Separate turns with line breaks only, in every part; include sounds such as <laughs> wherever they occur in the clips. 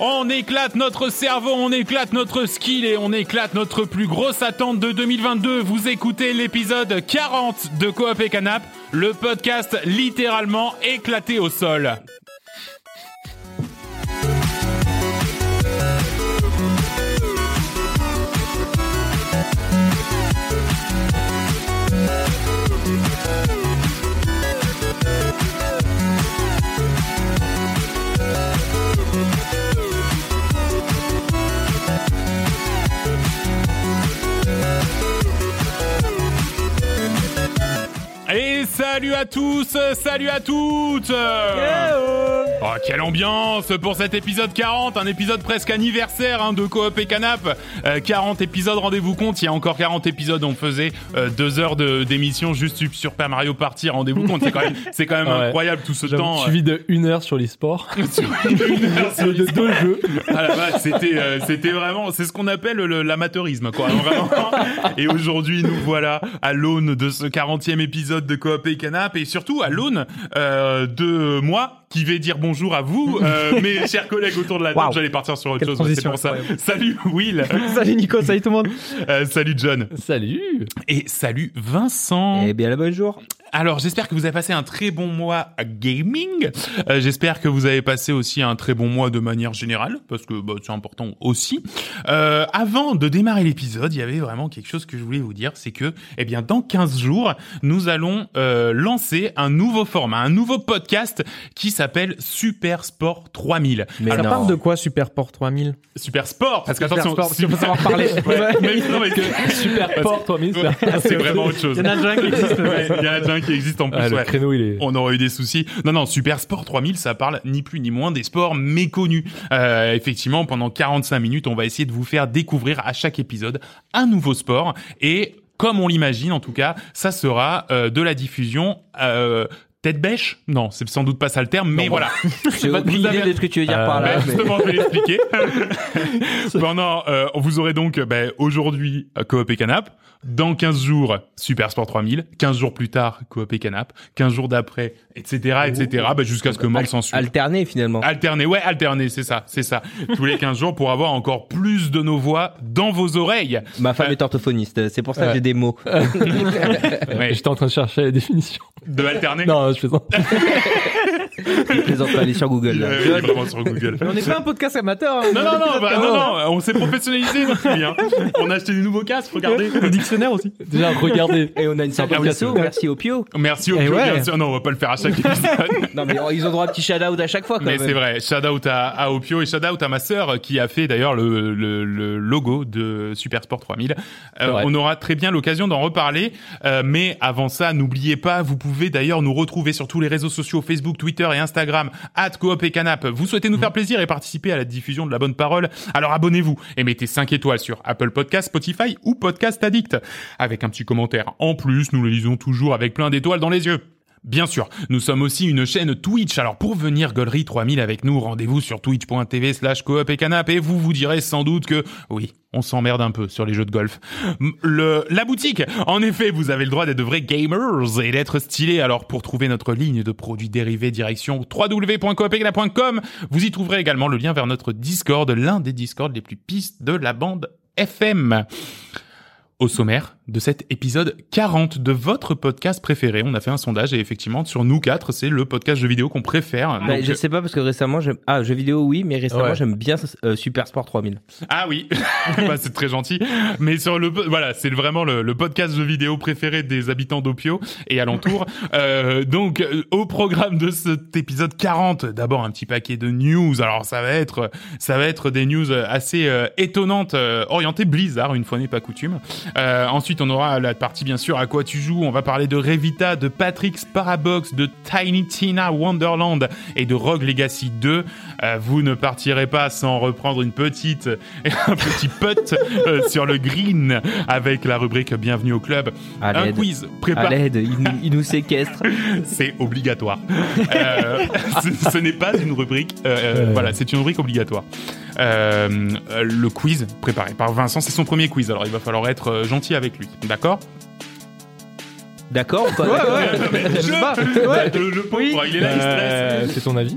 On éclate notre cerveau, on éclate notre skill et on éclate notre plus grosse attente de 2022. Vous écoutez l'épisode 40 de Coop et Canap, le podcast littéralement éclaté au sol. Et salut à tous, salut à toutes Oh, quelle ambiance pour cet épisode 40, un épisode presque anniversaire hein, de Coop et Canap. Euh, 40 épisodes, rendez-vous compte, il y a encore 40 épisodes, on faisait euh, deux heures de- d'émission juste sur Super Mario Party, rendez-vous compte, c'est quand
<laughs>
même, c'est quand même
Ouais.
incroyable tout ce
J'avoue,
temps. euh,
tu vis de une heure sur l'e-sport. de deux jeux.
Ah la vache, c'était euh, c'était vraiment c'est ce qu'on appelle le- l'amateurisme quoi vraiment. Et aujourd'hui nous voilà à l'aune de ce 40e épisode de Coop et Canap et surtout à l'aune euh, de moi qui vais dire bonjour à vous
<laughs>
euh, mes chers collègues autour de la table,
Waouh.
j'allais partir sur autre
Quelle
chose mais c'est
transition
pour ça. Salut Will,
<laughs> Salut Nico, salut tout le monde.
Euh, salut John
<laughs> Salut.
et salut Vincent.
Eh bien le bonjour.
Alors, j'espère que vous avez passé un très bon mois à gaming. Euh, j'espère que vous avez passé aussi un très bon mois de manière générale, parce que bah, c'est important aussi. Euh, avant de démarrer l'épisode, il y avait vraiment quelque chose que je voulais vous dire, c'est que, eh bien, dans 15 jours, nous allons euh, lancer un nouveau format, un nouveau podcast qui s'appelle Super Sport 3000.
Mais ça
Alors,
parle
<laughs>
de quoi Superport 3000
Super Sport, parce qu'attention,
si on peut savoir parler.
<laughs> Ouais, mais non, mais que-
Super port, toi, ministre.
c'est vraiment autre chose.
Il y en a déjà un qui existe.
Ouais, <laughs> Il y en a déjà un qui existe en plus.
Ah, le
ouais.
créneau, il est.
On aurait eu des soucis. Non, non, Super Sport 3000, ça parle ni plus ni moins des sports méconnus. Euh, effectivement, pendant 45 minutes, on va essayer de vous faire découvrir à chaque épisode un nouveau sport. Et comme on l'imagine, en tout cas, ça sera euh, de la diffusion... euh, Tête bêche Non, c'est sans doute pas ça le terme, mais voilà.
J'ai
Bah,
aucune
vous avez-
idée de ce que tu veux dire
Euh,
par là.
Ben,
mais-
justement, je vais l'expliquer. Pendant, euh, vous aurez donc euh, ben, aujourd'hui euh, Coop et Canap, dans 15 jours Super Sport 3000, 15 jours plus tard Coop et Canap, 15 jours d'après, etc., etc., ben, jusqu'à ce que Max s'en suive.
Alterné finalement.
Alterner, ouais, alterner, c'est ça, c'est ça. Tous les 15 jours pour avoir encore plus de nos voix dans vos oreilles.
Ma femme
Euh,
est orthophoniste, c'est pour ça
ouais.
que j'ai des
<laughs>
mots.
Ouais,
J'étais en train de chercher
<laughs>
la définition.
de alterner.
Non, je plaisante.
Je plaisante pas, elle est sur Google.
Il,
là.
euh, il est vraiment sur Google.
Mais on n'est pas un podcast amateur. hein.
Non, non, non, bah, non,
Oh.
non, on s'est professionnalisé, notre ami, hein. On a acheté des nouveaux casques, regardez.
<laughs> Le dictionnaire aussi.
Déjà, regardez.
Et on a une
Ah
sortie
oui,
d'assaut,
c'est-
merci au Pio.
Merci au
Eh
club,
ouais.
bien sûr. Non, on va pas le faire à chaque épisode.
Non mais oh, ils ont droit à un petit shout-out à chaque fois quand
Mais c'est
même.
vrai, shout out à, à Opio et shout out à ma sœur qui a fait d'ailleurs le, le, le logo de Super Sport 3000. Euh,
C'est vrai.
on aura très bien l'occasion d'en reparler, euh, mais avant ça, n'oubliez pas, vous pouvez d'ailleurs nous retrouver sur tous les réseaux sociaux Facebook, Twitter et Instagram @coop et canap. Vous souhaitez
Mm.
nous faire plaisir et participer à la diffusion de la bonne parole Alors abonnez-vous et mettez 5 étoiles sur Apple Podcast, Spotify ou Podcast Addict avec un petit commentaire. En plus, nous le lisons toujours avec plein d'étoiles dans les yeux. Bien sûr, nous sommes aussi une chaîne Twitch, alors pour venir Gollery 3000 avec nous, rendez-vous sur twitch.tv slash coop et canap et vous vous direz sans doute que oui, on s'emmerde un peu sur les jeux de golf. M- Le, la boutique, en effet, vous avez le droit d'être de vrais gamers et d'être stylés, alors pour trouver notre ligne de produits dérivés direction www.coopécanap.com, vous y trouverez également le lien vers notre Discord, l'un des Discords les plus pistes de la bande FM. Au sommaire de cet épisode 40 de votre podcast préféré, on a fait un sondage et effectivement sur nous quatre, c'est le podcast jeu vidéo qu'on préfère.
Bah,
Donc,
je sais pas parce que récemment j'aime ah jeux vidéo oui mais récemment
Ouais.
j'aime bien euh, Super Sport 3000.
Ah oui, <laughs> Bah, c'est très gentil. Mais sur le po- voilà, c'est vraiment le, le podcast jeu vidéo préféré des habitants d'Opio et alentour. Euh, donc euh, au programme de cet épisode 40, d'abord un petit paquet de news. Alors ça va être ça va être des news assez euh, étonnantes euh, orientées Blizzard une fois n'est pas coutume. Euh, ensuite, on aura la partie bien sûr à quoi tu joues. On va parler de Revita, de Patrick's Parabox, de Tiny Tina Wonderland et de Rogue Legacy 2. Euh, vous ne partirez pas sans reprendre une petite un petit putt euh, sur le green avec la rubrique Bienvenue au club.
À
un
l'aide.
quiz
À
préparé,
l'aide, ils, nous- ils nous séquestrent.
c'est obligatoire. Euh, ce ce n'est pas une rubrique, euh,
Euh.
voilà, c'est une rubrique obligatoire. Euh, euh, le quiz préparé par Vincent, c'est son premier quiz, alors il va falloir être euh, gentil avec lui, d'accord
D'accord ou pas d'accord
Je-
ouais.
Le, le pauvre,
Oui.
il est là, il stresse.
Euh, C'est ton avis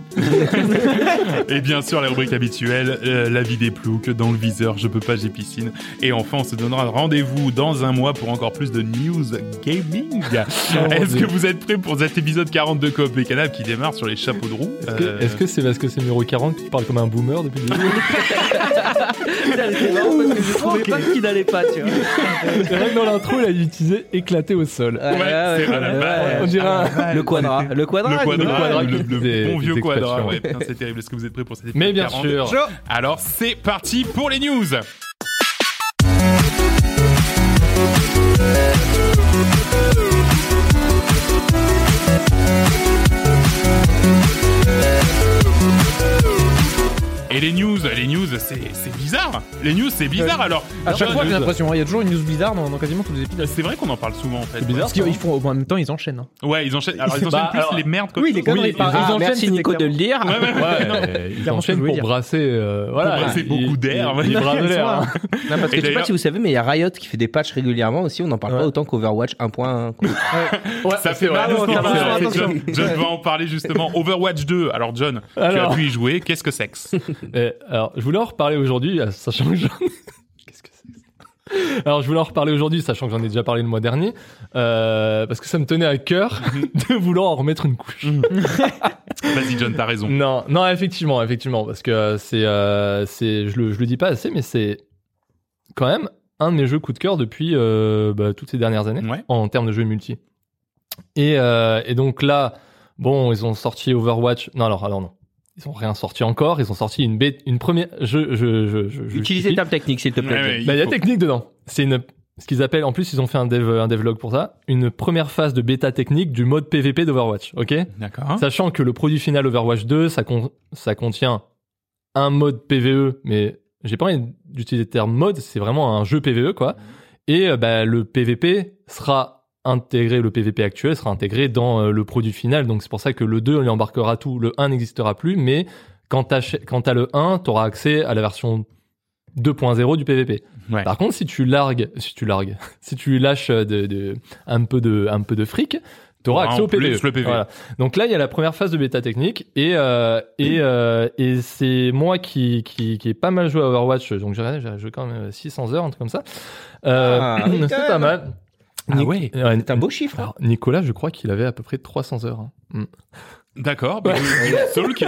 Et bien sûr, la rubrique habituelle, euh, la vie des ploucs, dans le viseur, je peux pas, j'ai piscine. Et enfin, on se donnera rendez-vous dans un mois pour encore plus de news gaming. <laughs> Est-ce que vous êtes prêts pour cet épisode 40 de Coop et Canap qui démarre sur les chapeaux de roue
Est-ce que
Euh,
est-ce que c'est parce que c'est numéro 40 que tu parles comme un boomer depuis le début <laughs>
C'est marrant parce que
<laughs>
je trouvais pas qu'il n'allait pas, tu vois.
C'est vrai que dans l'intro, il a utilisé éclaté au sol.
Ouais, c'est à la base.
On dirait un-
Le quadra, le
Ah,
quadra,
Le
dis-moi.
quadra, le, le
Des-
bon
des
vieux quadra.
expressions.
Ouais, putain, c'est terrible. Est-ce que vous êtes prêts pour cet épisode
Mais bien
40?
sûr.
Alors, c'est parti pour les news. Et les news, les news, c'est c'est bizarre. Les news, c'est bizarre. Alors,
À chaque
euh,
fois, j'ai
news.
l'impression, hein, il y a toujours une news bizarre dans, dans quasiment tous les épisodes.
c'est vrai qu'on en parle souvent en fait.
bizarre. hein.
Parce qu'ils font, en même temps, ils enchaînent. hein.
Ouais, ils enchaînent. Alors, ils enchaînent
Bah,
plus
alors-
les merdes. qu'autre
Oui, les
chose.
conneries.
ils- ah,
par- ils enchaînent,
Merci
c'était
Nico de le dire.
Ouais, ouais, ouais. non.
<laughs> Ouais, ils
Clairement, je
enchaînent
voulais
pour
dire.
brasser, euh, voilà,
brasser
ils-
beaucoup d'air, <laughs>
Ils, ils
ouais.
brassent de
Ils
l'air,
sont là.
hein.
Non, parce
Et
Je sais
d'ailleurs-
pas si vous savez, mais il y a Riot qui fait des patchs régulièrement aussi. On n'en parle
Ouais.
pas autant qu'Overwatch
<laughs>
1.1. quoi.
Ça fait mal.
vraiment,
ce
ça
qu'on
va,
dit.
attention.
John, John va en parler
<laughs>
justement. Overwatch 2. Alors John, tu
Alors.
as pu y jouer. Qu'est-ce que c'est que ça
Eh, alors, je voulais en reparler aujourd'hui, euh, sachant que j'en... <laughs> Qu'est-ce que c'est que ça Alors, je voulais en reparler aujourd'hui, sachant que j'en ai déjà parlé le mois dernier, euh, parce que ça me tenait
<laughs>
à cœur
Mhm.
de vouloir en remettre une couche.
Vas-y John, t'as raison.
Non, non, effectivement, effectivement, parce que euh, c'est, euh, c'est, je le, je le dis pas assez, mais c'est quand même un de mes jeux coup de cœur depuis euh, bah, toutes ces dernières années
Ouais.
en termes de jeux multi. Et, euh, et donc là, bon, ils ont sorti Overwatch. Non, alors, alors non. Ils ont rien sorti encore. Ils ont sorti une bête, une première. Je, je, je, je, je
Utilisez le terme technique, s'il te plaît.
Ouais, ouais,
bah, il y a
faut-
technique dedans. C'est une ce qu'ils appellent en plus ils ont fait un dev un devlog pour ça, une première phase de bêta technique du mode PVP d'Overwatch, OK
D'accord.
Sachant que le produit final Overwatch 2 ça con- ça contient un mode PVE mais j'ai pas envie d'utiliser le terme mode, c'est vraiment un jeu PVE quoi. Et euh, bah, le PVP sera intégré le PVP actuel sera intégré dans euh, le produit final. Donc c'est pour ça que le 2 on y embarquera tout, le 1 n'existera plus mais quand t'ach- quand t'as le 1, t'auras accès à la version 2.0 du PVP.
Ouais.
Par contre, si tu largues, si tu largues, <laughs> si tu lâches euh, de, de- un peu de, un peu de fric, t'auras
T'auras
accès
en
au PVE.
plus le PVE.
Voilà. Donc là, il y a la première phase de bêta technique et euh, et, euh, et c'est moi qui, qui qui ai pas mal joué à Overwatch, donc j'ai regardé, j'ai joué quand même 600 heures, un truc comme ça. Euh,
Ah,
<laughs> c'est pas mal.
Ah ouais.
Ouais.
C'est un beau chiffre.
hein.
Alors, Nicolas, je crois qu'il avait à peu près 300 heures. hein. Mm.
D'accord. bah,
<laughs>
Stalk. Stalké.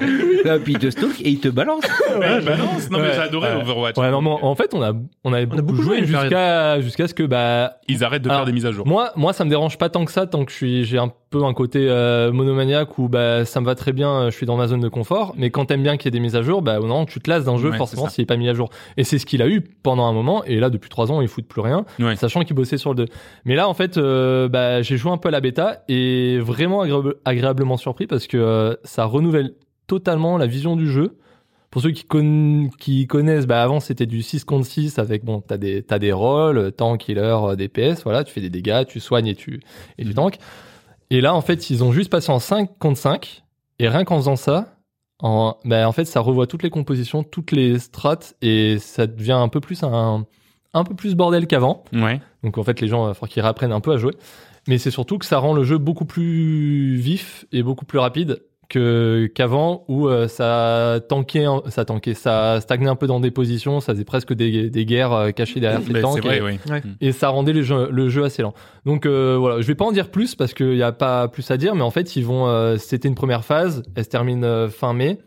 Et puis il te stalk et il te balance.
Ouais, Balance. Bah, Non mais
Ouais.
j'ai adoré
Ouais.
Overwatch.
Ouais, non, mais en en fait, on a on avait beaucoup, joué,
une période.
jusqu'à jusqu'à ce que bah
Ils arrêtent de
Ah.
faire des mises à jour.
Moi, moi, ça me dérange pas tant que ça, tant que je suis, j'ai un peu un côté euh, monomaniaque où bah ça me va très bien, euh, je suis dans ma zone de confort. Mais quand t'aimes bien qu'il y ait des mises à jour, bah non, tu te lasses d'un jeu
Ouais,
forcément
c'est ça.
s'il est pas mis à jour. Et c'est ce qu'il a eu pendant un moment. Et là, depuis trois ans, il fout plus rien,
Ouais.
sachant qu'il bossait sur le 2. Mais là, en fait, euh, bah, j'ai joué un peu à la bêta et vraiment agréable- agréablement surpris parce que euh, ça renouvelle totalement la vision du jeu. Pour ceux qui, con- qui connaissent, bah avant c'était du 6 contre 6 avec, bon, t'as des, t'as des rôles, euh, tank, killer, euh, DPS, voilà, tu fais des dégâts, tu soignes et tu, et
Mm.
tu tank. Et là, en fait, ils ont juste passé en 5 contre 5, et rien qu'en faisant ça, en, bah, en fait, ça revoit toutes les compositions, toutes les strates, et ça devient un peu plus un, un peu plus bordel qu'avant.
Ouais.
Donc en fait, les gens, il va falloir qu'ils réapprennent un peu à jouer. Mais c'est surtout que ça rend le jeu beaucoup plus vif et beaucoup plus rapide que qu'avant où euh, ça tankait, un- ça tankait, ça stagnait un peu dans des positions, ça faisait presque des, des guerres euh, cachées derrière les
Bah,
tanks.
C'est vrai.
et,
oui.
et ça rendait le jeu, le jeu assez lent. Donc euh, voilà, je vais pas en dire plus parce qu'il n'y a pas plus à dire, mais en fait, ils vont. euh, C'était une première phase, elle se termine euh, fin mai.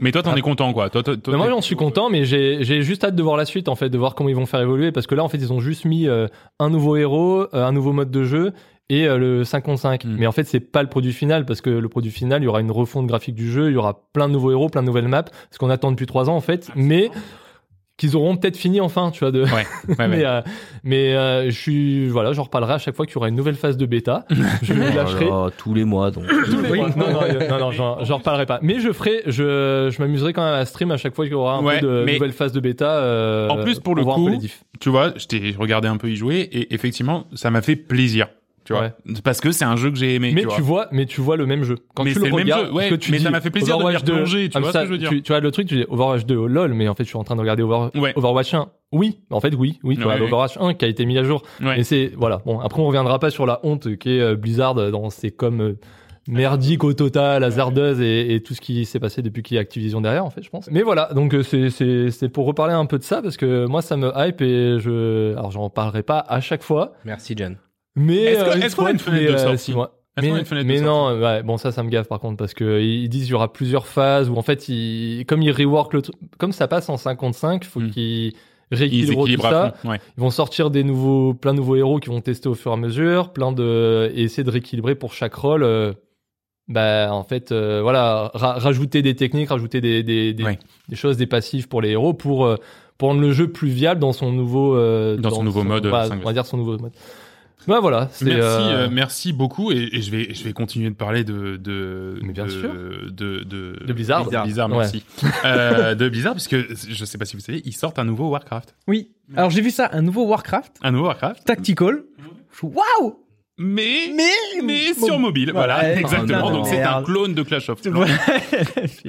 Mais toi, t'en
Ah.
es content quoi. Toi, toi- toi-
Mais moi
t'es-
j'en suis content, mais j'ai j'ai juste hâte de voir la suite en fait, de voir comment ils vont faire évoluer, parce que là en fait ils ont juste mis euh, un nouveau héros, euh, un nouveau mode de jeu et euh, le 5 contre 5.
Mm.
Mais en fait c'est pas le produit final, parce que le produit final il y aura une refonte graphique du jeu, il y aura plein de nouveaux héros, plein de nouvelles maps, ce qu'on attend depuis 3 ans en
Ah,
fait, mais qu'ils auront peut-être fini enfin, tu vois. De...
Ouais, ouais.
<laughs> Mais, euh, mais euh, je suis voilà, j'en reparlerai à chaque fois qu'il y aura une nouvelle phase de bêta.
<laughs>
je vous
Oh
lâcherai
tous les mois donc.
tous les
Oui.
mois. Non, non, euh, non, non, j'en j'en reparlerai pas. Mais je ferai, je, je m'amuserai quand même à stream à chaque fois qu'il y aura un
Ouais,
peu de
mais-
nouvelle phase de bêta. euh,
En plus, pour le
voir un peu
coup,
les diffs.
tu vois, je t'ai regardé un peu y jouer et effectivement, ça m'a fait plaisir. tu vois.
Ouais.
Parce que c'est un jeu que j'ai aimé,
mais
tu
tu,
vois.
vois, mais tu vois le même jeu. Quand
Mais
tu
c'est
le
le même
regardes,
jeu, ouais,
ce que tu
mais ça
dis,
m'a fait plaisir de
Overwatch
m'y
2,
replonger, tu
ah, mais
vois
ça,
ce que je veux dire.
Tu, tu vois le truc, tu dis Overwatch 2, oh, lol, mais en fait, je suis en train de regarder Over-
Ouais.
Overwatch 1. Oui, mais en fait, oui, oui, tu
Ouais,
regardes
ouais.
Overwatch 1 qui a été mis à jour.
Ouais.
Et c'est voilà. Bon, après, on reviendra pas sur la honte qu'est euh, Blizzard dans ses comme merdique au total, hasardeuse et, et tout ce qui s'est passé depuis qu'il y a Activision derrière, en fait, je pense. Mais voilà, donc euh, c'est- c'est c'est pour reparler un peu de ça parce que moi, ça me hype et je, alors j'en parlerai pas à chaque fois,
Merci, John.
mais
Est-ce que-
euh,
est-ce qu'on a
fois
une
tous
fenêtre
les,
de
euh,
sortie
six mois.
Est-ce
Mais,
qu'on a une fenêtre de
mais
sortie
non, euh, ouais, bon ça, ça me gave par contre parce que euh, ils disent il y aura plusieurs phases où en fait ils, comme ils rework le, tru- comme ça passe en 55, faut
Mm.
qu'ils
Ils
rééquilibrent tout
équilibrent
ça.
à fond. Ouais.
Ils vont sortir des nouveaux, plein de nouveaux héros qui vont tester au fur et à mesure, plein de et essayer de rééquilibrer pour chaque rôle. euh, bah en fait, euh, voilà, ra- rajouter des techniques, rajouter des des, des,
Ouais.
des choses, des passifs pour les héros pour euh, pour rendre le jeu plus viable dans son nouveau euh,
Dans son nouveau mode,
bah,
euh, cinq
on va dire son nouveau mode. Bah voilà, c'est
Merci,
euh,
euh, merci beaucoup, et, et je vais, je vais continuer de parler de, de,
Mais bien
de,
sûr.
de, de,
De Blizzard.
Blizzard, merci. Euh, de Blizzard, parce que je sais pas si vous savez, ils sortent un nouveau Warcraft.
Oui. Alors j'ai vu ça, un nouveau Warcraft,
Un nouveau Warcraft,
Tactical. Je suis, Waouh
mais
Mais
mais sur mobile, voilà, <laughs>
Voilà.
exactement.
Ah,
Donc c'est un
merde.
clone de Clash of Clans.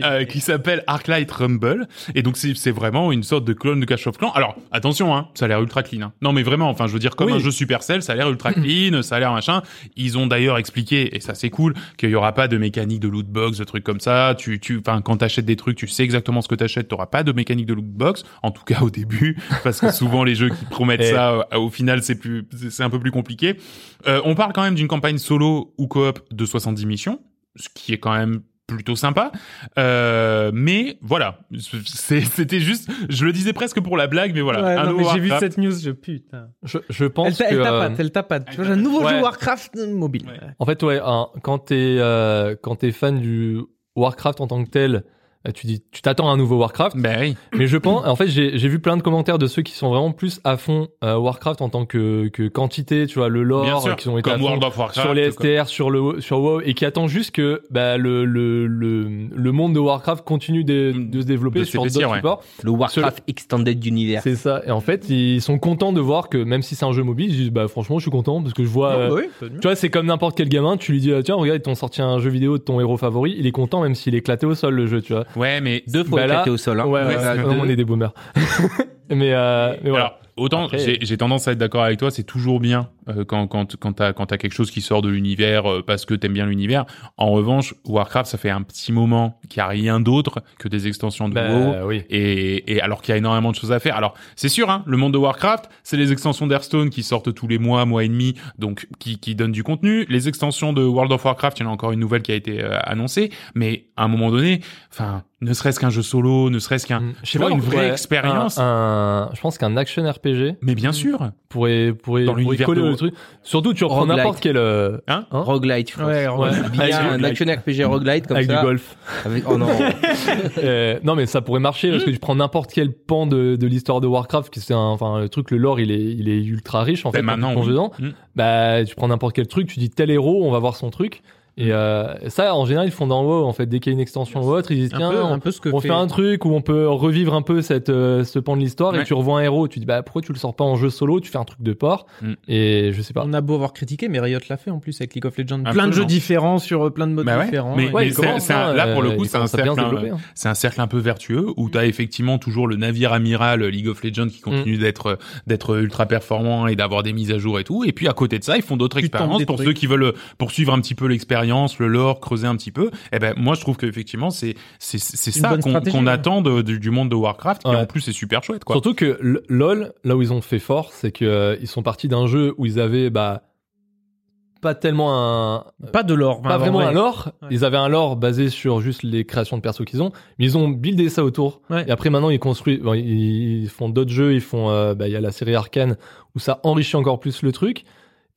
euh, qui s'appelle Arclight Rumble. Et donc, c'est c'est vraiment une sorte de clone de Clash of Clans. Alors, attention, hein, ça a l'air ultra clean. hein. Non, mais vraiment, enfin, je veux dire, comme
Oui.
un jeu Supercell, ça a l'air
<clears throat>
ultra clean, ça a l'air machin. Ils ont d'ailleurs expliqué, et ça c'est cool, qu'il y aura pas de mécanique de loot box, de trucs comme ça. Tu, tu, enfin, quand t'achètes des trucs, tu sais exactement ce que t'achètes. T'auras pas de mécanique de loot box, en tout cas au début, parce que souvent les jeux qui promettent
Eh.
ça, euh, au final, c'est plus, c'est c'est un peu plus compliqué. Euh, on parle quand même d'une campagne solo ou coop de 70 missions, ce qui est quand même plutôt sympa. Euh, mais voilà, C'est- c'était juste, je le disais presque pour la blague, mais voilà.
Ouais,
un
non,
nouveau
mais j'ai vu
Warcraft.
cette news, je putain.
je, je
Elle,
pense
ta-
que
elle
euh,
tapade, elle tapade. Tu vois, j'ai un nouveau
Ouais.
jeu Warcraft euh, mobile.
Ouais.
En fait, ouais, un- quand t'es euh, quand t'es fan du Warcraft en tant que tel, euh, tu dis, tu t'attends à un nouveau Warcraft.
Ben oui.
Mais je pense, en fait, j'ai j'ai vu plein de commentaires de ceux qui sont vraiment plus à fond euh, Warcraft en tant que, que quantité, tu vois, le
Bien
lore, euh,
sûr,
qui ont été à
comme
fond
World of Warcraft.
sur les
comme-
STR, sur le sur WoW, et qui attendent juste que bah, le, le le le monde de Warcraft continue de, de se développer
Mm. De
sur
s'épaissir,
d'autres
ouais.
supports.
Le Warcraft Extended Universe.
C'est ça. Et en fait, ils sont contents de voir que même si c'est un jeu mobile, ils disent, bah franchement, je suis content parce que je vois. euh,
Non, bah oui, pas de mieux.
tu vois, c'est comme n'importe quel gamin, tu lui dis, ah, tiens, regarde, ils t'ont sorti un jeu vidéo de ton héros favori, il est content même s'il est éclaté au sol le jeu, tu vois.
Ouais, mais
Deux fois
Bah là-
éclaté au sol. Hein.
ouais, ouais,
ouais,
c'est-
deux.
vraiment, on est des boomers. <laughs> mais, euh, mais voilà.
Alors, autant
Après-
j'ai- j'ai tendance à être d'accord avec toi, c'est toujours bien euh, quand quand quand t'as quand t'as quelque chose qui sort de l'univers euh, parce que t'aimes bien l'univers. En revanche, Warcraft, ça fait un petit moment qu'il n'y a rien d'autre que des extensions de
Bah,
WoW.
oui.
Et, et alors qu'il y a énormément de choses à faire. Alors c'est sûr, hein, le monde de Warcraft, c'est les extensions d'Hearthstone qui sortent tous les mois, mois et demi, donc qui, qui donnent du contenu. Les extensions de World of Warcraft, il y en a encore une nouvelle qui a été euh, annoncée. Mais à un moment donné, enfin, ne serait-ce qu'un jeu solo, ne serait-ce qu'un,
Mm. Je
tu vois, une
on
vraie
pourrait-
expérience.
un- un- je pense qu'un action RPG
mais bien sûr,
pourrait, pourrait,
Dans
pourrait
l'univers
coller
de
au
WoW.
truc. Surtout, tu reprends
Roguelite.
n'importe quel. euh, hein
Roguelite, France.
Ouais, alors,
Ouais.
Bien
Avec-
un action RPG roguelite comme
avec
ça.
du golf.
Avec- oh non.
Euh, non, mais ça pourrait marcher parce que tu prends n'importe quel pan de, de l'histoire de Warcraft, qui c'est un- enfin le truc, le lore, il est, il est ultra riche en
Ben
fait. quand tu
maintenant,
plonges
oui.
dedans,
Mm.
bah tu prends n'importe quel truc, tu dis tel héros, on va voir son truc.
Mm.
Et euh, ça, en général, ils font dans WoW. En fait, dès qu'il y a une extension ou autre, ils disent
un,
tiens,
peu, un
on,
peu ce que
on
fait.
fait un truc où on peut revivre un peu cette euh, ce pan de l'histoire et
Ouais.
tu revois un héros. Tu dis bah pourquoi tu le sors pas en jeu solo Tu fais un truc de port
Mm.
et je sais pas.
On a beau avoir critiqué, mais Riot l'a fait en plus avec League of Legends. Plein
Absolument.
de jeux différents sur euh, plein de modes
Bah ouais.
différents.
Mais-
et-
mais
il
c'est-
commence,
c'est un-
hein,
là, pour le
euh,
coup,
il
c'est un
commence à bien
cercle,
se développer, hein.
c'est un cercle un peu vertueux où
Mm.
t'as effectivement toujours le navire amiral euh, League of Legends qui continue d'être euh, d'être ultra performant et d'avoir des mises à jour et tout. Et puis à côté de ça, ils font d'autres
Tu tentes
expériences
des
pour
trucs.
ceux qui veulent euh, poursuivre un petit peu l'expérience, le lore, creuser un petit peu. Et ben moi, je trouve qu'effectivement, c'est c'est c'est
une
ça
bonne
qu'on
stratégie,
qu'on
ouais.
attend de- du, du monde de Warcraft. Et
Ouais.
en plus, c'est super chouette quoi.
Surtout que l- LOL, là où ils ont fait fort, c'est que euh, ils sont partis d'un jeu où ils avaient bah pas tellement un
Pas de l'or.
pas vraiment un lore.
Ouais.
Ils avaient un lore basé sur juste les créations de persos qu'ils ont, mais ils ont buildé ça autour.
Ouais.
Et après maintenant ils construisent, bon, ils ils font d'autres jeux, ils font, euh, bah, il y a la série Arcane où ça enrichit encore plus le truc.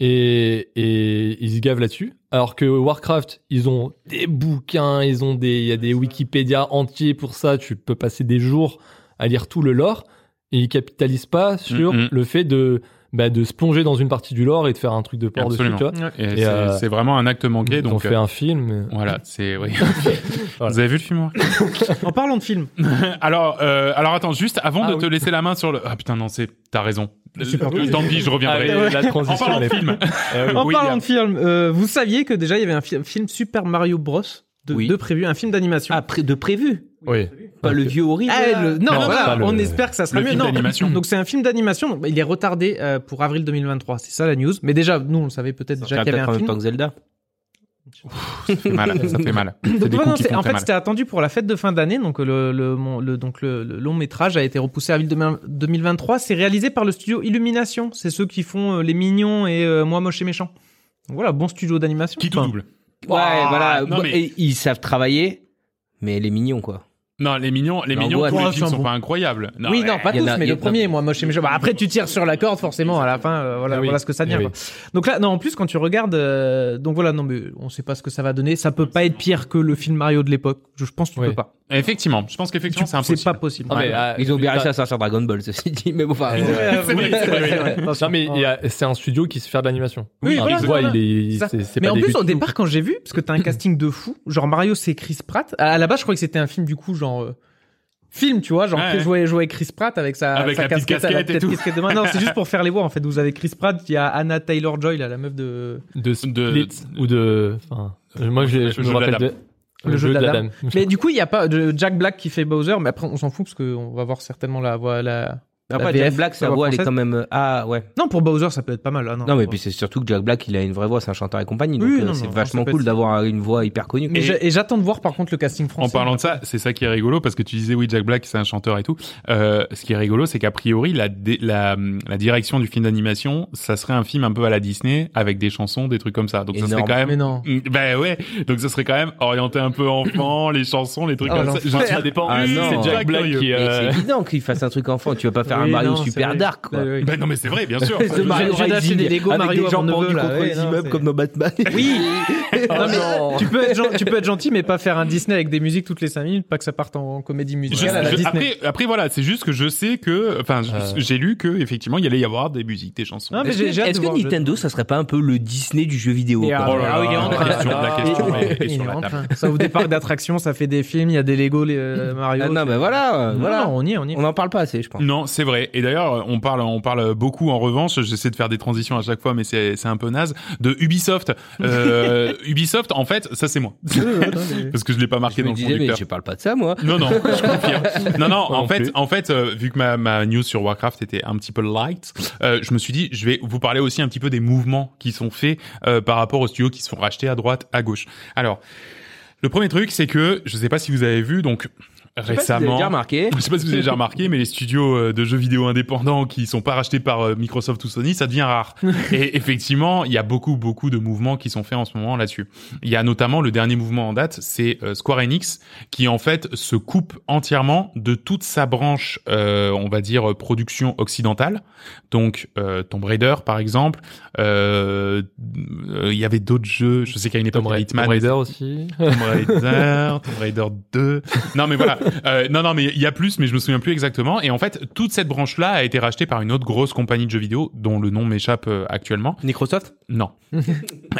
Et, et ils se gavent là-dessus. Alors que Warcraft, ils ont des bouquins, ils ont des, il y a des Wikipédia entiers pour ça. Tu peux passer des jours à lire tout le lore. Et ils capitalisent pas sur
Mhm.
le fait de, bah, de se plonger dans une partie du lore et de faire un truc de port dessus,
Absolument.
tu vois.
Et
Et,
c'est
euh,
c'est vraiment un acte manqué.
Ils ont
Donc,
fait
euh,
un film. mais-
voilà, c'est.
<laughs>
oui. <laughs>
Voilà.
Vous avez vu le film Marc
<coughs> En parlant de film,
Alors, euh, alors attends, juste avant
Ah
de te laisser la main sur le. Ah putain, non, c'est. T'as raison.
C'est pas
Euh,
cool.
Tant pis, je reviendrai.
Ah, oui, la
en
transition,
parlant
elle
de
est-
film.
Eh oui.
en
Oui, il y
parlant
a-
de film, euh, vous saviez que déjà il y avait un fi- film Super Mario Bros. de,
Oui.
de prévu, un film d'animation.
Ah, pré- de prévu.
Oui.
Pas
Ok.
le vieux horrible.
Ah,
là.
le- non,
Non,
voilà,
pas le-
on espère que ça sera
le
mieux.
film
Non.
d'animation.
Donc c'est un film d'animation, donc bah, il est retardé euh, pour avril 2023, c'est ça la news. Mais déjà, nous on le savait peut-être déjà
Ah,
qu'il y
peut-être
avait
en
un
même
film. <coughs>
temps que Zelda.
Ça fait mal. Ça fait mal. C'est
Donc
des
voilà,
coups qui
c'est-
font
en
très
fait,
mal.
c'était attendu pour la fête de fin d'année, donc euh, le, le, mon- le- donc le, le long métrage a été repoussé à avril 2000- 2023. C'est réalisé par le studio Illumination, c'est ceux qui font euh, Les Mignons et euh, Moi Moche et Méchant. Donc voilà, bon studio d'animation.
Qui tout
Enfin,
double
Ouais, voilà.
non,
Bon,
mais-
et ils savent travailler, mais elle est mignon, quoi.
Non, les mignons, les
Non,
mignons,
ouais,
tous les
c'est
films
un
sont
bon-
pas incroyables. Non,
oui,
mais-
non, pas
il y
tous,
en a-
mais
il y
le
en a-
premier, moi, moche et méchant. Bah, après, tu tires sur la corde, forcément, à la fin, euh, voilà,
Ah
Eh oui.
voilà ce que ça devient.
Eh
quoi. Donc là, non, en plus, quand tu regardes, euh, donc voilà, non, mais on sait pas ce que ça va donner. Ça peut pas être pire que le film Mario de l'époque. Je, je pense que tu
Ouais.
peux pas.
Effectivement, je pense qu'effectivement, c'est
C'est pas
impossible.
possible.
Ah, mais,
Ouais.
ah,
Ils ont bien
t'as-
réussi à sortir Dragon Ball, ceci dit. Mais bon, enfin.
Ouais.
euh,
C'est vrai, c'est vrai, ouais.
Attention.
Non, mais il y a- c'est un studio qui se fait de l'animation.
Oui,
Ah,
voilà,
tu vois,
voilà.
il est-
Ça.
c'est- c'est
Mais
pas
en
des
plus,
buts.
au départ, quand j'ai vu, parce que
<laughs>
t'as un casting de fou, genre Mario, c'est Chris Pratt. À à la base, je crois que c'était un film, du coup, genre. euh, Film, tu vois, genre
Ouais,
après
ouais.
jouer, jouer avec Chris Pratt avec sa,
Avec
sa
la petite
à la
casquette et
petite
tout.
casquette de main. Non, c'est juste pour faire les voix en fait. Vous avez Chris Pratt, il y a Anna Taylor Joy, là, la meuf
<laughs>
de.
de
de-
Split ou de. Enfin, moi, je, je
Le
me
jeu de la
rappelle de.
Le jeu de la dame.
dame.
Mais du coup, il n'y a pas de Jack Black qui fait Bowser, mais après, on s'en fout parce qu'on va voir certainement la voix. La...
Après,
VF,
Jack Black, sa
la
voix, elle est
française.
quand même. euh, Ah, ouais.
Non, pour Bowser, ça peut être pas mal. ah non,
Non, mais puis c'est surtout que Jack Black, il a une vraie voix, c'est un chanteur et compagnie. Donc
Oui,
euh,
non,
c'est
non,
vachement
ça peut
cool
être-
d'avoir une voix hyper connue.
Mais
quoi.
j'a- et j'attends de voir par contre le casting français. hein.
En parlant de ça, c'est ça qui est rigolo parce que tu disais oui Jack Black c'est un chanteur et tout. Euh, ce qui est rigolo c'est qu'a priori la, dé- la la direction du film d'animation ça serait un film un peu à la Disney avec des chansons des trucs comme ça. Donc ça serait
Énorme.
quand
Mais
même.
non.
Ben ouais. Donc ça serait quand même orienté un peu enfant les chansons les trucs
Oh,
comme ça.
l'enfer.
Je-
ça dépend.
Ah, non.
c'est Jack
Pas
Black
curieux.
qui.
Mais
euh,
c'est évident qu'il fasse un truc enfant. Tu vas pas faire un
Oui,
Mario
non,
super
c'est vrai.
dark, quoi.
Bah, Oui, oui. <laughs>
Ben non mais c'est vrai bien sûr.
The Mario
J'ai acheté
Rising,
des Lego
avec
Mario
des gens
à mon
pendus
neveu, là,
contre
ouais,
les
non,
immeubles
c'est-
comme dans Batman.
Oui,
Ah, non.
tu, peux être gen- tu peux être gentil, mais pas faire un Disney avec des musiques toutes les 5 minutes, pas que ça parte en comédie
Je-
musicale à la
je-
Disney.
après, après voilà, c'est juste que je sais que, enfin, je-
Euh.
j'ai lu que effectivement il y allait y avoir des musiques, des chansons.
Non, mais
Est-ce
j'ai- j'ai
que,
hâte
est-ce
de
que
voir, je-
Nintendo, ça serait pas un peu le Disney du jeu vidéo
Et
quoi
alors-
Oh là
Ah oui, il est
là,
en
la
train.
question, la
Ah,
question
il-
est, est
il
sur
est
la
en
table.
train. Ça ouvre des parcs d'attractions, ça fait des films, il y a des Lego, les euh, Mario.
Ah, Non, mais voilà, euh,
voilà,
voilà.
on y est, on y est.
On n'en parle pas assez, je pense.
Non, c'est vrai. Et d'ailleurs, on parle, on parle beaucoup en revanche. J'essaie de faire des transitions à chaque fois, mais c'est c'est un peu naze. De Ubisoft. Euh, Ubisoft, en fait, ça c'est moi, parce que je l'ai pas marqué
Je
dans
me
le
disais, mais
conducteur.
je parle pas de ça, moi.
Non, non,
<laughs>
je confirme. Non, non, en
hein. non
fait,
plus.
en fait, euh, vu que ma, ma news sur Warcraft était un petit peu light, euh, je me suis dit, je vais vous parler aussi un petit peu des mouvements qui sont faits euh, par rapport aux studios qui se font racheter à droite, à gauche. Alors, le premier truc, c'est que, je sais pas si vous avez vu, donc, récemment...
J'ai remarqué.
Je sais pas si vous avez déjà remarqué, mais les studios euh, de jeux vidéo indépendants qui sont pas rachetés par euh, Microsoft ou Sony, ça devient
<laughs>
rare. Et effectivement, il y a beaucoup, beaucoup de mouvements qui sont faits en ce moment là-dessus. Il y a notamment le dernier mouvement en date, c'est euh, Square Enix, qui en fait se coupe entièrement de toute sa branche, euh, on va dire, euh, production occidentale. Donc, euh, Tomb Raider, par exemple. Euh, euh, Il y avait d'autres jeux, je sais qu'à une époque,
Tomb
il y avait
Ra-
Hitman,
Tomb Raider aussi. Ah,
Tomb Raider, Tomb Raider 2. Non, mais voilà. Euh, non, non, mais il y a plus, mais je me souviens plus exactement. Et en fait, toute cette branche-là a été rachetée par une autre grosse compagnie de jeux vidéo dont le nom m'échappe euh, actuellement.
Microsoft
<laughs>
Non.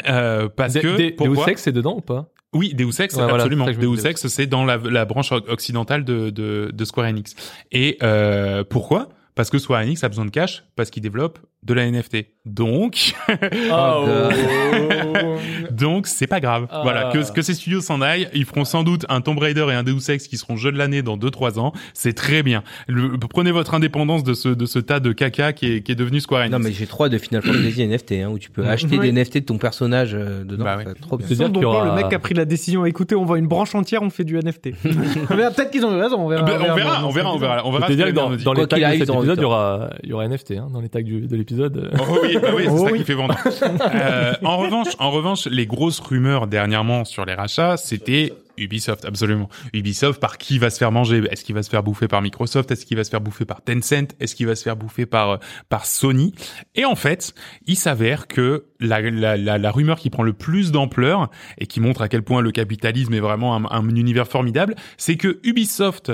Euh, parce
Des-
que
des-
pourquoi
Deus Ex, c'est dedans ou pas
Oui, Deus Ex,
Ouais, voilà,
absolument.
c'est ça que je me
Deus
disais
Ex, c'est dans la, la branche o- occidentale de, de, de Square Enix. Et euh, pourquoi Parce que Square Enix a besoin de cash parce qu'ils développent de la NFT. Donc,
Oh,
Oh.
Donc c'est pas grave.
Ah.
Voilà, que, que ces studios s'en aillent, ils feront sans doute un Tomb Raider et un Deus Ex qui seront jeux de l'année dans 2-3 ans. C'est très bien. Le- prenez votre indépendance de ce de ce tas de caca qui est, qui est devenu Square Enix.
Non, mais j'ai trois de Final Fantasy NFT, hein, où tu peux
Mm.
acheter
Oui.
des NFT de ton personnage euh, dedans.
Bah ouais.
Enfin, Trop bien.
C'est-à-dire qu'il y aura-
le mec qui a pris la décision, écoutez, on vend une branche entière, on fait du NFT.
<laughs>
On verra, Peut-être qu'ils ont eu raison, on verra.
Ben, on verra, on verra, on verra, on verra. ce
C'est-à-dire
que
que
l'avenir
dans, dans
nous dit.
les
Quoi
tags
qu'il arrive,
de cet
ils auront
épisode, il
le
y aura, il y aura NFT hein, dans les tags du- de l'épisode.
Oh oui, bah oui, c'est
Oh
ça
oui.
qui fait vendre. Euh, en revanche, en revanche, les grosses rumeurs dernièrement sur les rachats, c'était Ubisoft, absolument. Ubisoft, par qui va se faire manger Est-ce qu'il va se faire bouffer par Microsoft Est-ce qu'il va se faire bouffer par Tencent Est-ce qu'il va se faire bouffer par euh, par Sony Et en fait, il s'avère que la, la, la, la rumeur qui prend le plus d'ampleur et qui montre à quel point le capitalisme est vraiment un, un univers formidable, c'est que Ubisoft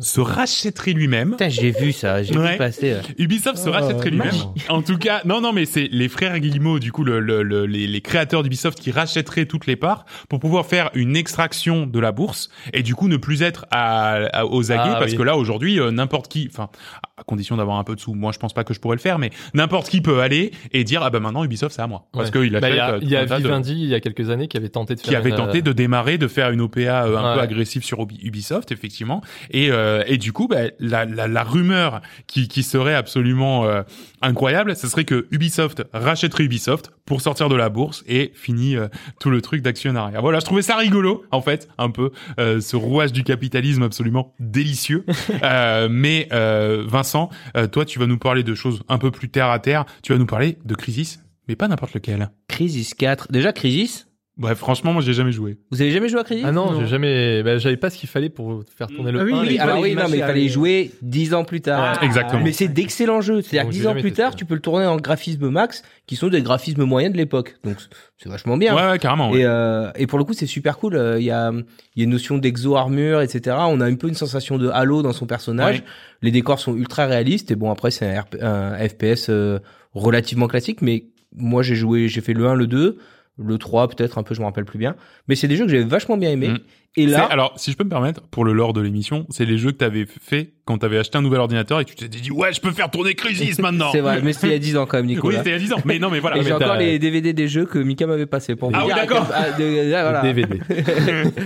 se rachèterait lui-même.
Putain, j'ai vu ça, j'ai
Ouais.
vu passer. euh.
Ubisoft se
Ah,
rachèterait lui-même.
magie.
En tout cas, non, non, mais c'est les frères Guillemot, du coup, le, le- le- les, les créateurs d'Ubisoft qui rachèteraient toutes les parts pour pouvoir faire une extraction de la bourse et du coup ne plus être à, à- aux aguets
Ah,
parce
oui.
que là, aujourd'hui, euh, n'importe qui, enfin, à condition d'avoir un peu de sous, moi je pense pas que je pourrais le faire, mais n'importe qui peut aller et dire, ah bah maintenant Ubisoft c'est à moi. Parce
Ouais.
qu'il
Bah,
achète
Il y a,
euh,
il y a
tout un tas de-
Vivendi, il y a quelques années, qui avait tenté de faire euh,
qui avait
une,
tenté de démarrer, de faire une OPA euh, un
Ouais.
peu agressive sur Ubi- Ubisoft, effectivement. Et, euh, et du coup, bah, la, la, la rumeur qui, qui serait absolument euh, incroyable, ce serait que Ubisoft rachèterait Ubisoft pour sortir de la bourse et finit euh, tout le truc d'actionnariat. Voilà, je trouvais ça rigolo, en fait, un peu, euh, ce rouage du capitalisme absolument
<laughs>
délicieux. Euh, mais euh, Vincent, euh, toi, tu vas nous parler de choses un peu plus terre-à-terre. Tu vas nous parler de Crisis, mais pas n'importe lequel.
Crisis 4. Déjà, Crisis
Bref, franchement, moi, j'ai jamais joué.
Vous avez jamais joué à Crisis
Ah non,
Non.
j'ai jamais. bah, j'avais pas ce qu'il fallait pour faire tourner le
Ah oui,
un,
oui,
les-
il
Alors
fallait
oui,
y
non, mais il
marcher,
fallait y
oui.
jouer 10 ans plus tard.
Ah, Exactement.
Mais c'est d'excellents jeux. C'est-à-dire
Donc,
que
j'ai
10 ans
jamais
plus
testé.
tard, tu peux le tourner en graphisme max, qui sont des graphismes moyens de l'époque. Donc c'est vachement bien.
Ouais, ouais, carrément. ouais.
Et, euh, et pour le coup, c'est super cool. Euh, Il y, a, il y a une notion d'exo-armure, etc. On a un peu une sensation de halo dans son personnage.
Ouais.
Les décors sont ultra réalistes. Et bon, après, c'est un, RP un FPS euh, relativement classique. Mais moi, j'ai joué, j'ai fait le 1, le 2, le 3, peut-être un peu, je me rappelle plus bien. Mais c'est des jeux que j'avais vachement bien aimé.
Mm.
Et
C'est-
là,
Alors, si je peux me permettre, pour le lore de l'émission, c'est les jeux que t'avais fait quand t'avais acheté un nouvel ordinateur et que tu t'es dit, ouais, je peux faire tourner
<laughs>
Crisis maintenant.
c'est vrai, mais c'était il y a 10
<laughs>
ans quand même,
Oui,
Nicolas.
c'était il y a 10 ans. Mais non, mais voilà.
et
Mais
j'ai
t'as-
encore les DVD des jeux que Mika m'avait passé pour vous
Ah oui,
dire à quel-
d'accord.
Ah, de- de-
les
<laughs>
voilà.
DVD.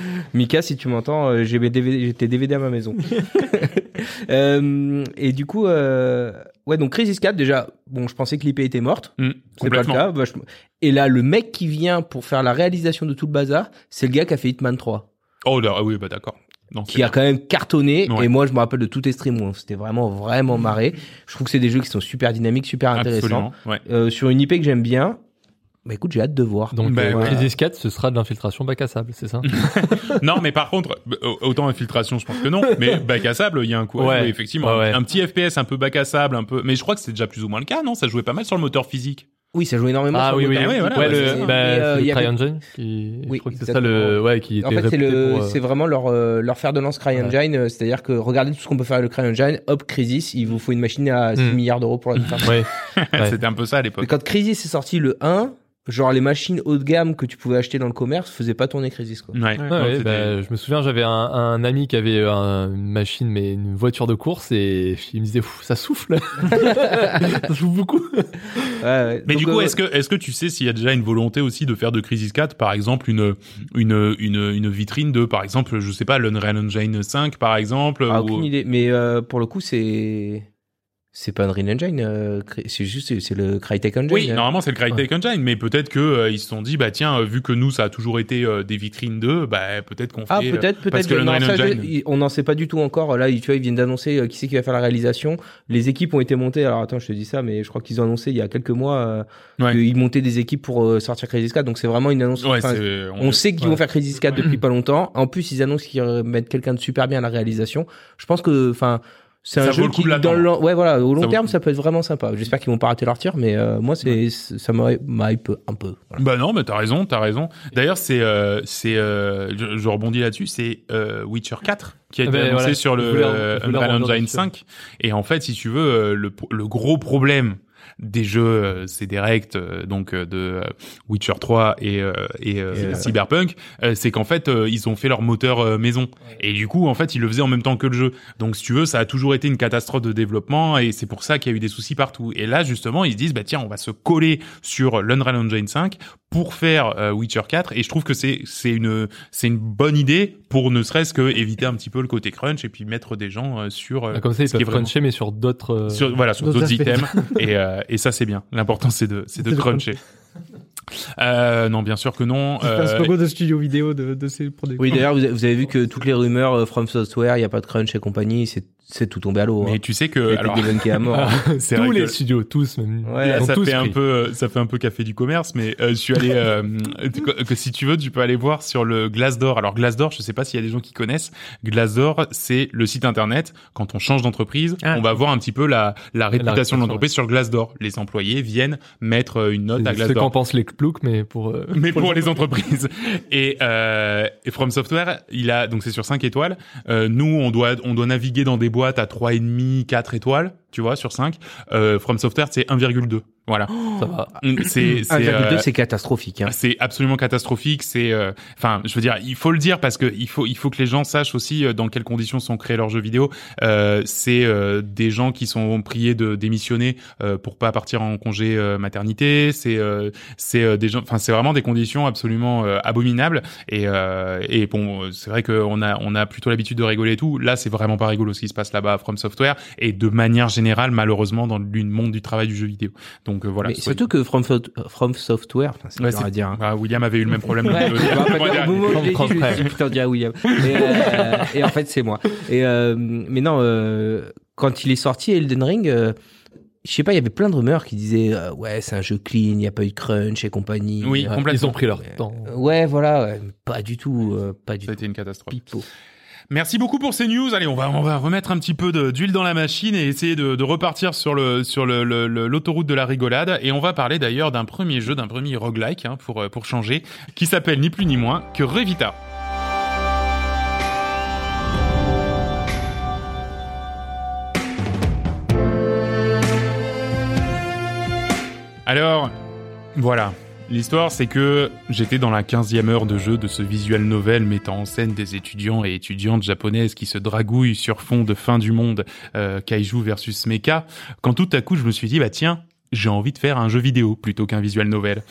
<laughs> Mika, si tu m'entends, euh, j'ai mes DVD j'ai tes DVD à ma maison. Euh, et du coup, euh, ouais, donc Crisis 4, déjà, bon, je pensais que l'IP était morte.
Hmm,
C'est pas le
complètement.
cas. Bah, je- Et là, le mec qui vient pour faire la réalisation de tout le bazar, c'est le gars qui a fait Hitman 3,
Oh, là, ah oui, bah d'accord. Non, c'est
qui a quand même cartonné.
Ouais.
Et moi, je me rappelle de tous tes streams, où on s'était vraiment, vraiment marré. Je trouve que c'est des jeux qui sont super dynamiques, super intéressants.
absolument. Ouais.
Euh, sur une IP que j'aime bien. Bah écoute, j'ai hâte de voir.
Donc,
Ben,
euh,
voilà.
Crisis 4, ce sera de l'infiltration bac à sable, c'est ça
non, mais par contre, b- au- autant infiltration, je pense
<laughs>
que non. Mais bac à sable, il y a un coup. à
Ouais.
jouer, effectivement,
Ouais, ouais.
un petit FPS, un peu bac à sable, un peu. Mais je crois que c'est déjà plus ou moins le cas, non Ça jouait pas mal sur le moteur physique.
Oui, ça joue énormément.
Ah
sur
oui, oui,
Dota.
Ah oui, voilà,
ouais,
ouais,
c'est-
le, bah,
mais, euh,
c'est le
il y avait-
CryEngine qui,
Oui,
je crois que c'est ça le,
exactement.
ouais, qui était
En fait, c'est
réputé
le,
pour, euh, <laughs>
c'est vraiment leur, euh, leur faire de lance CryEngine, euh, c'est-à-dire que regardez tout ce qu'on peut faire avec le CryEngine, hop, Crisis, il vous faut une machine à 6
Hmm.
Mm.
milliards d'euros
<laughs>
pour la faire.
ouais. Ouais.
C'était un peu ça à
Mais
l'époque.
quand Crisis est sorti le 1, genre les machines haut de gamme que tu pouvais acheter dans le commerce faisaient pas tourner Crisis, quoi.
Ouais.
Ouais,
Non,
ouais,
c'était-
bah, je me souviens, j'avais un, un ami qui avait un- une machine, mais une voiture de course, et il me disait, Ouf, ça souffle, ça souffle beaucoup.
Ouais, ouais.
Hmm. Mais
Donc,
du coup,
euh,
est-ce que est-ce que tu sais s'il y a déjà une volonté aussi de faire de Crisis 4 par exemple une une une une vitrine de par exemple, je sais pas, l'Unreal Engine 5 par exemple
ah,
ou-
aucune idée. Mais euh, pour le coup, c'est, c'est pas Unreal Engine, euh, Cry- c'est juste, c'est le Crytek Engine.
Oui,
hein.
normalement c'est le Crytek Engine, mais peut-être que euh, ils se sont dit bah tiens, euh, vu que nous ça a toujours été euh, des vitrines 2, bah peut-être qu'on
Ah,
fait euh,
peut-être, peut-être.
parce que
non,
l'Unreal
ça, je-
Engine-
il- on n'en sait pas du tout encore. Là, tu vois, ils viennent d'annoncer euh, qui c'est qui va faire la réalisation. Les équipes ont été montées. Alors attends, je te dis ça, mais je crois qu'ils ont annoncé il y a quelques mois euh,
Ouais.
qu'ils montaient des équipes pour euh, sortir Crisis 4. Donc c'est vraiment une annonce.
Ouais,
enfin,
c'est
on sait qu'ils
ouais.
vont faire Crisis 4 depuis pas longtemps. En plus, ils annoncent qu'ils euh, mettent quelqu'un de super bien à la réalisation. Je pense que, enfin, c'est
Ça
un
vaut
jeu
le coup
qui,
de
dans
l'attendre.
le long- ouais, voilà, au
vaut
long
le
terme,
coup.
ça peut être vraiment sympa. J'espère qu'ils vont pas rater leur tir, mais euh, moi, c'est ça m'a m'a hype un peu. Voilà.
Bah non, mais t'as raison, t'as raison. D'ailleurs, c'est euh, c'est euh, je, je rebondis là-dessus, c'est euh, Witcher 4 qui a
Ah
été
ben
annoncé
voilà,
sur
je
le
voulais-
euh,
je voulais
Unreal
rebondir
Engine
dessus.
5. Et en fait, si tu veux, euh, le, pro- le gros problème des jeux euh, CDRect euh, donc euh, de euh, Witcher 3 et, euh, et euh,
Et, euh,
Cyberpunk, euh, c'est qu'en fait euh, ils ont fait leur moteur euh, maison et du coup en fait ils le faisaient en même temps que le jeu. Donc si tu veux, ça a toujours été une catastrophe de développement et c'est pour ça qu'il y a eu des soucis partout. Et là justement, ils se disent bah tiens, on va se coller sur l'Unreal Engine 5 pour faire euh, Witcher 4 et je trouve que c'est c'est une c'est une bonne idée pour ne serait-ce que éviter un petit peu le côté crunch et puis mettre des gens euh, sur euh,
Bah, Comme ça, ils
ce qui est
peuvent
vraiment-
cruncher, mais sur d'autres, euh,
sur voilà sur
d'autres
d'autres
aspects.
items et euh, et ça c'est bien. L'important c'est de c'est de
C'est de
cruncher. Euh, non, bien sûr que non.
C'est
Euh,
un logo de studio vidéo de, de ces produits.
Oui, d'ailleurs, vous, avez- vous avez vu que toutes les rumeurs euh, From Software, il n'y a pas de crunch et compagnie, c'est c'est tout tombé à l'eau.
mais
hein.
tu sais
Il y
que
a
alors Ah,
des gamins qui est à mort.
<laughs> c'est
tous
vrai
les
que-
studios, tous, même. Ils
Ouais.
Là,
ont
ça
tous
fait un
pris.
peu, euh, ça fait un peu café du commerce, mais euh, je suis allé. euh, que- que si tu veux, tu peux aller voir sur le Glassdoor. Alors Glassdoor, je sais pas s'il y a des gens qui connaissent. Glassdoor, c'est le site internet. Quand on change d'entreprise,
Ah.
on va voir un petit peu la, la réputation
réputation,
de l'entreprise sur Glassdoor. Les employés viennent mettre euh, une note à
C'est ce qu'en
Glassdoor.
pensent les, Plouk, mais pour. euh,
<laughs> mais pour les entreprises. <laughs> Et, euh, et From Software, il a donc c'est sur 5 étoiles. Euh, nous, on doit on doit naviguer dans des boîtes à trois et demi, 4 étoiles, tu vois, sur 5. Euh, From Software, c'est 1,2. Voilà.
Ça va.
C'est c'est
1,2
euh,
c'est catastrophique. Hein.
c'est absolument catastrophique. C'est, euh, enfin, je veux dire, il faut le dire parce que il faut, il faut que les gens sachent aussi euh, dans quelles conditions sont créés leurs jeux vidéo. Euh, c'est euh, des gens qui sont priés de démissionner euh, pour pas partir en congé euh, maternité. C'est, euh, c'est euh, des gens, enfin, c'est vraiment des conditions absolument euh, abominables. Et, euh, et bon, euh, c'est vrai qu'on a, on a plutôt l'habitude de rigoler et tout. Là, c'est vraiment pas rigolo ce qui se passe là-bas à From Software et de manière générale, malheureusement, dans le monde du travail du jeu vidéo. Donc euh, voilà.
Mais
soyez-
surtout que From, Fo- From Software, putain, c'est
Ouais,
dur à
c'est-
dire. hein.
<laughs> Ah, William avait eu le même problème.
Ouais,
Le-
tu vois,
le mois
après, au
dernier.
moment où je l'ai dit, je me
Comprends,
suis dit, putain, on dirait William. Et, euh, et en fait, c'est moi. Et, euh, mais non, euh, quand il est sorti, Elden Ring, euh, je sais pas, il y avait plein de rumeurs qui disaient euh, Ouais, c'est un jeu clean, il n'y a pas eu de crunch et compagnie.
Oui,
Euh,
complètement.
Ils ont pris leur temps.
Ouais, voilà, ouais. pas du tout, euh, pas du
Ça a
tout.
été une catastrophe.
Pipo.
Merci beaucoup pour ces news. Allez, on va on va remettre un petit peu de- d'huile dans la machine et essayer de, de repartir sur le sur le- le- le- l'autoroute de la rigolade. Et on va parler d'ailleurs d'un premier jeu, d'un premier roguelike hein, pour euh, pour changer, qui s'appelle ni plus ni moins que Revita. Alors, voilà. L'histoire, c'est que j'étais dans la 15e heure de jeu de ce visual novel mettant en scène des étudiants et étudiantes japonaises qui se dragouillent sur fond de fin du monde, euh, Kaiju versus Mecha, quand tout à coup je me suis dit, bah tiens, j'ai envie de faire un jeu vidéo plutôt qu'un visual novel.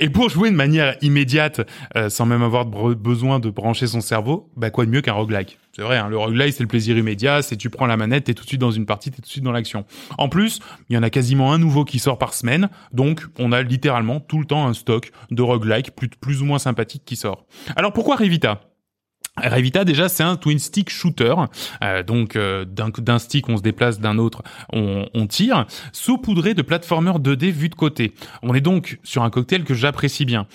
Et pour jouer de manière immédiate, euh, sans même avoir de bre- besoin de brancher son cerveau, bah quoi de mieux qu'un roguelike C'est vrai, hein, le roguelike c'est le plaisir immédiat, c'est tu prends la manette, t'es tout de suite dans une partie, t'es tout de suite dans l'action. En plus, il y en a quasiment un nouveau qui sort par semaine, donc on a littéralement tout le temps un stock de roguelike plus, plus ou moins sympathique qui sort. Alors pourquoi Revita Revita déjà c'est un twin stick shooter, Euh, donc euh, d'un d'un stick on se déplace, d'un autre on, on tire, saupoudré de platformers 2D vus de côté. On est donc sur un cocktail que j'apprécie bien.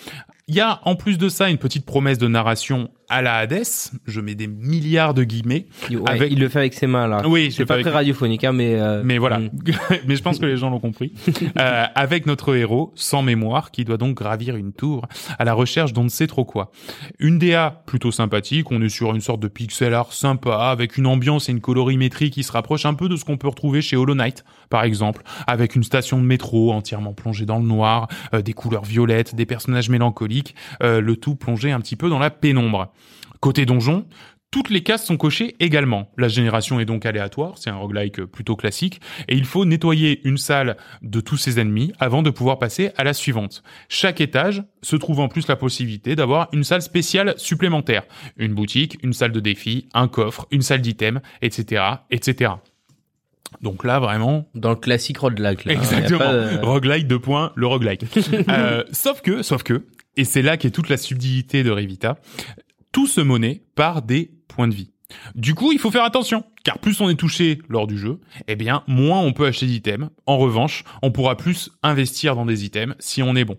Il y a en plus de ça une petite promesse de narration à la Hades, je mets des milliards de guillemets.
Il, ouais,
Avec-
il le fait avec ses mains, là.
Oui, je
c'est
le fais
pas
avec-
très radiophonique, hein, mais. euh,
mais voilà,
mm.
<laughs> mais je pense que les gens l'ont compris. Euh, avec notre héros sans mémoire qui doit donc gravir une tour à la recherche d'on ne sait trop quoi. Une DA plutôt sympathique, on est sur une sorte de pixel art sympa avec une ambiance et une colorimétrie qui se rapproche un peu de ce qu'on peut retrouver chez Hollow Knight par exemple, avec une station de métro entièrement plongée dans le noir, euh, des couleurs violettes, des personnages mélancoliques, euh, le tout plongé un petit peu dans la pénombre. Côté donjon, toutes les cases sont cochées également. La génération est donc aléatoire, c'est un roguelike plutôt classique, et il faut nettoyer une salle de tous ses ennemis avant de pouvoir passer à la suivante. Chaque étage se trouve en plus la possibilité d'avoir une salle spéciale supplémentaire. Une boutique, une salle de défi, un coffre, une salle d'items, etc., etc. Donc là, vraiment,
Dans le classique roguelike, là.
Exactement.
Il y a pas, euh,
Roguelike, deux points, le
<laughs>
roguelike. Euh, sauf que, sauf que, et c'est là qu'est toute la subtilité de Revita, tout se monnaie par des points de vie. Du coup, il faut faire attention, car plus on est touché lors du jeu, eh bien, moins on peut acheter d'items. En revanche, on pourra plus investir dans des items si on est bon.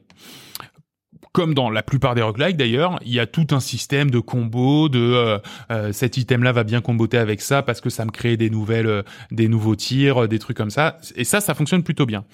Comme dans la plupart des roguelikes d'ailleurs, il y a tout un système de combos, de euh, euh, cet item-là va bien comboter avec ça parce que ça me crée des nouvelles, euh, des nouveaux tirs, euh, des trucs comme ça. Et ça, ça fonctionne plutôt bien.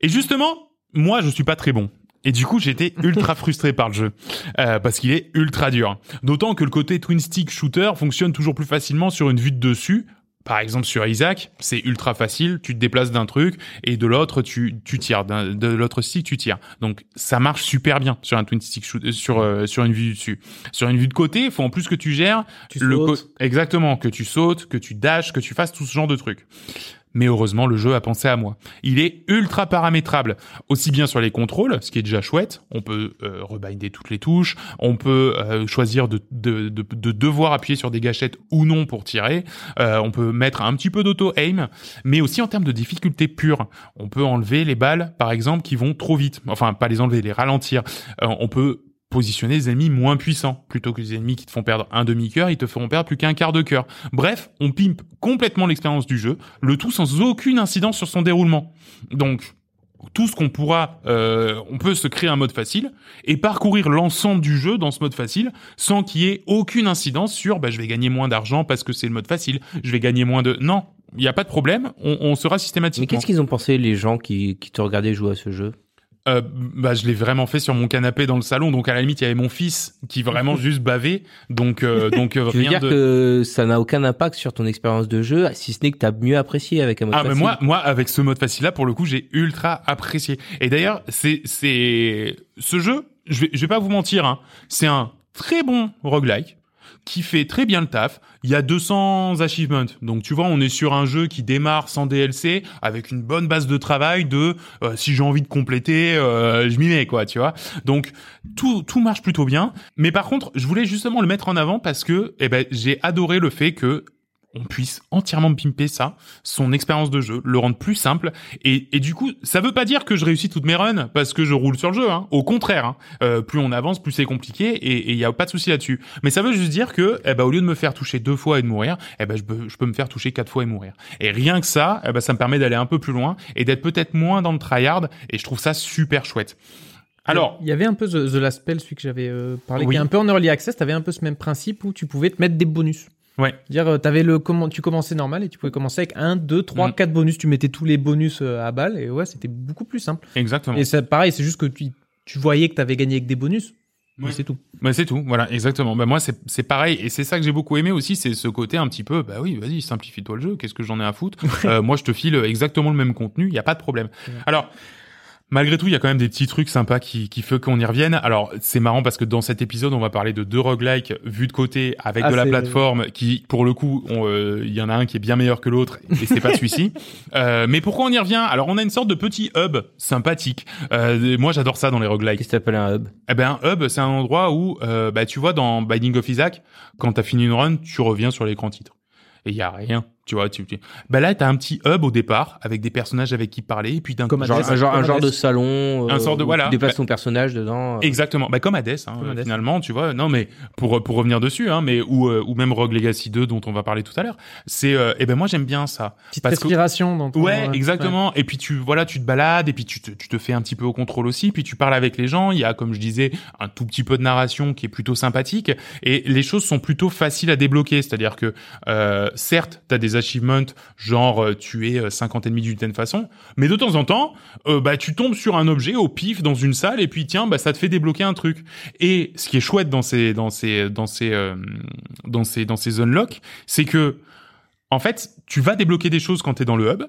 Et justement, moi, je suis pas très bon. Et du coup, j'étais ultra frustré par le jeu euh, parce qu'il est ultra dur. D'autant que le côté twin stick shooter fonctionne toujours plus facilement sur une vue de dessus. Par exemple, sur Isaac, c'est ultra facile. Tu te déplaces d'un truc et de l'autre, tu, tu tires. D'un- De l'autre stick, tu tires. Donc, ça marche super bien sur un twin stick shoot, euh, sur euh, sur une vue du dessus. Sur une vue de côté, il faut en plus que tu gères
Tu
le
sautes.
co- exactement que tu sautes, que tu dashes, que tu fasses tout ce genre de trucs. Mais heureusement, le jeu a pensé à moi. Il est ultra paramétrable, aussi bien sur les contrôles, ce qui est déjà chouette. On peut euh, rebinder toutes les touches, on peut euh, choisir de, de, de, de devoir appuyer sur des gâchettes ou non pour tirer. Euh, on peut mettre un petit peu d'auto-aim, mais aussi en termes de difficulté pure. On peut enlever les balles, par exemple, qui vont trop vite. Enfin, pas les enlever, les ralentir. Euh, on peut positionner des ennemis moins puissants. Plutôt que des ennemis qui te font perdre un demi-cœur, ils te feront perdre plus qu'un quart de cœur. Bref, on pimpe complètement l'expérience du jeu, le tout sans aucune incidence sur son déroulement. Donc, tout ce qu'on pourra, euh, on peut se créer un mode facile et parcourir l'ensemble du jeu dans ce mode facile sans qu'il y ait aucune incidence sur bah, je vais gagner moins d'argent parce que c'est le mode facile, je vais gagner moins de... Non, il n'y a pas de problème, on, on sera
Mais
systématiquement.
qu'est-ce qu'ils ont pensé, les gens qui, qui te regardaient jouer à ce jeu
euh, bah, je l'ai vraiment fait sur mon canapé dans le salon, donc à la limite il y avait mon fils qui
<laughs>
vraiment juste bavait, donc euh, donc euh,
Tu veux
rien
dire
de.
que ça n'a aucun impact sur ton expérience de jeu, si ce n'est que t'as mieux apprécié avec un mode
Ah mais
facile.
moi moi avec ce mode facile là pour le coup j'ai ultra apprécié. Et d'ailleurs c'est c'est ce jeu je vais je vais pas vous mentir hein, c'est un très bon roguelike qui fait très bien le taf. Il y a 200 achievements. Donc tu vois, on est sur un jeu qui démarre sans DLC avec une bonne base de travail de euh, si j'ai envie de compléter, euh, je m'y mets quoi, tu vois. Donc tout tout marche plutôt bien, mais par contre, je voulais justement le mettre en avant parce que eh ben j'ai adoré le fait que on puisse entièrement pimper ça, son expérience de jeu, le rendre plus simple. Et, et du coup, ça veut pas dire que je réussis toutes mes runs parce que je roule sur le jeu. Hein. Au contraire, hein. Euh, plus on avance, plus c'est compliqué et il y a pas de souci là-dessus. Mais ça veut juste dire que, eh ben, au lieu de me faire toucher deux fois et de mourir, eh ben, je peux, je peux me faire toucher quatre fois et mourir. Et rien que ça, eh ben, ça me permet d'aller un peu plus loin et d'être peut-être moins dans le tryhard. Et je trouve ça super chouette. Alors,
il y avait un peu The, The Last Spell, celui que j'avais euh, parlé,
Oui.
qui est un peu en early access. T'avais un peu ce même principe où tu pouvais te mettre des bonus.
Ouais.
Dire, euh, t'avais le comment, tu commençais normal et tu pouvais commencer avec 1, 2, 3,
Mhm.
4 bonus. Tu mettais tous les bonus euh, à balle et ouais, c'était beaucoup plus simple.
exactement.
Et ça, pareil, c'est juste que tu, tu voyais que t'avais gagné avec des bonus. Mais
Ouais.
c'est tout.
Bah, c'est tout, voilà, exactement. Bah, moi, c'est c'est pareil, et c'est ça que j'ai beaucoup aimé aussi, c'est ce côté un petit peu, bah oui, vas-y, simplifie-toi le jeu, qu'est-ce que j'en ai à
<laughs>
foutre Euh, Moi, je te file exactement le même contenu, il n'y a pas de problème.
Ouais.
Alors, malgré tout, il y a quand même des petits trucs sympas qui, qui font qu'on y revienne. Alors, c'est marrant parce que dans cet épisode, on va parler de deux roguelikes vus de côté, avec
Ah,
de la
c'est-
plateforme, qui, pour le coup, on, euh, il y en a un qui est bien meilleur que l'autre, et c'est
<laughs>
pas celui-ci. Euh, mais pourquoi on y revient Alors, on a une sorte de petit hub sympathique. Euh, moi, j'adore ça dans les roguelikes.
Qu'est-ce que t'appelles un hub
Eh ben, un hub, c'est un endroit où, euh, bah, tu vois, dans Binding of Isaac, quand t'as fini une run, tu reviens sur l'écran titre. Et il y a rien, tu vois. Tu, tu- Bah là, t'as un petit hub au départ avec des personnages avec qui parler, et puis d'un
Comme
coup,
à
genre-
Death.
un genre, un
Comme
genre de
Hades.
salon. euh,
Un sort de-
où
voilà.
Tu dépasses
Bah-
ton personnage dedans. euh.
Exactement, bah comme Hades, hein,
Comme
euh,
Hades.
finalement, tu vois. Non, mais pour pour revenir dessus, hein, mais ou euh, ou même Rogue Legacy 2 dont on va parler tout à l'heure. C'est, euh, eh ben moi j'aime bien ça.
Petite
Parce que-
respiration dans ton- euh,
Ouais, exactement. Et puis tu voilà, tu te balades et puis tu te, tu te fais un petit peu au contrôle aussi. Puis tu parles avec les gens. Il y a, comme je disais, un tout petit peu de narration qui est plutôt sympathique. Et les choses sont plutôt faciles à débloquer. C'est-à-dire que euh, certes, t'as des achievements genre euh, tu es euh, 50 ennemis d'une telle façon, mais de temps en temps, euh, bah tu tombes sur un objet au pif dans une salle et puis tiens, bah ça te fait débloquer un truc. Et ce qui est chouette dans ces dans ces dans ces euh, dans ces dans ces unlocks, c'est que en fait, tu vas débloquer des choses quand t'es dans le hub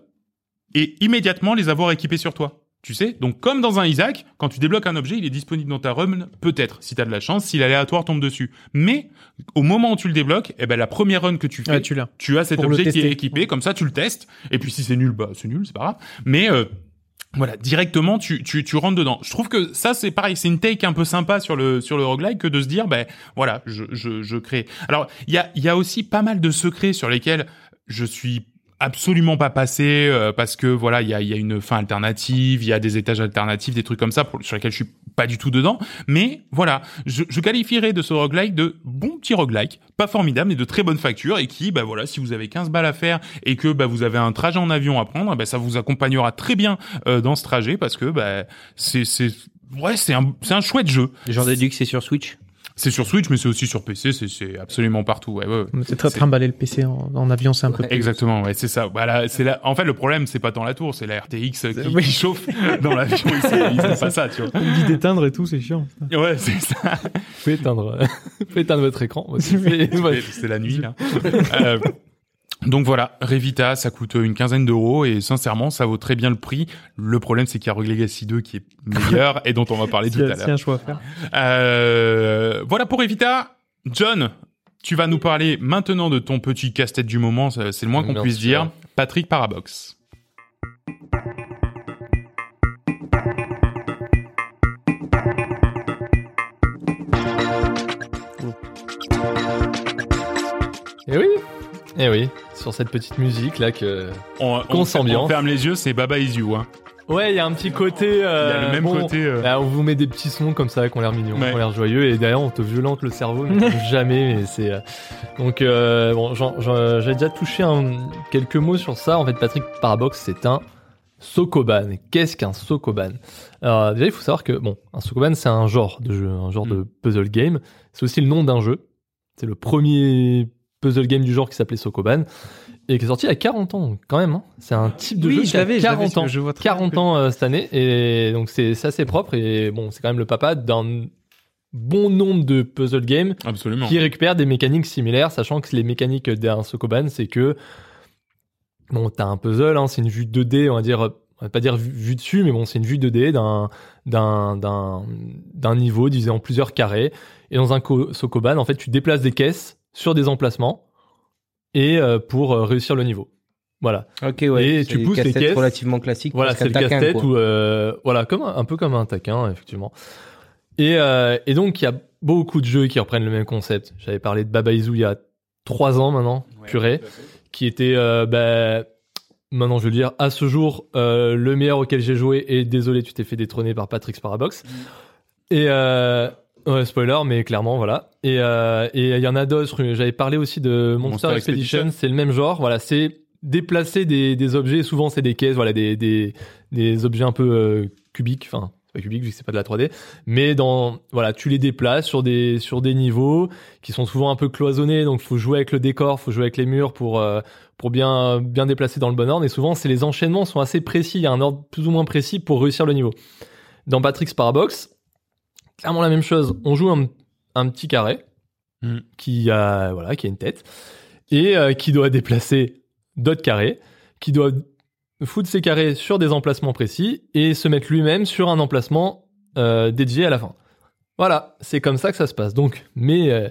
et immédiatement les avoir équipés sur toi. Tu sais, donc comme dans un Isaac, quand tu débloques un objet, il est disponible dans ta run, peut-être, si t'as de la chance, si l'aléatoire tombe dessus. Mais au moment où tu le débloques, eh ben la première run que tu fais,
Ouais, tu l'as.
tu as cet
Pour le
objet qui est
tester.
équipé, comme ça tu le testes, et puis si c'est nul, bah c'est nul, c'est pas grave. Mais euh, voilà, directement tu, tu, tu rentres dedans. Je trouve que ça c'est pareil, c'est une take un peu sympa sur le sur le roguelike que de se dire, ben voilà, je, je, je crée. Alors il y a, il y a aussi pas mal de secrets sur lesquels je suis absolument pas passé euh, parce que voilà il y a, il y a une fin alternative il y a des étages alternatifs des trucs comme ça pour, sur lesquels je suis pas du tout dedans mais voilà je, je qualifierais de ce roguelike de bon petit roguelike pas formidable mais de très bonne facture et qui bah voilà si vous avez 15 balles à faire et que bah vous avez un trajet en avion à prendre bah, ça vous accompagnera très bien euh, dans ce trajet parce que bah c'est c'est ouais c'est un c'est un chouette jeu
J'en déduis que c'est sur Switch.
c'est sur Switch mais c'est aussi sur PC c'est c'est absolument partout ouais, ouais, ouais.
C'est très
C'est-
trimballer le PC en, en avion, c'est un peu.
Exactement, ouais, c'est ça. Voilà, c'est là. En fait, le problème, c'est pas tant la tour, c'est la RTX qui,
oui.
qui chauffe dans l'avion ici. C'est pas ça, tu vois.
Dit d'éteindre et tout, c'est chiant.
Ouais, c'est ça.
Vous pouvez éteindre, <laughs> vous pouvez éteindre votre écran.
<laughs>
Bah, c'est- <laughs>
Mais
ouais.
C'est la nuit là. Euh, donc voilà, Revita, ça coûte une quinzaine d'euros et sincèrement, ça vaut très bien le prix. Le problème, c'est qu'il y a Rogue Legacy 2 qui est meilleur et dont on va
<laughs>
parler tout à l'heure.
C'est un choix à faire.
Euh, voilà pour Evita. John, tu vas nous parler maintenant de ton petit casse-tête du moment, ça, c'est le moins qu'on
Bien
puisse
sûr.
dire. Patrick Parabox.
Eh oui, eh oui, sur cette petite musique là que.
On, on-
Qu'on s'ambiance.
on ferme les yeux, c'est Baba Is You. Hein.
Ouais, il y a un petit côté.
Il
euh,
y a le même
bon,
côté. euh,
Là, on vous met des petits sons comme ça qui ont l'air mignons,
Ouais.
qui ont l'air joyeux, et derrière on te violente le cerveau, mais jamais. Mais c'est euh, donc euh, bon, j'en- j'en- j'ai déjà touché un- quelques mots sur ça. En fait, Patrick Parabox, c'est un sokoban. Qu'est-ce qu'un sokoban Alors, Déjà, il faut savoir que bon, un sokoban, c'est un genre de jeu, un genre
Mm.
de puzzle game. C'est aussi le nom d'un jeu. C'est le premier puzzle game du genre qui s'appelait Sokoban. et qui est sorti à 40 ans, donc quand même. hein. C'est un type de jeu
oui,
qui
je
a
l'avais, je l'avais,
40
parce
ans.
que Je vois très bien
40
que-
ans euh, cette année et donc c'est c'est assez propre et bon c'est quand même le papa d'un bon nombre de puzzle games
Absolument.
qui récupèrent des mécaniques similaires sachant que les mécaniques d'un Sokoban c'est que bon t'as un puzzle hein, c'est une vue 2D on va dire euh, on va pas dire vue- vue dessus mais bon c'est une vue 2D d'un d'un d'un d'un niveau divisé en plusieurs carrés et dans un co- Sokoban en fait tu déplaces des caisses sur des emplacements et euh, pour euh, réussir le niveau voilà
Ok, ouais.
Et
c'est
tu
des
pousses les
cassettes
caisses.
relativement classique.
voilà, c'est le casse-tête ou euh, voilà, comme un, un peu comme un taquin effectivement. Et, euh, et donc il y a beaucoup de jeux qui reprennent le même concept. J'avais parlé de Babaizou il y a trois ans maintenant, purée, qui était euh, bah, maintenant je veux dire à ce jour euh, le meilleur auquel j'ai joué. Et désolé, tu t'es fait détrôner par Patrick Sparabox. Et euh, ouais, spoiler, mais clairement voilà. Et euh, et il y en a d'autres. J'avais parlé aussi de Monster,
Monster
Expedition.
Expedition.
C'est le même genre. Voilà, c'est déplacer des, des objets. Souvent c'est des caisses. Voilà, des des des objets un peu euh, cubiques. Enfin, c'est pas cubique vu que c'est pas de la 3D. Mais dans voilà, tu les déplaces sur des sur des niveaux qui sont souvent un peu cloisonnés. Donc faut jouer avec le décor, faut jouer avec les murs pour euh, pour bien bien déplacer dans le bon ordre. Et souvent, c'est les enchaînements sont assez précis. Il y a un ordre plus ou moins précis pour réussir le niveau. Dans Patrick's Parabox, clairement la même chose. On joue un, un petit carré
Mm.
qui a voilà qui a une tête et euh, qui doit déplacer d'autres carrés, qui doit foutre ses carrés sur des emplacements précis et se mettre lui-même sur un emplacement euh, dédié à la fin. Voilà, c'est comme ça que ça se passe. Donc, mais euh,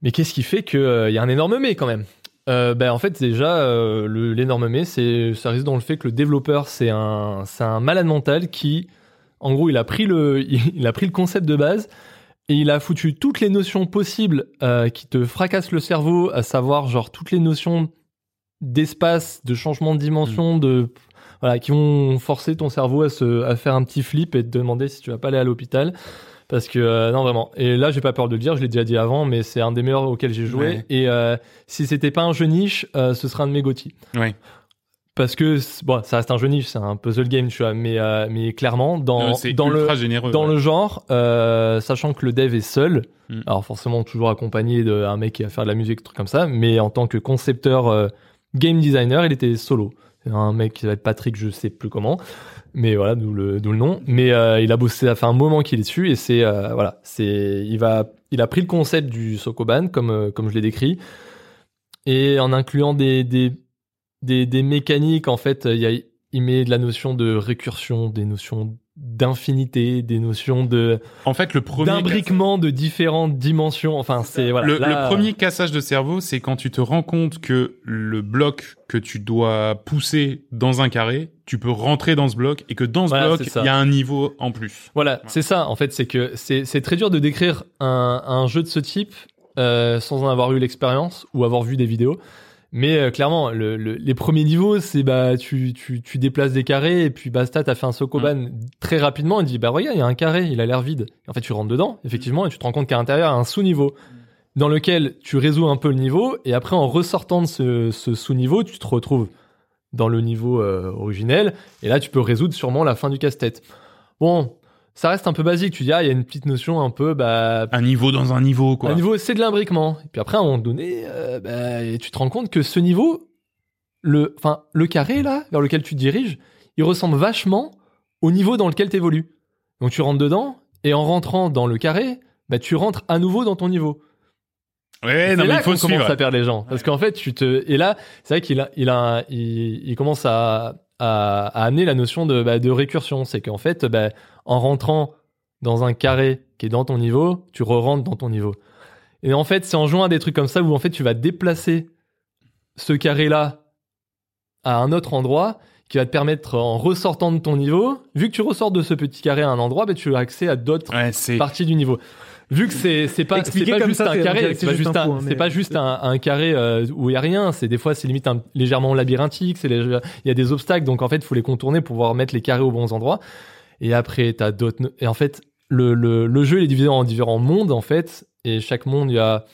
mais qu'est-ce qui fait que euh, il y a un énorme mais quand même euh, ben, en fait déjà euh, le- l'énorme mais c'est ça réside dans le fait que le développeur c'est un c'est un malade mental qui en gros il a pris le <laughs> il a pris le concept de base et il a foutu toutes les notions possibles euh, qui te fracassent le cerveau à savoir genre toutes les notions d'espace de changement de dimension de voilà qui vont forcer ton cerveau à se à faire un petit flip et te demander si tu vas pas aller à l'hôpital parce que euh, non vraiment et là j'ai pas peur de le dire je l'ai déjà dit avant mais c'est un des meilleurs auxquels j'ai joué
Ouais.
et euh, si c'était pas un jeu niche, euh, ce serait un de mes GOTY.
Ouais.
Parce que c'est- bon, ça reste un jeu niche, c'est un puzzle game, tu vois, mais euh, mais clairement dans
Euh, c'est
dans le
ultra généreux.
dans
ouais.
le genre, euh, sachant que le dev est seul,
Mm.
alors forcément toujours accompagné d'un mec qui va faire de la musique, trucs comme ça, mais en tant que concepteur euh, game designer, il était solo. C'est un mec qui s'appelle Patrick, je sais plus comment, mais voilà, d'où le, d'où le nom. Mais euh, il a bossé, ça fait un moment qu'il est dessus, et c'est euh, voilà, c'est il va, il a pris le concept du Sokoban comme euh, comme je l'ai décrit, et en incluant des des des, des mécaniques en fait, il y a il met de la notion de récursion, des notions d'infinité, des notions de
En fait, le premier.
d'imbriquement de différentes dimensions. Enfin, c'est voilà.
le,
là-
le premier cassage de cerveau, c'est quand tu te rends compte que le bloc que tu dois pousser dans un carré, tu peux rentrer dans ce bloc et que dans ce
Voilà,
bloc,
c'est ça.
il y a un niveau en plus.
Voilà, c'est ça. En fait, c'est que c'est c'est très dur de décrire un, un jeu de ce type euh, sans en avoir eu l'expérience ou avoir vu des vidéos. Mais euh, clairement, le- le- les premiers niveaux, c'est bah tu, tu, tu déplaces des carrés et puis basta, t'as fait un Sokoban très rapidement. Il dit bah regarde, il y a un carré, il a l'air vide. Et en fait, tu rentres dedans, effectivement, et tu te rends compte qu'à l'intérieur, il y a un sous-niveau dans lequel tu résous un peu le niveau et après, en ressortant de ce, ce sous-niveau, tu te retrouves dans le niveau euh, originel et là, tu peux résoudre sûrement la fin du casse-tête. Bon, ça reste un peu basique. Tu dis ah, il y a une petite notion un peu bah
Un niveau dans un niveau, quoi.
un niveau, c'est de l'imbriquement. Et puis après, à un moment donné, euh, bah, et tu te rends compte que ce niveau, le, enfin, le carré là, vers lequel tu te diriges, il ressemble vachement au niveau dans lequel tu évolues. Donc tu rentres dedans, et en rentrant dans le carré, bah, tu rentres à nouveau dans ton niveau.
Ouais,
C'est
non, mais
là
il faut
qu'on
suivre.
commence à perdre les gens. Parce qu'en fait, tu te. Et là, c'est vrai qu'il a, il a, il, il commence à, à, à amener la notion de, bah, de récursion. C'est qu'en fait, bah, en rentrant dans un carré qui est dans ton niveau, tu re-rentres dans ton niveau. Et en fait, c'est en jouant à des trucs comme ça où en fait, tu vas déplacer ce carré-là à un autre endroit qui va te permettre, en ressortant de ton niveau, vu que tu ressors de ce petit carré à un endroit, bah, tu as accès à d'autres
Ouais, c'est.
partie du niveau. Vu que c'est c'est pas c'est
Expliqué
pas
comme
juste
ça,
un
c'est- on
carré,
dirait que
c'est pas juste un
fou, hein,
c'est
mais-
pas juste un, un carré euh, où il y a rien, c'est des fois c'est limite un- légèrement labyrinthique, c'est léger- il y a des obstacles donc en fait, il faut les contourner pour pouvoir mettre les carrés aux bons endroits. Et après t'as d'autres no- et en fait le, le le jeu il est divisé en différents mondes en fait et chaque monde il y a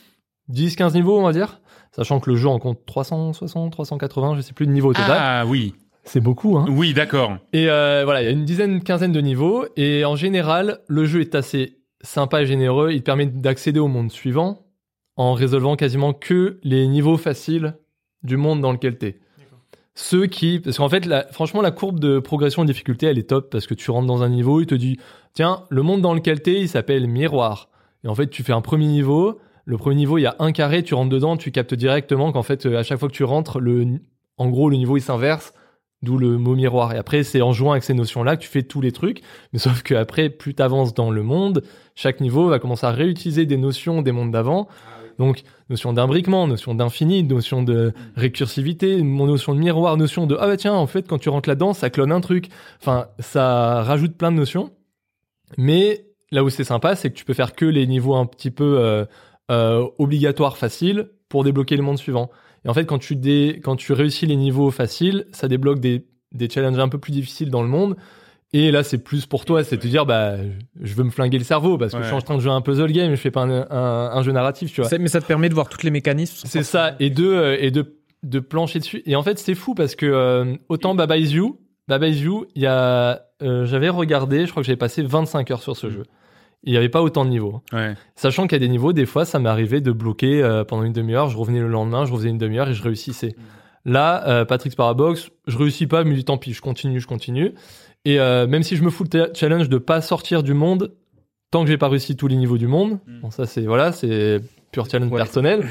10 15 niveaux on va dire, sachant que le jeu en compte 360 380, je sais plus de niveau au total.
Ah oui,
C'est beaucoup hein.
oui, d'accord.
Et euh, voilà, il y a une dizaine, une quinzaine de niveaux. Et en général, le jeu est assez sympa et généreux. Il te permet d'accéder au monde suivant en résolvant quasiment que les niveaux faciles du monde dans lequel t'es. Ceux qui, parce qu'en fait, la- franchement, la courbe de progression de difficulté, elle est top parce que tu rentres dans un niveau, il te dit, tiens, le monde dans lequel t'es, il s'appelle miroir. Et en fait, tu fais un premier niveau. Le premier niveau, il y a un carré, tu rentres dedans, tu captes directement qu'en fait, euh, à chaque fois que tu rentres, le, en gros, le niveau, il s'inverse, d'où le mot miroir. Et après, c'est en jouant avec ces notions-là que tu fais tous les trucs. Mais sauf que après, plus t'avances dans le monde, chaque niveau va commencer à réutiliser des notions des mondes d'avant. Donc, notion d'imbriquement, notion d'infini, notion de récursivité, mon notion de miroir, notion de ah bah tiens, en fait, quand tu rentres là-dedans, ça clone un truc. Enfin, ça rajoute plein de notions. Mais là où c'est sympa, c'est que tu peux faire que les niveaux un petit peu euh, euh, obligatoires faciles pour débloquer le monde suivant. Et en fait, quand tu, dé- quand tu réussis les niveaux faciles, ça débloque des, des challenges un peu plus difficiles dans le monde. Et là, c'est plus pour toi, c'est de te dire, bah, je veux me flinguer le cerveau parce que
Ouais.
je suis en train de jouer à un puzzle game, je fais pas un, un- un jeu narratif, tu vois.
Ça- Mais ça te permet de voir tous les mécanismes.
C'est ça, et de, euh, et de, de plancher dessus. Et en fait, c'est fou parce que euh, autant Baba Is You, Baba Is You, il y a, euh, j'avais regardé, je crois que j'avais passé 25 heures sur ce jeu. Il n'y avait pas autant de niveaux.
Ouais.
Sachant qu'à des niveaux, des fois, ça m'est arrivé de bloquer euh, pendant une demi-heure, je revenais le lendemain, je refaisais une demi-heure et je réussissais. Là, euh, Patrick Parabox, je réussis pas, mais tant pis, je continue, je continue. Et euh, même si je me fous le ta- challenge de pas sortir du monde, tant que j'ai pas réussi tous les niveaux du monde,
Mm.
bon ça c'est voilà, c'est pur challenge
Ouais.
personnel.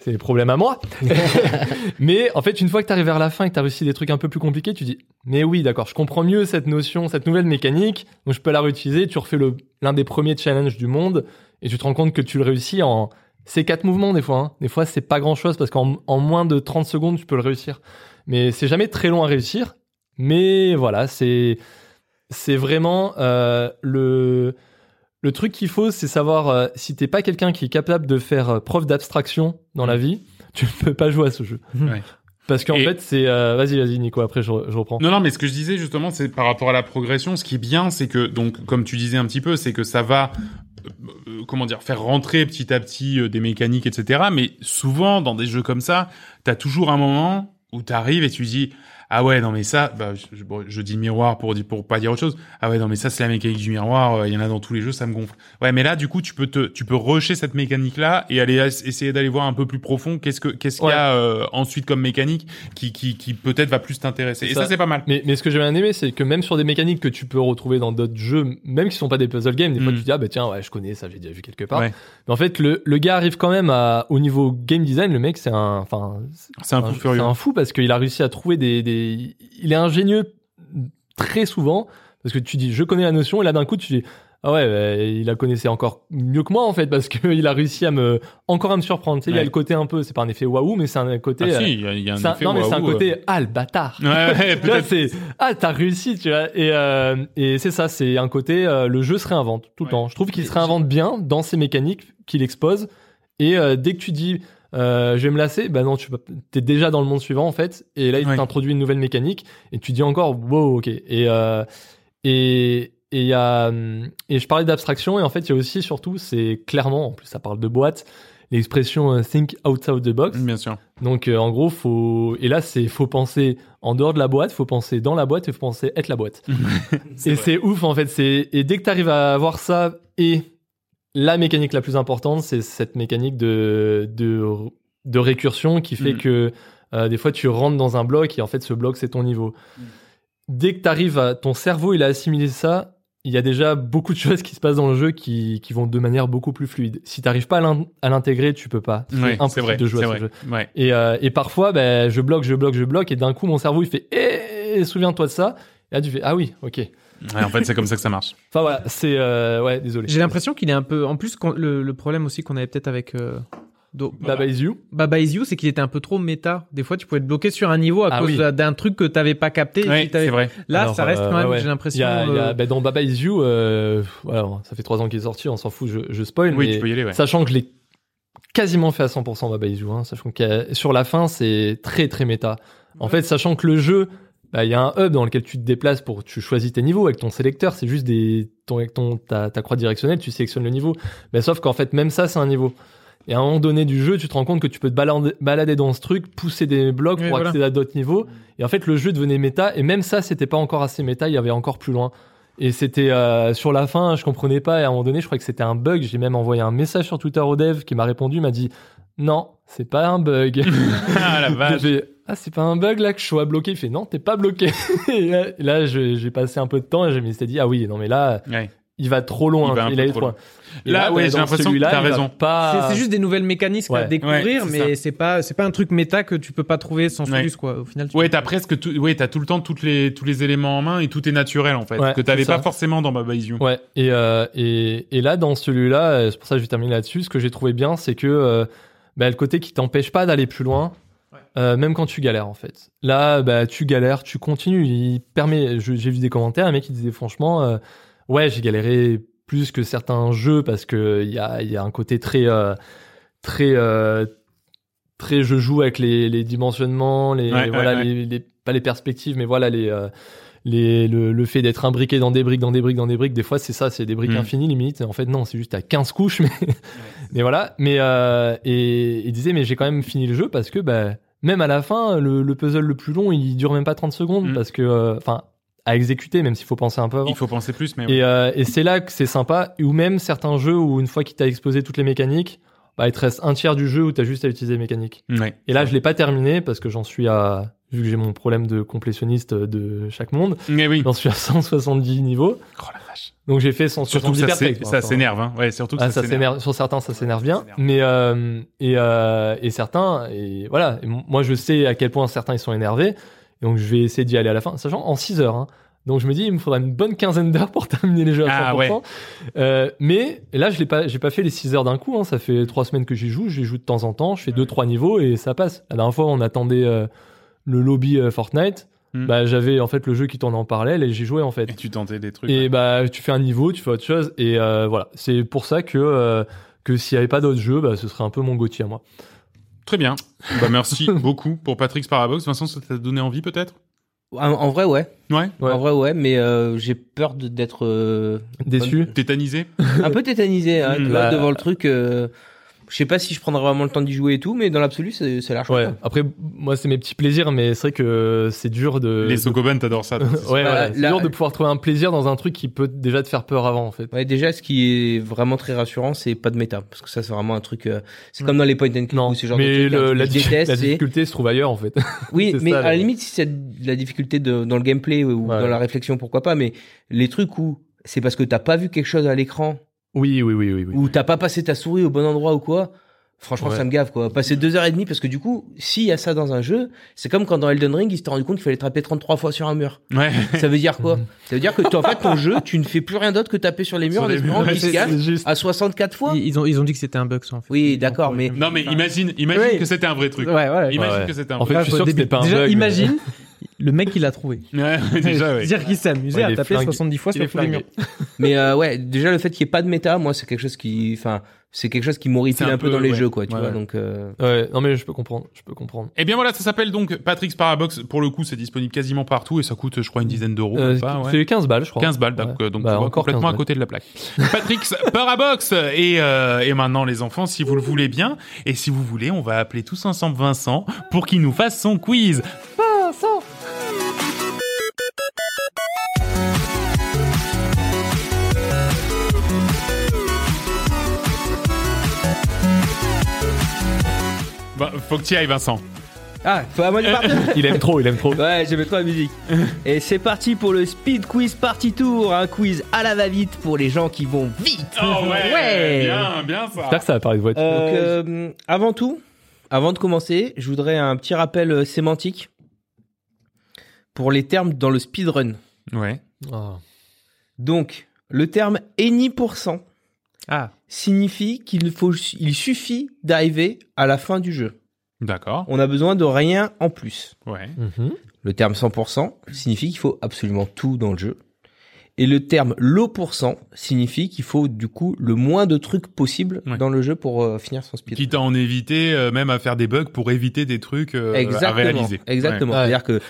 C'est des problèmes à moi. <laughs> mais en fait, une fois que tu arrives vers la fin et que tu as réussi des trucs un peu plus compliqués, tu dis "Mais oui, d'accord, je comprends mieux cette notion, cette nouvelle mécanique, donc je peux la réutiliser, tu refais le l'un des premiers challenges du monde et tu te rends compte que tu le réussis en c'est quatre mouvements des fois. hein. Des fois, c'est pas grand chose parce qu'en en moins de 30 secondes, tu peux le réussir. Mais c'est jamais très long à réussir. Mais voilà, c'est c'est vraiment euh, le le truc qu'il faut, c'est savoir euh, si t'es pas quelqu'un qui est capable de faire euh, preuve d'abstraction dans la vie, tu ne peux pas jouer à ce jeu.
Ouais.
Parce qu'en
Et-
fait, c'est euh, vas-y, vas-y, Nico. Après, je, re- je reprends.
Non, non, mais ce que je disais justement, c'est par rapport à la progression, ce qui est bien, c'est que, donc, comme tu disais un petit peu, c'est que ça va, euh, euh, comment dire, faire rentrer petit à petit euh, des mécaniques, etc. Mais souvent, dans des jeux comme ça, t'as toujours un moment où t'arrives et tu dis, ah ouais, non, mais ça, bah, je, je- bon, je dis miroir pour, di- pour pas dire autre chose. Ah ouais, non, mais ça, c'est la mécanique du miroir, euh, il y en a dans tous les jeux, ça me gonfle. Ouais, mais là, du coup, tu peux te, tu peux rusher cette mécanique-là et aller as- essayer d'aller voir un peu plus profond qu'est-ce que, qu'est-ce qu'il y a euh, ensuite comme mécanique qui, qui, qui peut-être va plus t'intéresser.
C'est
Et ça,
ça.
c'est pas mal.
Mais, mais ce que j'ai bien aimé, c'est que même sur des mécaniques que tu peux retrouver dans d'autres jeux, même qui sont pas des puzzle games, des fois
Mm.
tu te dis ah bah tiens ouais je connais ça, j'ai déjà vu quelque part.
Ouais.
Mais en fait le, le gars arrive quand même à au niveau game design, le mec c'est un enfin
C'est un peu
c'est
furieux.
un fou parce qu'il a réussi à trouver des, des- Il est ingénieux très souvent parce que tu dis je connais la notion et là d'un coup tu dis ah ouais bah, il la connaissait encore mieux que <laughs> moi en fait parce qu'il a réussi à me encore à me surprendre. Tu sais, Il y a
Ouais.
le côté un peu c'est pas un effet waouh mais c'est un côté.
Ah
euh,
si, il y a, il y a un
c'est un-
effet
non mais c'est un
waouh, euh.
côté ah le bâtard.
Ouais,
<laughs>
ouais, <laughs>
Tu vois,
peut-être.
c'est ah t'as réussi tu vois et, euh, et c'est ça c'est un côté euh, le jeu se réinvente tout le
Ouais.
temps je trouve qu'il se réinvente bien dans ses mécaniques qu'il expose et euh, dès que tu dis euh, je vais me lasser bah non tu peux- t'es déjà dans le monde suivant en fait et là il
Ouais.
t'introduit une nouvelle mécanique et tu dis encore wow ok et euh, et et il y a, hum, et je parlais d'abstraction et en fait il y a aussi surtout c'est clairement en plus ça parle de boîte l'expression euh, think outside the box
Bien sûr.
donc euh, en gros, faut et là c'est faut penser en dehors de la boîte, faut penser dans la boîte et faut penser être
<laughs>
la boîte. et c'est ouf en fait, c'est et dès que tu arrives à avoir ça et la mécanique la plus importante, c'est cette mécanique de de de récursion qui fait
Mhm.
que euh, des fois tu rentres dans un bloc et en fait ce bloc c'est ton niveau.
Mm.
Dès que tu arrives à ton cerveau, il a assimilé ça, il y a déjà beaucoup de <laughs> choses qui se passent dans le jeu qui qui vont de manière beaucoup plus fluide. Si tu pas à l'in- à l'intégrer, tu peux pas.
Ouais, c'est
impossible
vrai.
de jouer à
c'est
ce
vrai.
jeu.
Ouais.
Et, euh, et parfois, ben, je bloque, je bloque, je bloque, et d'un coup, mon cerveau, il fait Eh, souviens-toi de ça. Et là, tu fais Ah oui, ok.
Ouais, en fait, c'est comme ça que ça marche.
Enfin voilà, c'est. euh, ouais, désolé.
J'ai l'impression qu'il est un peu. En plus, qu'on- le, le problème aussi qu'on avait peut-être avec. euh, Do-
Baba is you.
Baba Is You, c'est qu'il était un peu trop méta. Des fois, tu pouvais être bloqué sur un niveau à
Ah
cause
oui.
d'un- d'un truc que t'avais pas capté. et
Ouais,
puis t'avais-
c'est vrai.
Là,
Alors,
ça reste
euh,
quand même,
ouais, ouais.
j'ai
Il y
l'impression.
a, il y a-
euh,
ben, dans Baba is you, euh, alors, ça fait trois ans qu'il est sorti, on s'en fout, je, je spoil.
Oui,
mais
tu peux y aller, ouais.
Sachant que je l'ai quasiment fait à 100% Baba Is You, hein, sachant que sur la fin, c'est très très méta. En fait, sachant que le jeu, bah, il y a un hub dans lequel tu te déplaces pour, tu choisis tes niveaux avec ton sélecteur, c'est juste des, ton, avec ton, ta, ta croix directionnelle, tu sélectionnes le niveau. Mais sauf qu'en fait, même ça, c'est un niveau. Et à un moment donné du jeu, tu te rends compte que tu peux te balander- balader dans ce truc, pousser des blocs
Oui,
pour
voilà.
accéder à d'autres niveaux. Et en fait, le jeu devenait méta. Et même ça, c'était pas encore assez méta. Il y avait encore plus loin. Et c'était euh, sur la fin, je comprenais pas. Et à un moment donné, je croyais que c'était un bug. J'ai même envoyé un message sur Twitter au dev qui m'a répondu, il m'a dit non, c'est pas un bug.
<laughs>
<laughs>
Ah la
J'ai
vache.
fait, ah, c'est pas un bug là que je sois bloqué. Il fait, non, t'es pas bloqué. <laughs> et là, et là, je- j'ai passé un peu de temps et je me suis dit, ah oui, non, mais là,
Ouais.
il va trop loin.
Il va un peu
allait
trop
trop
loin.
loin. Et
Là,
bah,
ouais, j'ai
dans
l'impression que
celui-là,
t'as
il va
raison.
Pas...
C'est c'est juste des nouvelles mécanismes à
Ouais.
Ouais,
découvrir,
c'est
mais c'est pas, c'est pas un truc méta que tu peux pas trouver sans
Ouais.
Solus, quoi. Au final, tu-
Ouais, t'as presque tout, ouais, t'as tout le temps toutes les, tous les éléments en main et tout est naturel, en fait.
Ouais,
que t'avais
c'est ça.
pas forcément dans ma vision.
Ouais, et, euh, et, et là, dans celui-là, euh, c'est pour ça que je vais terminer là-dessus, ce que j'ai trouvé bien, c'est que euh, bah, le côté qui t'empêche pas d'aller plus loin, euh, même quand tu galères, en fait. Là, bah, tu galères, tu continues. Il permet, je- j'ai vu des commentaires, un mec qui disait franchement, euh, ouais, j'ai galéré plus que certains jeux parce que il y a, il y a un côté très, euh, très, euh, très, je joue avec les, les dimensionnements, les,
Ouais, ouais,
voilà,
ouais.
Les, les- pas les perspectives, mais voilà, les, euh, les, le, le fait d'être imbriqué dans des briques, dans des briques, dans des briques, des fois c'est ça, c'est des briques
Mm.
infinies limite. En fait, non, c'est juste à 15 couches, <laughs> mais, mais voilà. Mais euh, et il disait, mais j'ai quand même fini le jeu parce que bah, même à la fin, le, le puzzle le plus long, il dure même pas 30 secondes
Mm.
parce que, euh, enfin, à exécuter, même s'il faut penser un peu avant.
Il faut penser plus, mais ouais.
Et, euh, et c'est là que c'est sympa, ou même certains jeux où une fois qu'il t'a exposé toutes les mécaniques, bah, il te reste un tiers du jeu où t'as juste à utiliser les mécaniques.
Ouais.
Et là, je l'ai pas terminé parce que j'en suis à, vu que j'ai mon problème de complétionniste de chaque monde.
Mais oui.
J'en suis à <laughs> 170 niveaux.
Oh la vache.
Donc j'ai fait
Surtout
170
que ça,
perfect,
s'é-
pour
ça
l'instant.
s'énerve, hein. Ouais, surtout que
Ah,
ça,
ça s'énerve. Sur certains, ça s'énerve bien.
s'énerve.
Mais euh, et, euh, et certains, et voilà. Et m- moi, je sais à quel point certains ils sont énervés. Et donc je vais essayer d'y aller à la fin, sachant en 6 heures. hein. Donc je me dis, il me faudra une bonne quinzaine d'heures pour <laughs> terminer les jeux à
Ah,
100%.
ouais.
Euh, mais là, je l'ai pas, j'ai pas fait les 6 heures d'un coup. hein. Ça fait 3 semaines que j'y joue. J'y joue de temps en temps. Je fais 2-3 niveaux et ça passe. La dernière fois, on attendait euh, le lobby euh, Fortnite.
Hmm.
Bah, j'avais en fait le jeu qui tournait en parallèle et j'y jouais en fait.
Et tu tentais des trucs.
Et bah tu fais un niveau, tu fais autre chose et euh, voilà. C'est pour ça que euh, que s'il n'y avait pas d'autres jeux, bah, ce serait un peu mon Gauthier à moi.
Très
<laughs>
bien. Bah, merci beaucoup pour Patrick Sparabox. Vincent, ça t'a donné envie, peut-être?
En, en vrai, ouais.
Ouais.
Ouais.
En vrai, ouais, mais euh, j'ai peur de- d'être euh,
Déçu.
Tétanisé?
un peu tétanisé hein, tu
Mm.
vois,
Bah.
devant le truc. euh, je sais pas si je prendrai vraiment le temps d'y jouer et tout, mais dans l'absolu, c'est c'est l'argent.
Ouais. Après moi c'est mes petits plaisirs, mais c'est vrai que c'est dur de.
Les
de-
Sokoban, t'adores ça. toi, c'est sûr.
Euh, <laughs> Ouais,
Bah,
voilà, c'est
là-
dur de pouvoir trouver un plaisir dans un truc qui peut déjà te faire peur avant en fait.
Ouais, déjà, ce qui est vraiment très rassurant, c'est pas de méta, parce que ça, c'est vraiment un truc. euh, c'est
Ouais.
comme dans les point and click
Hmm. Non,
ou ce genre de hein,
mais
truc, un
le-
truc
la,
que je
di-
déteste,
la
c'est-
difficulté se trouve ailleurs en fait. <laughs>
Oui,
C'est
mais
ça,
à la
le-
limite, si c'est de la difficulté de- dans le gameplay ou
Ouais.
dans la réflexion, pourquoi pas. Mais les trucs où c'est parce que t'as pas vu quelque chose à l'écran
oui, oui, oui, oui. oui.
ou t'as pas passé ta souris au bon endroit ou quoi. Franchement,
Ouais.
ça me gave quoi. Passer deux heures et demie parce que du coup, s'il y a ça dans un jeu, c'est comme quand dans Elden Ring, ils se sont rendu compte qu'il fallait taper 33 fois sur un mur.
Ouais.
Ça veut
<laughs>
dire quoi Ça veut dire que en fait ton jeu, tu ne fais plus rien d'autre que taper sur les murs
Sur
en
les
espérant
murs,
qu'il se
c'est-
gaffe
C'est juste.
à 64 fois.
Ils, ils ont, ils ont dit que c'était un bug, ça, en fait.
Oui, d'accord, mais
Non, mais imagine, imagine
Ouais.
que c'était un vrai truc.
Ouais, ouais.
Imagine
Ouais.
que c'était un
En
vrai
fait, je suis sûr que c'était pas un
Déjà,
bug. mais-
imagine le mec qui
<laughs>
l'a trouvé.
Ouais, déjà,
<laughs>
ouais.
C'est-à-dire qu'il s'est amusé
Ouais, il
à
est
taper
flingué.
70 fois
Il est
sur tous les murs.
flingué.
Mais euh, ouais, déjà le fait qu'il n'y ait pas de méta, moi c'est quelque chose qui, enfin, c'est quelque chose qui m'horripile
C'est
un,
un
peu
peu,
dans les
ouais.
jeux, quoi. Tu
Ouais,
vois,
ouais.
donc euh,
Ouais, non mais je peux comprendre, je peux comprendre.
Et bien voilà, ça s'appelle donc Patrick's Parabox. Pour le coup, c'est disponible quasiment partout et ça coûte, je crois, une dizaine d'euros.
Euh,
ou Oh, bah pas, ouais.
C'est 15 balles je crois.
15 balles, donc,
Ouais.
euh, donc
Bah,
tu vois,
encore 15
complètement à
balles.
côté de la plaque. <laughs> Patrick's Parabox et, euh, et maintenant les enfants, si vous le voulez bien, et si vous voulez, on va appeler tous ensemble Vincent pour qu'il nous fasse son quiz. Bah, faut que tu ailles Vincent.
ah, faut à moi
<laughs>
de partir.
Il aime trop, il aime trop.
Ouais, j'aimais trop la <laughs> musique. Et c'est parti pour le Speed Quiz Party Tour, un quiz à la va-vite pour les gens qui vont vite. Oh, Ouais.
Oh, bien, bien ça.
J'espère que ça va parler de voiture.
Donc, euh, avant tout, avant de commencer, je voudrais un petit rappel euh, sémantique pour les termes dans le speedrun.
Ouais.
Ah.
Donc, le terme any pourcent
Ah.
signifie qu'il faut, il suffit d'arriver à la fin du jeu.
D'accord.
On a besoin de rien en plus.
Ouais.
Mhm.
Le terme 100% signifie qu'il faut absolument tout dans le jeu. Et le terme l'eau signifie qu'il faut du coup le moins de trucs possible
Ouais.
dans le jeu pour euh, finir son speed.
Quitte à en éviter, euh, même à faire des bugs pour éviter des trucs euh, à
Exactement.
réaliser.
Exactement.
Ouais.
C'est-à-dire que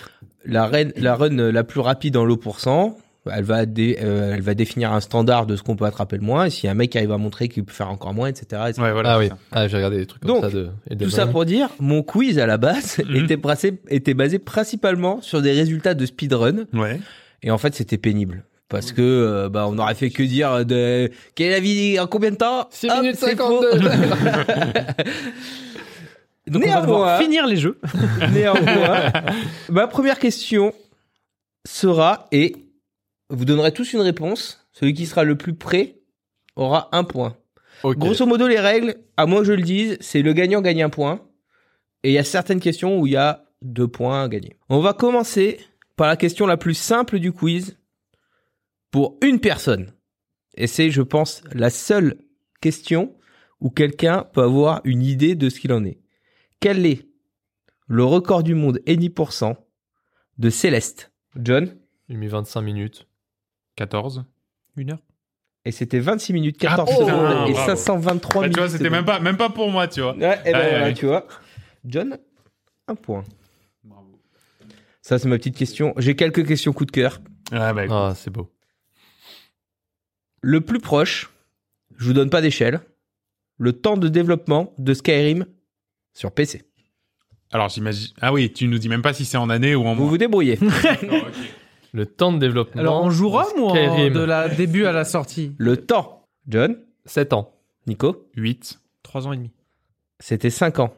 la run, la run euh, la plus rapide en l'eau elle va, dé- euh, elle va définir un standard de ce qu'on peut attraper le moins. Et si un mec arrive à montrer qu'il peut faire encore moins, etc. etc.
Ouais, Ouais, voilà.
ah oui,
c'est ça.
ah, j'ai regardé des trucs comme
Donc,
ça de. Elden
Tout ça
Ring.
pour dire, mon quiz à la base
Mhm.
était, bracé- était basé principalement sur des résultats de speedrun.
Ouais.
Et en fait, c'était pénible. Parce que euh, bah on aurait fait que dire euh, de quelle est la vie en combien de temps
Six
<laughs> Hop,
minutes
c'est
52.
faux.
Donc on va devoir finir les jeux.
Néanmoins, ma première question sera, et vous donnerez tous une réponse, celui qui sera le plus près aura un point.
Ok.
Grosso modo, les règles, à moins que je le dise, c'est le gagnant gagne un point. Et il y a certaines questions où il y a deux points à gagner. On va commencer par la question la plus simple du quiz pour une personne. Et c'est, je pense, la seule question où quelqu'un peut avoir une idée de ce qu'il en est. Quel est le record du monde et 10% de Céleste John
J'ai mis 25 minutes.
14.
Une heure.
Et c'était 26 minutes 14
Ah, putain,
secondes et
bravo.
523
Ouais,
minutes.
Bah, tu vois, c'était
secondes.
même pas, même pas pour moi, tu vois.
Ouais, eh ben
Ouais,
voilà,
ouais.
tu vois. John, un point. Ça, c'est ma petite question. J'ai quelques questions coup de cœur.
Ah, bah,
Ah, c'est beau.
Le plus proche, je vous donne pas d'échelle, le temps de développement de Skyrim sur PC.
Alors, j'imagine. Ah oui, tu nous dis même pas si c'est en année ou en
Vous
mois.
<laughs> vous débrouillez.
Le temps de développement.
Alors on jouera moi
Skyrim.
de la début à la sortie.
le temps. John,
7 ans.
Nico,
8.
Trois ans et demi.
c'était 5 ans.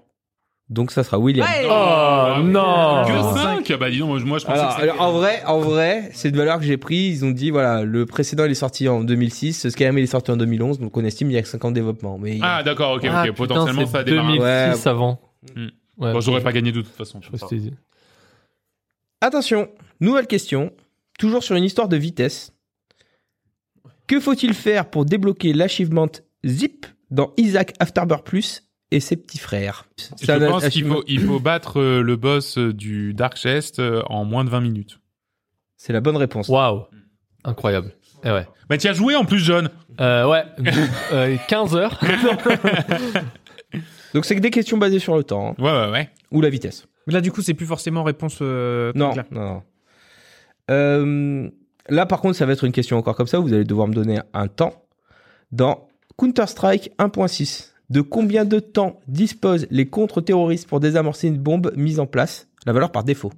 Donc ça sera William.
Oh, non
Ah, Que
Oh.
5 Bah, dis donc, moi, je- moi, je pensais
Ah, Alors,
que c'était-
alors, en vrai, en vrai, c'est de valeur que j'ai pris. Ils ont dit voilà, le précédent il est sorti en 2006, ce Skyrim il est sorti en 2011, donc on estime il y a que 5 ans de développement. Mais il-
Ah, d'accord, ok,
Ah,
ok.
putain,
Potentiellement,
c'est
ça a démarré.
2006
Ouais.
avant.
Hmm.
Ouais,
Bon, j'aurais pas gagné de toute façon.
je sais pas si t'es-
Attention, nouvelle question, toujours sur une histoire de vitesse. Que faut-il faire pour débloquer l'achievement Zip dans Isaac Afterbirth Plus et ses petits frères C'est
Je
un
pense qu'il
achievement-
faut, il faut battre euh, le boss euh, du Dark Chest euh, en moins de 20 minutes.
C'est la bonne réponse.
Waouh Incroyable. Eh ouais.
Bah, tu as joué en plus, John.
Euh,
<laughs>
ouais. Euh, 15 heures.
Donc c'est que des questions basées sur le temps hein,
Ouais, ouais, ouais.
ou la vitesse.
Mais là du coup c'est plus forcément réponse. euh,
Non,
claire.
non, non. Euh, là par contre ça va être une question encore comme ça, vous allez devoir me donner un temps. Dans Counter-Strike 1.6, de combien de temps disposent les contre-terroristes pour désamorcer une bombe mise en place La valeur par défaut.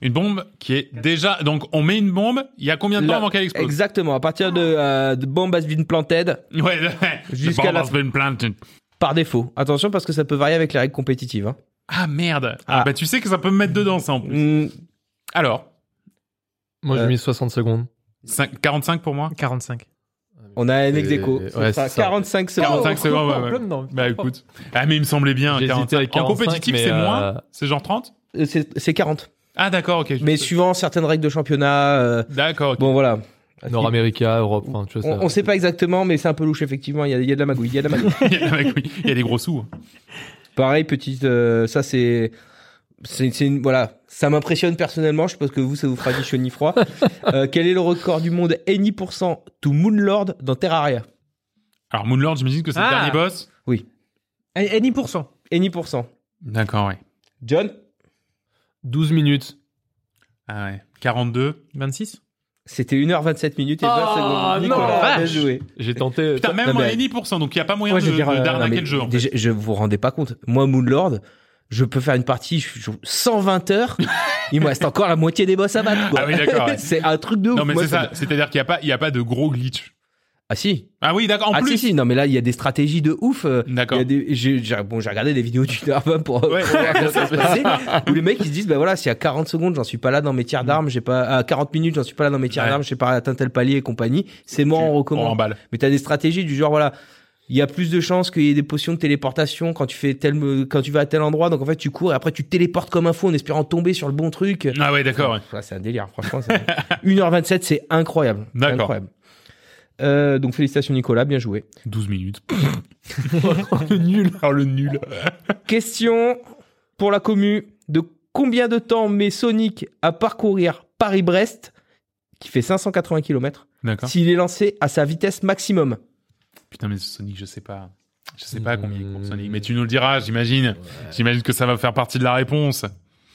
Une bombe qui est déjà. Donc, on met une bombe. Il y a combien de temps
La-
avant qu'elle explose
Exactement, à partir de, euh, de Bomb has been planted
Ouais, <laughs> ouais. Bomb
Jusqu'à la-
has been planted.
par défaut. Attention parce que ça peut varier avec les règles compétitives. hein.
Ah merde. Ah,
Ah.
bah, tu sais que ça peut me mettre dedans, ça, en plus.
Mm,
Alors,
Moi, j'ai
Euh.
mis 60 secondes.
cinq- 45 pour moi
45.
on a un
Et-
ex aequo.
ouais,
Ça
c'est
sera
ça.
45 secondes.
45
Oh,
secondes, ouais,
en
ouais.
plein dedans.
Bah écoute. Ah mais il me semblait bien.
J'ai hésité
45.
avec
en
45,
compétitif,
mais,
c'est
euh,
moins C'est genre 30
Euh, C'est c'est 40.
Ah d'accord, ok.
Mais suivant certaines règles de championnat. euh,
D'accord, ok. <laughs>
Bon voilà.
Nord-América, Ah, Europe. enfin, tu vois, ça-
On, on sait pas exactement, mais c'est un peu louche effectivement. Il y a, il y a de la magouille. il y a de
<laughs>
la magouille.
il, y a, mec, oui, il y a des gros sous.
Pareil, petite. euh, ça c'est. C'est c'est une voilà, ça m'impressionne personnellement. Je pense que vous, ça vous fera ni chaud
<laughs>
ni froid. Euh, quel est le record du monde Any% to Moonlord dans Terraria
Alors Moonlord, j'imagine que c'est
Ah.
le dernier boss.
Et, et 10%.
Any%.
D'accord, ouais.
John
12 minutes.
Ah ouais. 42.
26.
C'était 1h27 minutes et 20
Ah,
secondes.
non,
Nicolas, bien
vache.
joué.
J'ai tenté.
Putain, même
non,
moi,
mais-
il y a 10%, donc il n'y a pas moyen
Ouais,
de,
je veux dire,
de-
euh,
d'arnaquer
mais
le Ah, jeu. en fait.
déjà, je vous rendez pas compte. Moi, Moonlord, je peux faire une partie, je je joue
<laughs>
120 heures. il me reste encore la moitié des boss à battre. quoi.
Ah oui, d'accord, ouais.
<laughs> c'est un truc de ouf.
Non mais
Moi,
c'est ça, c'est-à-dire qu'il n'y a, pas- il y a pas de gros glitch.
Ah si.
Ah oui, d'accord, en
ah
plus.
si, si. Non, mais là, il y a des stratégies de ouf. euh, Il y
D'accord.
a des, j'ai, j'ai- bon, j'ai regardé des vidéos du Darwin pour,
Ouais.
pour voir comment ça se passait, où les mecs ils se disent, bah voilà, si à 40 secondes j'en suis pas là dans mes tirs d'armes, j'ai pas, à 40 minutes j'en suis pas là dans mes tirs
Ouais.
d'armes, j'ai pas atteint tel palier et compagnie, c'est mort, on
On
recommence.
remballe.
Mais t'as des stratégies du genre, voilà, il y a plus de chances qu'il y ait des potions de téléportation quand tu fais tel, quand tu vas à tel endroit. Donc en fait, tu cours et après tu te téléportes comme un fou en espérant tomber sur le bon truc.
Ah ouais, d'accord. ouais.
Ouais, c'est <laughs> un délire, franchement. ça- 1h27, c'est incroyable.
D'accord.
Incroyable. Euh, donc félicitations Nicolas, bien joué.
12 <laughs> minutes. le nul. Alors Oh, le nul.
Question pour la commu de combien de temps met Sonic à parcourir Paris-Brest, qui fait 580 km,
D'accord.
s'il est lancé à sa vitesse maximum
Putain, mais Sonic, je sais pas. Je sais pas combien il compte
Mmh.
Sonic, mais tu nous le diras, j'imagine. J'imagine que ça va faire partie de la réponse.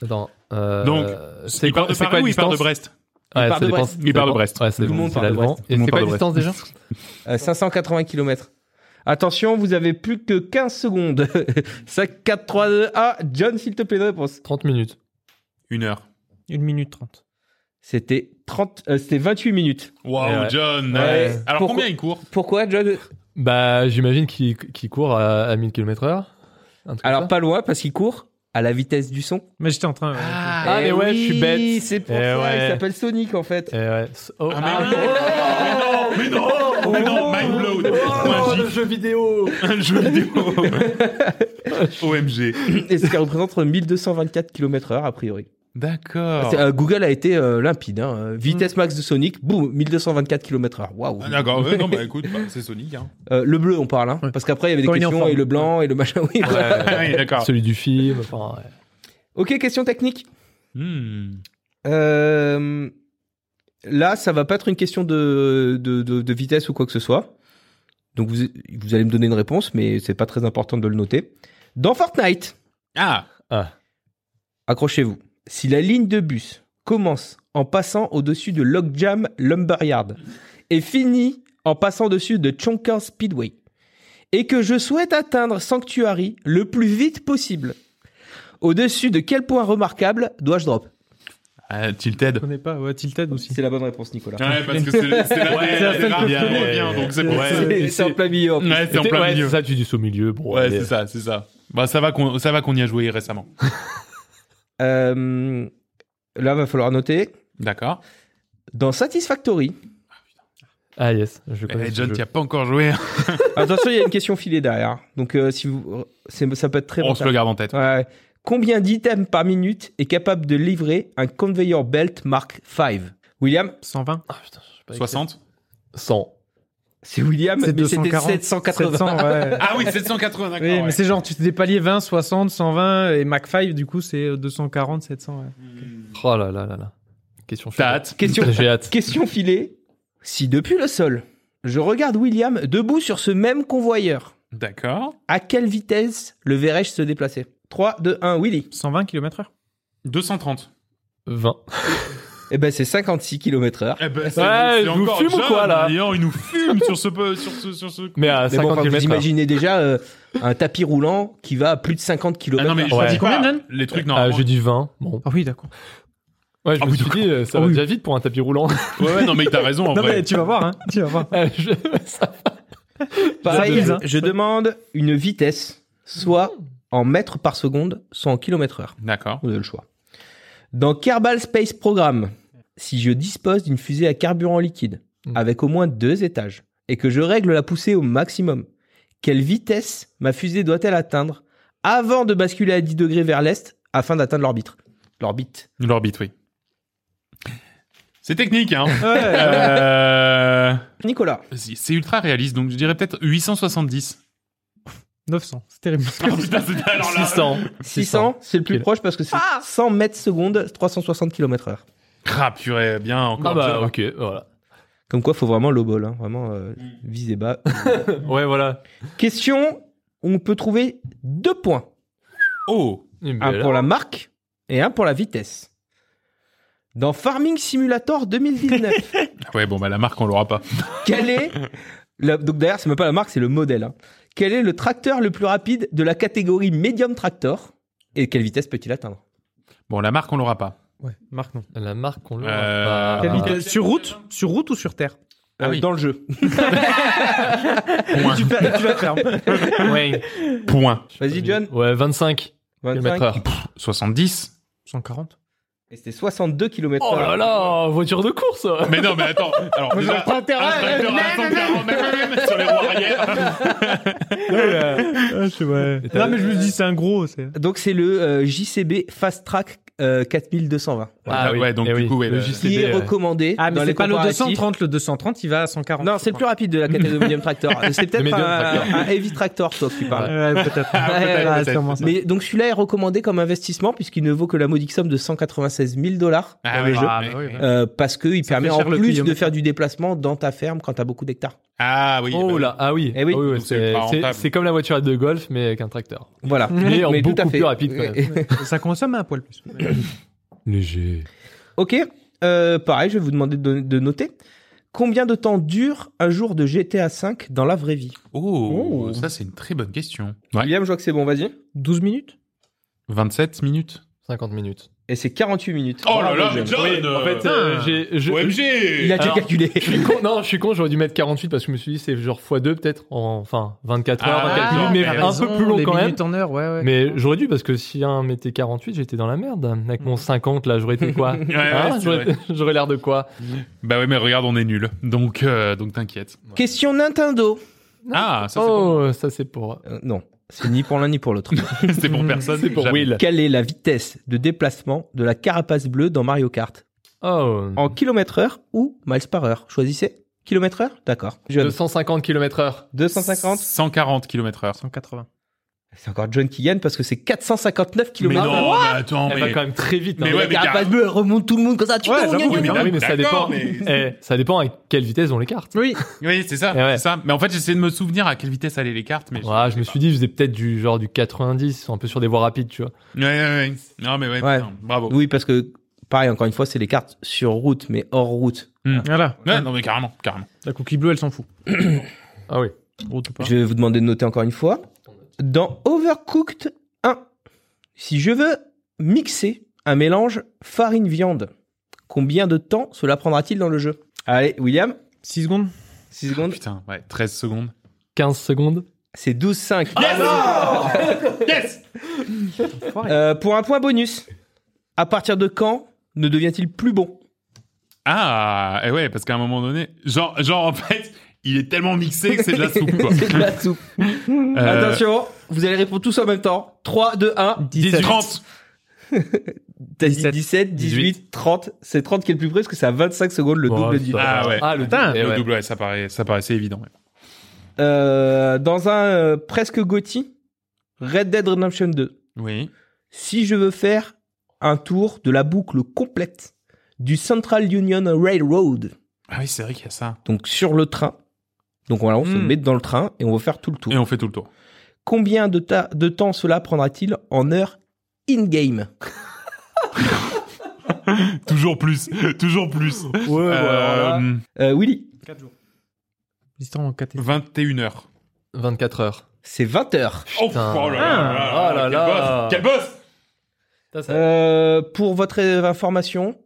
Attends. euh,
Donc,
c'est
il part
quoi,
de
c'est
Paris
quoi la
ou il part de
distance
Brest
Ouais,
part
ça
de
dépend,
Brest.
ça
Il part de
dépend.
Brest.
Ouais, c'est
Tout le
bon,
monde
c'est
part de
l'Allemand.
Brest.
Tout le
Et c'est
monde
quoi
part
la
de
distance déjà
Euh, 580 km. Attention, vous avez plus que 15 secondes. <laughs> 5, 4, 3, 2, 1. John, s'il te plaît, la réponse.
30 minutes.
Une heure.
Une minute 30.
C'était 30, euh, c'était 28 minutes.
Waouh,
Ouais.
John.
Ouais.
Alors
Pourquoi-
combien il court
Pourquoi, John
Bah, j'imagine qu'il qu'il court à, à 1000 km/h. un truc
Alors
comme
pas loin parce qu'il court à la vitesse du son.
Mais j'étais en train. euh, ouais.
Ah, mais ouais, je suis bête.
Eh C'est pour
Eh
ça,
ouais.
il s'appelle Sonic en fait.
ça. Eh ouais. Oh,
Ah, mais, mais non, mais non, mais non, mind blown.
oh,
Un
le
gif,
jeu vidéo
<laughs> un jeu vidéo. <laughs> OMG.
<coughs> Et ce qui représente 1224 km/h a priori.
Oh.
D'accord.
C'est- euh, Google a été euh, limpide. hein. Euh, Vitesse max de Sonic, boum, 1224 km/h. Waouh.
Ah, <laughs> D'accord, ouais, non, bah écoute, bah, c'est Sonic. Hein.
Euh, le bleu, on parle, hein, parce qu'après il y avait des
Quand il est en
questions
forme.
et le blanc et le machin. Oui, voilà.
<laughs> oui, d'accord.
Celui du film, enfin, ouais.
Ok, question technique.
Hmm.
Euh, là, ça va pas être une question de, de, de- de vitesse ou quoi que ce soit. Donc vous, vous allez me donner une réponse, mais c'est pas très important de le noter. Dans Fortnite,
Ah,
accrochez-vous. Si la ligne de bus commence en passant au-dessus de Logjam Lumberyard et finit en passant au-dessus de Chonker Speedway, et que je souhaite atteindre Sanctuary le plus vite possible, au-dessus de quel point remarquable dois-je drop
euh, Tilted.
Je connais pas, ouais, Tilted aussi.
C'est la bonne réponse, Nicolas.
Ouais, parce que c'est c'est la
Ouais,
c'est
c'est la seule
rare
que je
qui
connais.
revient, donc <laughs> c'est pour
Ouais.
ça.
C'est- C'est en plein milieu. en plus.
Ouais, c'est en
C'était-
plein
ouais,
milieu.
c'est ça, tu dis au milieu. Bon,
Ouais,
allez.
c'est ça, c'est ça. Bah, ça va qu'on ça va qu'on y a joué récemment.
Euh, là, va falloir noter.
D'accord.
Dans Satisfactory.
Ah yes, je connais.
Eh,
ce
John,
jeu.
t'y as pas encore joué.
Attention, il y a une question filée derrière. Donc, euh, si vous, c'est- ça peut être très
On se
rentable.
le garde en tête.
Ouais. Combien d'items par minute est capable de livrer un conveyor belt Mark V William
120.
Ah, putain, je sais pas écrire.
60
100.
C'est William, mais c'était 780.
700,
<laughs>
ouais.
Ah oui, 780, d'accord.
Oui,
ouais.
mais c'est genre, tu t'es des paliers 20, 60, 120, et Mac 5, du coup, c'est euh, 240, 700, ouais.
Oh là là là là. Question
T'as
chiante.
hâte.
Question,
J'ai hâte.
question filée. Si depuis le sol, je regarde William debout sur ce même convoyeur,
D'accord.
à quelle vitesse le verrais-je se déplacer 3, 2, 1, Willy.
120 km heure.
230.
20.
Eh ben, c'est 56 km heure.
Eh ben,
Ouais, je vous fume ou quoi, là
ayant, Il nous fume sur ce peu- sur ce sur ce
Mais à
Mais bon,
50
enfin, vous
km/h.
imaginez déjà euh, un tapis roulant qui va à plus de 50 km
Ah non mais je
Ouais.
dis
Combien,
pas,
John
les trucs
Ah,
normalement.
j'ai dit 20. Bon.
Ah oui, d'accord.
Ouais, je
Ah
me
oui,
suis dit, euh, ça
Ah
va
oui.
déjà vite pour un
<laughs>
tapis roulant.
ouais, ouais, non mais t'as raison en
<laughs> Non,
vrai.
mais tu vas voir, hein. Tu
<laughs>
vas voir.
Euh, je- ça-
Pareil,
Ça pèse, hein.
je demande une vitesse, soit en mètres par seconde, soit en kilomètres heure.
D'accord.
Vous avez le choix. Dans Kerbal Space Program, si je dispose d'une fusée à carburant liquide,
Mm.
avec au moins deux étages, et que je règle la poussée au maximum, quelle vitesse ma fusée doit-elle atteindre avant de basculer à 10 degrés vers l'est afin d'atteindre l'orbite L'orbite.
L'orbite, oui. C'est technique hein.
Ouais.
Euh,
Nicolas,
c'est c'est ultra réaliste donc je dirais peut-être 870.
900, c'est terrible.
Ah, putain, c'est alors là.
600.
600, c'est le plus
Quel-
proche parce que c'est 100 mètres seconde, 360 km heure.
Ah purée, bien encore.
Ah bah
John.
ok, voilà.
Comme quoi, faut vraiment low ball, hein, vraiment
Mm.
euh, viser bas. <laughs>
Ouais, voilà.
Question, on peut trouver deux points.
Oh,
Eh ben
Un
là,
pour la marque et un pour la vitesse. Dans Farming
<laughs>
Simulator 2019,
ouais bon bah la marque on l'aura pas.
quel est... la- donc d'ailleurs, c'est même pas la marque, c'est le modèle. hein. Quel est le tracteur le plus rapide de la catégorie Medium Tractor et quelle vitesse peut-il atteindre
Bon la marque on l'aura pas.
Ouais, Marc, non.
la marque, on l'a. Bah,
Euh,
Quelle
Ah.
vitesse Sur route Sur route ou sur terre
Ah oui.
Euh, Dans le jeu.
Point.
<laughs> tu, fais- tu la fermes.
Ouais.
Point.
Vas-y, John.
Ouais, 25
25.
km/h.
70.
140.
Et c'était 62 km
Oh là là, voiture de course
Mais non mais attends. Alors déjà
pas intérêt,
un tracteur à 140, même sur les roues arrière.
Ah, je sais, ouais.
Et t'as-
Non, mais je me dis, c'est un gros. c'est-
Donc c'est le euh, JCB Fast Track euh, 4220
Ah, ouais, donc,
eh
du coup, ouais,
le
le-
JCB,
qui est
ouais.
recommandé.
Ah,
dans
mais
les
c'est pas le
comparatifs.
230. Le 230, il va à 140.
Non, c'est le plus rapide de la catégorie Medium Tractor. C'est peut-être
Medium
un,
Tractor.
un Heavy Tractor, toi, que tu parles.
Ouais, peut-être.
peut-être,
Ouais,
peut-être.
sûrement ça.
Mais donc celui-là est recommandé comme investissement puisqu'il ne vaut que la modique somme de 196 000 dollars
Ah,
le
ouais,
jeu.
ah,
mais
bah oui,
oui,
oui.
euh, parce qu'il permet
fait
en
cher le
plus de
kilomètre.
faire du déplacement dans ta ferme quand t'as beaucoup d'hectares.
Ah oui. bah
Oh
oui.
là, ah oui.
Eh oui.
Ah ouais,
Donc, c'est
c'est-
ultra
c'est
rentable.
c'est comme la voiturette de golf, mais avec
<laughs>
un tracteur.
Voilà.
Mais en
tout
beaucoup
à fait.
plus rapide, quand <laughs> même.
Ça consomme un poil plus.
Léger.
ok. Euh, pareil, je vais vous demander de, de noter. Combien de temps dure un jour de GTA V dans la vraie vie
Oh,
Oh.
ça c'est une très bonne question. Ouais.
William, je vois que c'est bon, vas-y.
12 minutes
27 minutes.
50 minutes.
Et c'est 48 minutes.
Oh là là,
Bravo,
mais
John.
John
En fait, euh, j'ai. je-
OMG
Il a
Alors-
déjà <laughs> calculé.
Je suis con, non, je suis con, j'aurais dû mettre 48 parce que je me suis dit c'est genre x2 peut-être, en- enfin 24 heures,
Ah,
24
d'accord,
minutes, mais
mais
un peu plus long quand même.
minutes en heure, ouais, ouais.
Mais j'aurais dû parce que si un mettait 48, j'étais dans la merde. Avec mon 50 là, j'aurais
<laughs>
été quoi
Mm. Ouais,
Hein
ouais, c'est
J'aurais-
vrai.
<laughs> J'aurais l'air de quoi
Bah ouais, mais regarde, on est nul. Donc, euh, donc t'inquiète.
Question Nintendo.
Ah, ça
Oh, ça c'est pour.
Euh, non, c'est ni pour l'un ni pour <laughs> l'autre.
<laughs> c'est pour- c'était pour, personne.
C'est pour
jamais.
Will.
Quelle est la vitesse de déplacement de la carapace bleue dans Mario Kart
Oh,
En kilomètre heure ou miles par heure Choisissez. Kilomètre heure D'accord. John.
250 km/h.
250
140 km heure.
180.
C'est encore John qui gagne parce que c'est 459
Mais
km
non, mais attends,
Elle
mais...
va quand même très vite.
mais
hein.
ouais,
La carapace bleue elle remonte tout le monde comme ça. Tu
Ouais,
tournes,
j'avoue,
gna,
mais
gna,
Ah
gna.
oui, mais ça
D'accord,
dépend.
mais-
Eh, ça dépend à quelle vitesse ont les cartes.
Oui,
Oui, c'est ça,
Eh ouais.
c'est ça. Mais en fait, j'essayais de me souvenir à quelle vitesse allaient les cartes, mais...
Ouais, je me suis dit, je faisais peut-être du genre du 90, un peu sur des voies rapides, tu vois.
Ouais, ouais, ouais. Non, mais ouais,
Ouais.
putain, bravo.
Oui, parce que pareil, encore une fois, c'est les cartes sur route, mais hors route.
voilà.
Ouais, non, mais carrément, carrément.
La cookie bleue, elle s'en fout.
<coughs> Ah oui.
Route ou pas.
Je vais vous demander de noter encore une fois. Dans Overcooked 1, si je veux mixer un mélange farine-viande, combien de temps cela prendra-t-il dans le jeu Allez, William,
6 secondes
6 secondes.
Putain, ouais, 13 secondes.
15 secondes.
C'est 12,5.
Ah Yes
Euh, pour un point bonus, à partir de quand ne devient-il plus bon
Ah, et ouais, parce qu'à un moment donné, genre, genre, en fait, il est tellement mixé que c'est de la soupe,
<laughs>
quoi.
<laughs> C'est de la soupe.
Euh,
Attention, vous allez répondre tous en même temps. 3, 2, 1.
17.
30
T'as dit
17,
17, 18, 30. C'est 30 qui est le plus près parce que c'est à 25 secondes le
Bon,
double
ça-
du.
Ah ouais.
Ah, le
Putain,
double, eh
Le
ouais.
double, ouais, ça, paraît, ça paraissait évident. ouais.
Euh, dans un euh, presque gothi, Red Dead Redemption 2.
Oui.
Si je veux faire un tour de la boucle complète du Central Union Railroad,
Ah oui, c'est vrai qu'il y a ça.
donc sur le train, donc voilà, on se
Hmm.
met dans le train et on va faire tout le tour.
Et on fait tout le tour.
Combien de, ta- de temps cela prendra-t-il en heure in-game
<laughs> Toujours plus, toujours plus.
Ouais, Euh, voilà.
Euh,
Euh, Willy,
4 jours. L'histoire en 4
21 heures.
24 heures.
c'est 20 heures.
Oh,
Putain.
oh là là,
Ah, oh là
Quel boss, Quel boss
Ça, ça-
Euh, pour votre euh, information,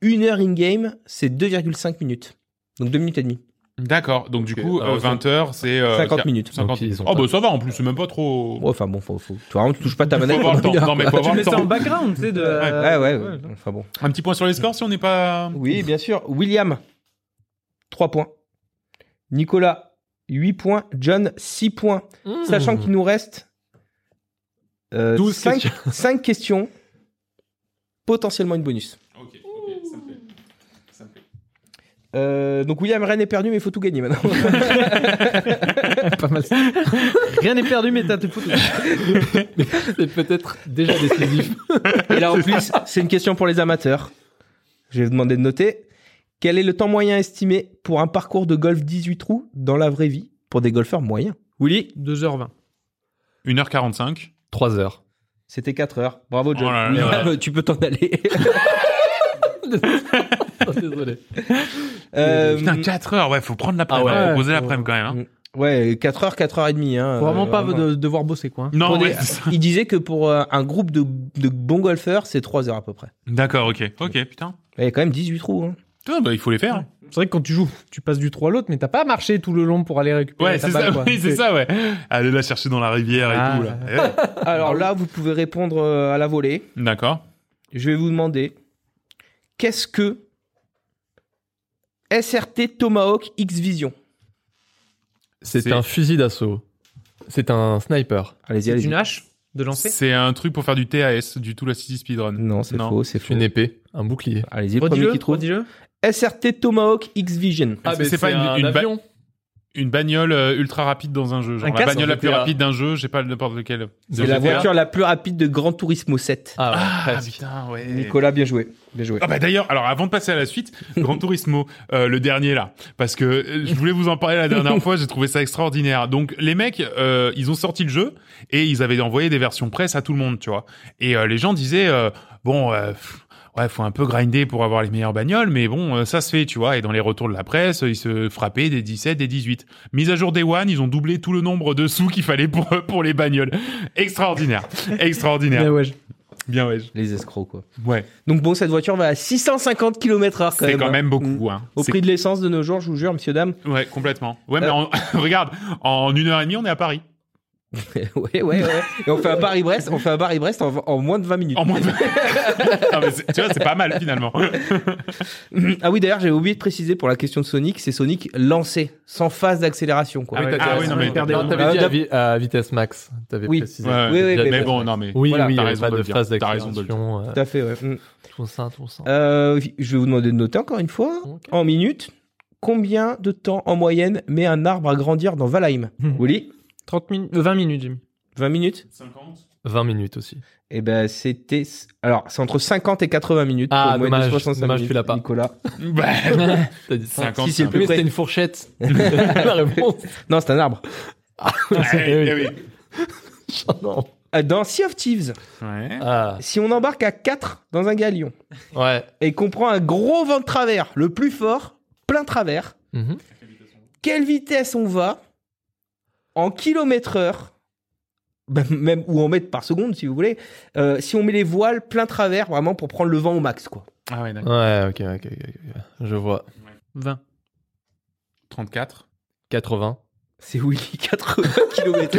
une heure in-game, c'est 2,5 minutes. Donc 2 minutes et demie.
D'accord, donc du
Ok, ah
coup,
alors,
euh, 20 heures, c'est... euh,
50
tiens,
minutes.
50
Donc, ils
minutes.
ont
Oh
pas-
bah ça va, en plus, c'est même pas trop...
Ouais, enfin bon, faut, faut, tu, vraiment, tu touches pas ta manette.
avoir le
pendant
temps.
une heure,
Non, mais
quoi.
faut avoir
Tu
le
mets ça
temps.
en background, tu sais. De...
Ouais, ouais, ouais. Enfin bon.
Un petit point sur les scores si on n'est pas...
Oui, bien sûr. William, 3 points. Nicolas, 8 points. John, 6 points.
Mmh.
Sachant qu'il nous reste euh,
12
5,
questions.
<laughs> questions, potentiellement une bonus.
Ok, ok, ça me plaît. Ça me plaît.
Euh, donc William, rien n'est perdu, mais il faut tout gagner maintenant.
pas mal. Rien n'est perdu, mais t'as
<laughs>
tes photos.
c'est peut-être déjà décisif.
Et là, en plus, c'est une question pour les amateurs. Je vais vous demander de noter. Quel est le temps moyen estimé pour un parcours de golf 18 trous dans la vraie vie pour des golfeurs moyens Willy,
2h20.
1h45.
3 heures.
c'était 4 heures. Bravo, John.
Oh là là
William,
là
tu peux t'en aller.
Oh, Désolé.
<laughs> Euh,
Putain, 4 heures, ouais, faut prendre l'après-midi,
Ah ouais.
faut poser l'après-midi quand même. hein.
ouais, 4 heures, 4 heures et demie. Hein,
Faut vraiment
Euh,
pas de- devoir bosser, quoi. hein.
Non,
Pour
ouais,
des-
c'est ça.
Il disait que pour euh, un groupe de, de bons golfeurs, c'est 3 heures à peu près.
<laughs> D'accord, ok. Ok, putain.
Il y a quand même 18 trous. Hein.
Putain, bah, il faut les faire. hein.
C'est vrai que quand tu joues, tu passes du 3 à l'autre, mais t'as pas marché tout le long pour aller récupérer
Ouais,
ta
c'est
balle,
ça,
quoi.
oui, c'est ça, ouais. Aller la chercher dans la rivière et
Ah.
tout, là. Eh,
Alors là, vous pouvez répondre euh, à la volée.
D'accord.
Je vais vous demander qu'est-ce que SRT Tomahawk X Vision
C'est
C'est-
un fusil d'assaut. C'est un sniper.
Allez-y,
C'est
allez-y.
une hache de lancer
C'est un truc pour faire du TAS, du Tool Assist Speedrun.
Non, c'est
Non.
faux, c'est faux.
Une épée, un bouclier.
Allez-y, le premier
Redis-le,
qui trouve.
redis-le.
SRT Tomahawk X Vision.
Ah, mais c'est pas une- une ba-
avion.
Une bagnole euh, ultra rapide dans un jeu. Genre
Un
la
casque
bagnole la plus
GTA.
rapide d'un jeu, je sais pas n'importe lequel.
C'est
C'est la
GTA.
voiture la plus rapide de Gran Turismo 7.
Ah, ouais,
Ah
presque.
putain, ouais.
Nicolas, bien joué. Bien joué.
Ah bah d'ailleurs, alors avant de passer à la
<laughs>
suite, Gran Turismo, euh, le dernier là, parce que euh, je voulais vous en parler la
<laughs>
dernière fois, j'ai trouvé ça extraordinaire. Donc les mecs, euh, ils ont sorti le jeu et ils avaient envoyé des versions presse à tout le monde, tu vois. Et euh, les gens disaient euh, bon. euh, pff, Ouais, faut un peu grinder pour avoir les meilleures bagnoles, mais bon, euh, ça se fait, tu vois. Et dans les retours de la presse, ils se frappaient des 17, des 18. Mise à jour des One, ils ont doublé <laughs> tout le nombre de sous qu'il fallait pour, pour les bagnoles. Extraordinaire. Extraordinaire.
Mais ouais, je-
Bien, ouais.
Les escrocs, quoi.
Ouais.
Donc bon, cette voiture va à 650 km/h quand
C'est
même.
quand
hein.
même
Mm.
beaucoup, hein.
Au
C'est-
prix de l'essence de nos jours, je vous jure, messieurs, dames.
Ouais, complètement. Ouais,
Euh.
mais en- <laughs> regarde, en une heure et demie, on est à Paris.
ouais, ouais, ouais. Et on fait un Paris-Brest, on fait un Paris-Brest en, en moins de 20 minutes.
En moins de...
<laughs>
Non, mais c'est- tu vois, c'est pas mal, finalement.
Ah oui, d'ailleurs, j'avais oublié de préciser pour la question de Sonic, c'est Sonic lancé, sans phase d'accélération, quoi.
Ah oui,
t'as-
ah oui, non, mais-
t'avais
non,
t'avais
dit
dit
à, vi- à vitesse max. T'avais
Oui.
précisé.
Ouais,
Oui, oui,
mais
mais-
bon, non, mais...
Oui,
Voilà,
oui,
t'as
euh,
raison
pas
de
de
le dire.
phase
T'as raison de le dire.
d'accélération. euh,
Tout à fait, ouais. Mm.
Ton sein, ton sein.
Euh, je vais vous demander de noter encore une fois,
Ok.
en minutes, combien de temps en moyenne met un arbre à grandir dans Valheim
Hmm.
Willy
30 min- euh, 20 minutes, Jimmy.
20 minutes <laughs>
50
20 minutes aussi.
Eh ben, c'était. Alors, c'est entre 50 et 80 minutes.
Ah,
pour une moyenne de
dommage,
65
dommage,
minutes,
tu l'as pas.
Nicolas.
Bah,
<laughs> T'as dit 50.
50,
si, c'est
un
le
peu-
Mais
plus-
c'était une fourchette. <laughs> la réponse.
Non, c'est un arbre.
Eh oui.
non.
Euh, Dans Sea of Thieves,
Ouais.
Ah,
si on embarque à 4 dans un galion
ouais.
et qu'on prend un gros vent de travers, le plus fort, plein travers,
Mhm.
quelle vitesse on va en kilomètre heure ben, même ou en mètres par seconde si vous voulez euh, si on met les voiles plein travers vraiment pour prendre le vent au max quoi
Ah ouais, d'accord.
Ouais, ok, ok, ok, ok. Je vois.
20.
34.
80.
c'est Willy <laughs> 80 km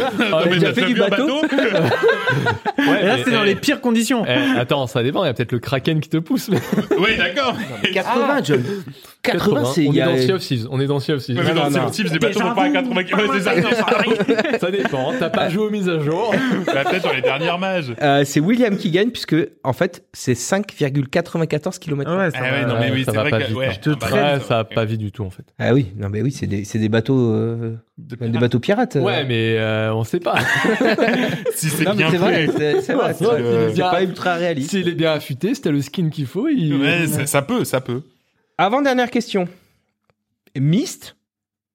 <laughs>
heure
<laughs> Non, mais
mais
t'as
t'as Ah, fait
déjà
du
vu un
bateau <laughs>
Ouais,
Et là, c'est dans les
les
pires conditions.
eh, attends, ça dépend, il y a peut-être le Kraken qui te pousse. Mais...
Oui, d'accord.
80 John 80 Ah c'est
On
il y
est
a-
dans Sea of Thieves, on est dans Sea of Thieves.
Ouais, mais
Non,
dans
non,
Sea of
non.
Thieves, les bateaux vont pas à 80 km.
<laughs>
Ouais, c'est ça. <laughs>
ça dépend, t'as pas joué aux mises à jour.
Bah, peut-être dans les dernières mages.
Euh, c'est William qui gagne puisque en fait c'est 5,94 km
eh Ouais,
Ah
ça
ouais,
va.
non, mais oui,
ça
c'est
va
vrai
pas
que.
vite,
ouais,
hein.
ah bah,
Ouais,
oui,
ça va pas vite du tout en fait.
ah oui non mais oui c'est des, c'est des bateaux euh,
De
des bateaux pirates euh.
Ouais, mais euh, on sait <laughs> pas.
Si c'est
non mais
bien
c'est
fait.
vrai c'est c'est vrai,
<laughs>
Ouais,
c'est vrai.
ouais,
c'est pas ultra réaliste
S'il est bien affûté, si t'as le skin qu'il faut, il.
Ouais, ça- ça peut, ça peut.
Avant dernière question. Myst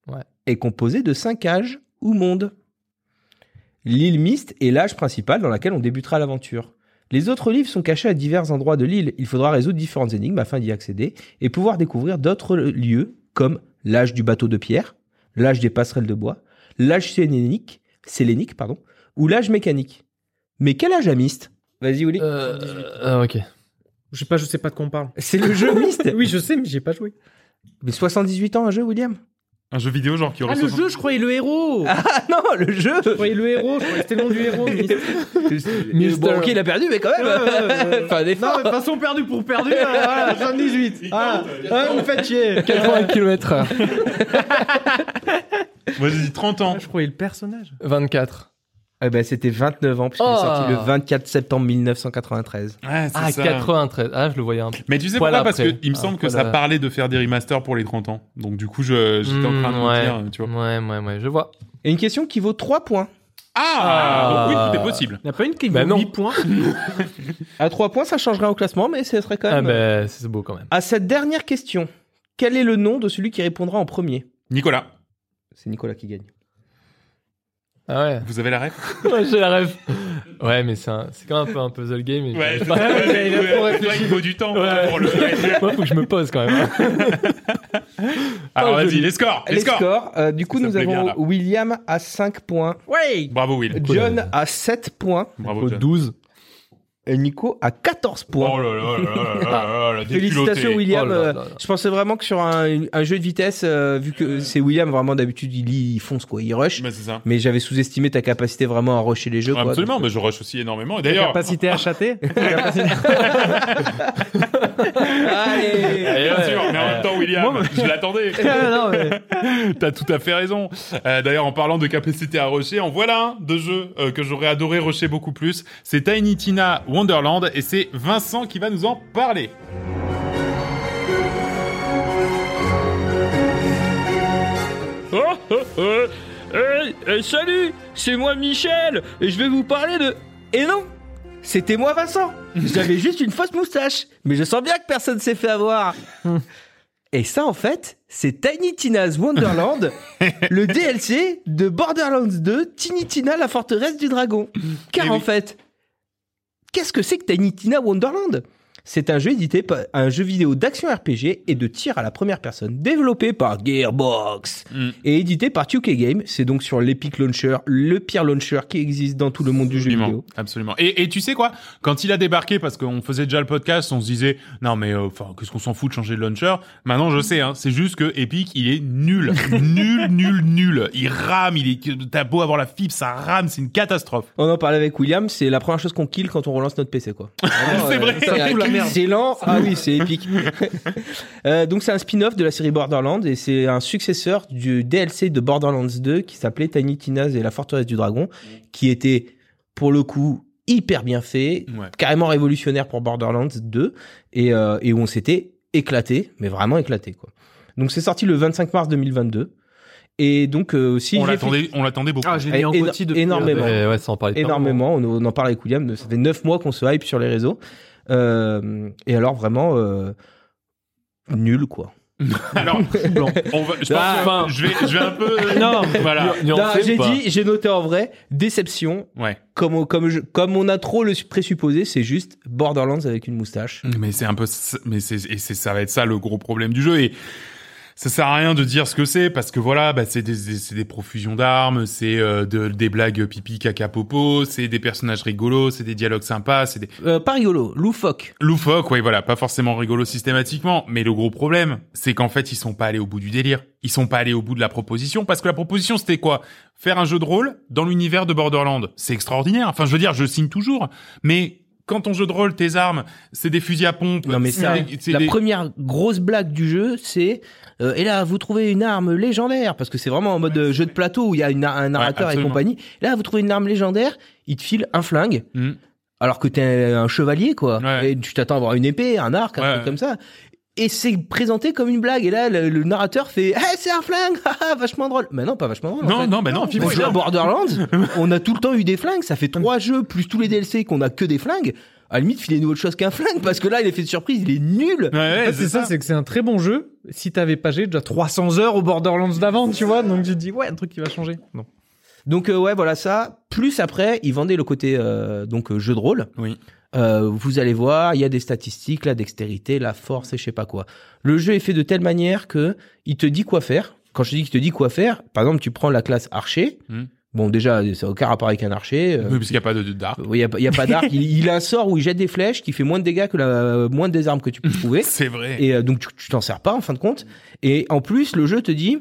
Ouais.
est composé de cinq âges ou mondes. L'île Myst est l'âge principal dans laquelle on débutera l'aventure. Les autres livres sont cachés à divers endroits de l'île. Il faudra résoudre différentes énigmes afin d'y accéder et pouvoir découvrir d'autres lieux comme l'âge du bateau de pierre, l'âge des passerelles de bois, l'âge sélénique, sélénique pardon, ou l'âge mécanique. Mais quel âge a Myst Vas-y, Oli.
Euh, ah, ok.
Je sais pas, je sais pas de quoi on parle.
C'est le <laughs> jeu Myst
Oui, je sais, mais j'ai pas joué.
Mais 78 ans un jeu, William
Un jeu vidéo, genre, qui
Ah,
aurait
le
60
jeu, je croyais le héros. Je
Ah non, le jeu
croyais le héros, je croyais que c'était <laughs> le nom du héros. mais- <laughs>
Mister... Bon, ok, il a perdu, mais quand même. Enfin, un
<laughs>
Non,
effort.
mais de toute façon, perdu pour perdu, euh, voilà, 78. Ah, ah, vous me faites chier.
80 km/h.
Moi, j'ai dit 30 ans.
Ah, Je croyais le personnage.
24.
Eh ben, c'était 29 ans, puisqu'il est
Oh.
sorti le 24 septembre 1993.
Ouais, c'est
Ah,
ça.
93. Ah, je le voyais un peu.
Mais tu sais
Voilà,
pourquoi Parce
après.
que il me
Ah,
semble que
voilà.
ça parlait de faire des remasters pour les 30 ans. Donc du coup, je- j'étais en train de
Mm,
me
ouais.
dire, tu vois.
Ouais, ouais, ouais, je vois.
Et une question qui vaut 3 points.
Ah,
Ah.
Donc oui, tout est possible.
Il n'y a pas une qui
Bah
vaut
non.
8 points.
À 3 points, ça changera au classement, mais ce serait quand
Ah,
même. euh,
ben, c'est beau quand même.
À cette dernière question, quel est le nom de celui qui répondra en premier
Nicolas,
C'est Nicolas qui gagne.
Ah ouais.
vous avez la ref
<laughs> Ouais, J'ai la rêve. Ouais, mais c'est un- c'est quand même un peu un puzzle game. et j'arrive <laughs>
<laughs>
pas.
Toi, il faut du temps
Ouais.
pour le.
Moi, faut que je me pose quand <laughs> même.
<laughs> Alors
Oh,
vas-y,
joli.
les scores, les,
Les
scores.
scores, euh, du coup,
Ça me
nous
plaît
avons
bien, là.
William à 5 points,
Ouais.
Bravo Will.
John à 7 points
Bravo
Au
John.
12.
et Nico à 14 points.
Oh là là là là là là là, des
Félicitations
culottés.
William.
Oh là là là
Euh,
là.
Je pensais vraiment que sur un, un jeu de vitesse, euh, vu que c'est William vraiment d'habitude, il, il fonce quoi, il rush.
Mais Bah, c'est ça.
Mais j'avais sous-estimé ta capacité vraiment à rusher les jeux. quoi.
Absolument, mais je rush aussi énormément. Et
La
d'ailleurs,
capacité à
<laughs>
chater.
<laughs> Allez
Eh
bien
ouais.
sûr, mais en même temps William,
Moi,
je l'attendais.
<laughs> Ah, non, mais-
<laughs> T'as tout à fait raison. Euh, D'ailleurs, en parlant de capacité à rusher, en voilà un de jeux euh, que j'aurais adoré rusher beaucoup plus. C'est Tiny Tina Wonderland et c'est Vincent qui va nous en parler.
Oh, oh, oh. Hey, hey, salut, c'est moi Michel, et je vais vous parler de...
Et Eh non C'était moi Vincent J'avais juste une fausse moustache Mais je sens bien que personne s'est fait avoir Et ça en fait, c'est Tiny Tina's Wonderland, le DLC de Borderlands 2, Tiny Tina la forteresse du dragon. Car
Eh
en
oui.
fait, qu'est-ce que c'est que Tiny Tina Wonderland C'est un jeu édité par un jeu vidéo d'action RPG et de tir à la première personne, développé par Gearbox
Mm.
et édité par 2K Game. C'est donc sur l'Epic Launcher, le pire launcher qui existe dans tout le monde du jeu
Absolument,
vidéo.
absolument. Et, et tu sais quoi Quand il a débarqué, parce qu'on faisait déjà le podcast, on se disait non mais euh, enfin qu'est-ce qu'on s'en fout de changer de launcher. Maintenant je sais, hein, c'est juste que Epic il est
<laughs>
nul, nul, nul, nul. Il rame, il est t'as beau avoir la fibre, ça rame, c'est une catastrophe.
On en parlait avec William, c'est la première chose qu'on kill quand on relance notre
<laughs>
PC, quoi. Vraiment,
C'est
euh,
vrai.
ça fout la merde. C'est lent. Ah oui, c'est épique. <laughs> Euh, donc c'est un spin-off de la série Borderlands et c'est un successeur du DLC de Borderlands 2 qui s'appelait Tiny Tina's et la forteresse du dragon, qui était pour le coup hyper bien fait,
Ouais.
carrément révolutionnaire pour Borderlands 2 et, euh, et où on s'était éclaté, mais vraiment éclaté quoi. Donc c'est sorti le 25 mars 2022 et donc euh, si
on
j'ai fait-
l'attendait, on l'attendait beaucoup.
Ah, j'ai mis en
Éno-
côté de
énormément.
Ouais, ouais, ça en parlait
énormément. On, on en parle avec William. Ça fait neuf mois qu'on se hype sur les réseaux. Euh, et alors vraiment euh, nul quoi.
<laughs> Alors, on va- je, pense
Ah,
que
enfin.
je vais, je vais un <laughs> peu.
Non.
voilà.
Nu- nuancé
Non,
ou
j'ai
pas
dit, j'ai noté en vrai déception.
Ouais.
Comme on, comme je- comme on a trop le présupposé, c'est juste Borderlands avec une moustache.
Mais c'est un peu, ça- mais c'est, et c'est, ça va être ça le gros problème du jeu et ça sert à rien de dire ce que c'est parce que voilà, bah, c'est des, des- c'est des profusions d'armes, c'est euh, de, des blagues pipi caca popo, c'est des personnages rigolos, c'est des dialogues sympas, c'est des
Euh, pas rigolo, loufoque.
loufoques, ouais voilà, pas forcément rigolos systématiquement, mais le gros problème, c'est qu'en fait ils sont pas allés au bout du délire, ils sont pas allés au bout de la proposition parce que la proposition c'était quoi Faire un jeu de rôle dans l'univers de Borderlands, c'est extraordinaire. Enfin, je veux dire, je signe toujours, mais quand ton jeu de rôle, tes armes, c'est des fusils à pompe.
Non mais
c'est
ça,
des- c'est
la
des-
première grosse blague du jeu, c'est euh, et là vous trouvez une arme légendaire parce que c'est vraiment en mode euh, jeu de plateau où il y a une- un narrateur et
absolument.
compagnie. Là vous trouvez une arme légendaire, il te file un flingue.
Hmm.
alors que t'es un chevalier quoi
Ouais.
et tu t'attends à avoir une épée un arc un
Ouais,
truc
ouais.
comme ça et c'est présenté comme une blague et là le, le narrateur fait Eh, c'est un flingue <laughs> haha, vachement drôle mais non pas vachement drôle en
Non,
fait.
non, bah non,
on
Fibre,
joue à
<laughs>
Borderlands on a tout le temps eu des flingues ça fait trois jeux plus tous les DLC qu'on a que des flingues à la limite filez-nous autre chose qu'un flingue parce que là il est fait de surprise il est
Ouais,
nul
ouais,
En fait, c'est ça, c'est que c'est un très bon jeu. Si t'avais pas j'ai déjà 300 heures au Borderlands d'avant, tu vois, donc tu te dis ouais, un truc qui va changer. Non.
donc euh, ouais voilà ça plus après ils vendaient le côté euh, donc euh, jeu de rôle
Oui.
Euh, vous allez voir, il y a des statistiques, la dextérité, la force et je sais pas quoi. Le jeu est fait de telle manière que il te dit quoi faire. Quand je dis qu'il te dit quoi faire, par exemple, tu prends la classe archer.
Hmm.
Bon, déjà, ça n'a aucun rapport avec un archer.
Oui,
euh,
parce qu'il n'y a pas de, de d'art.
Il n'y a, pas- il y a
<laughs>
pas d'arc. il, il a un sort où il jette des flèches qui fait moins de dégâts que la euh, moins des armes que tu
<laughs>
peux trouver.
C'est vrai.
Et euh, donc, tu tu t'en sers pas en fin de compte. Et en plus, le jeu te dit,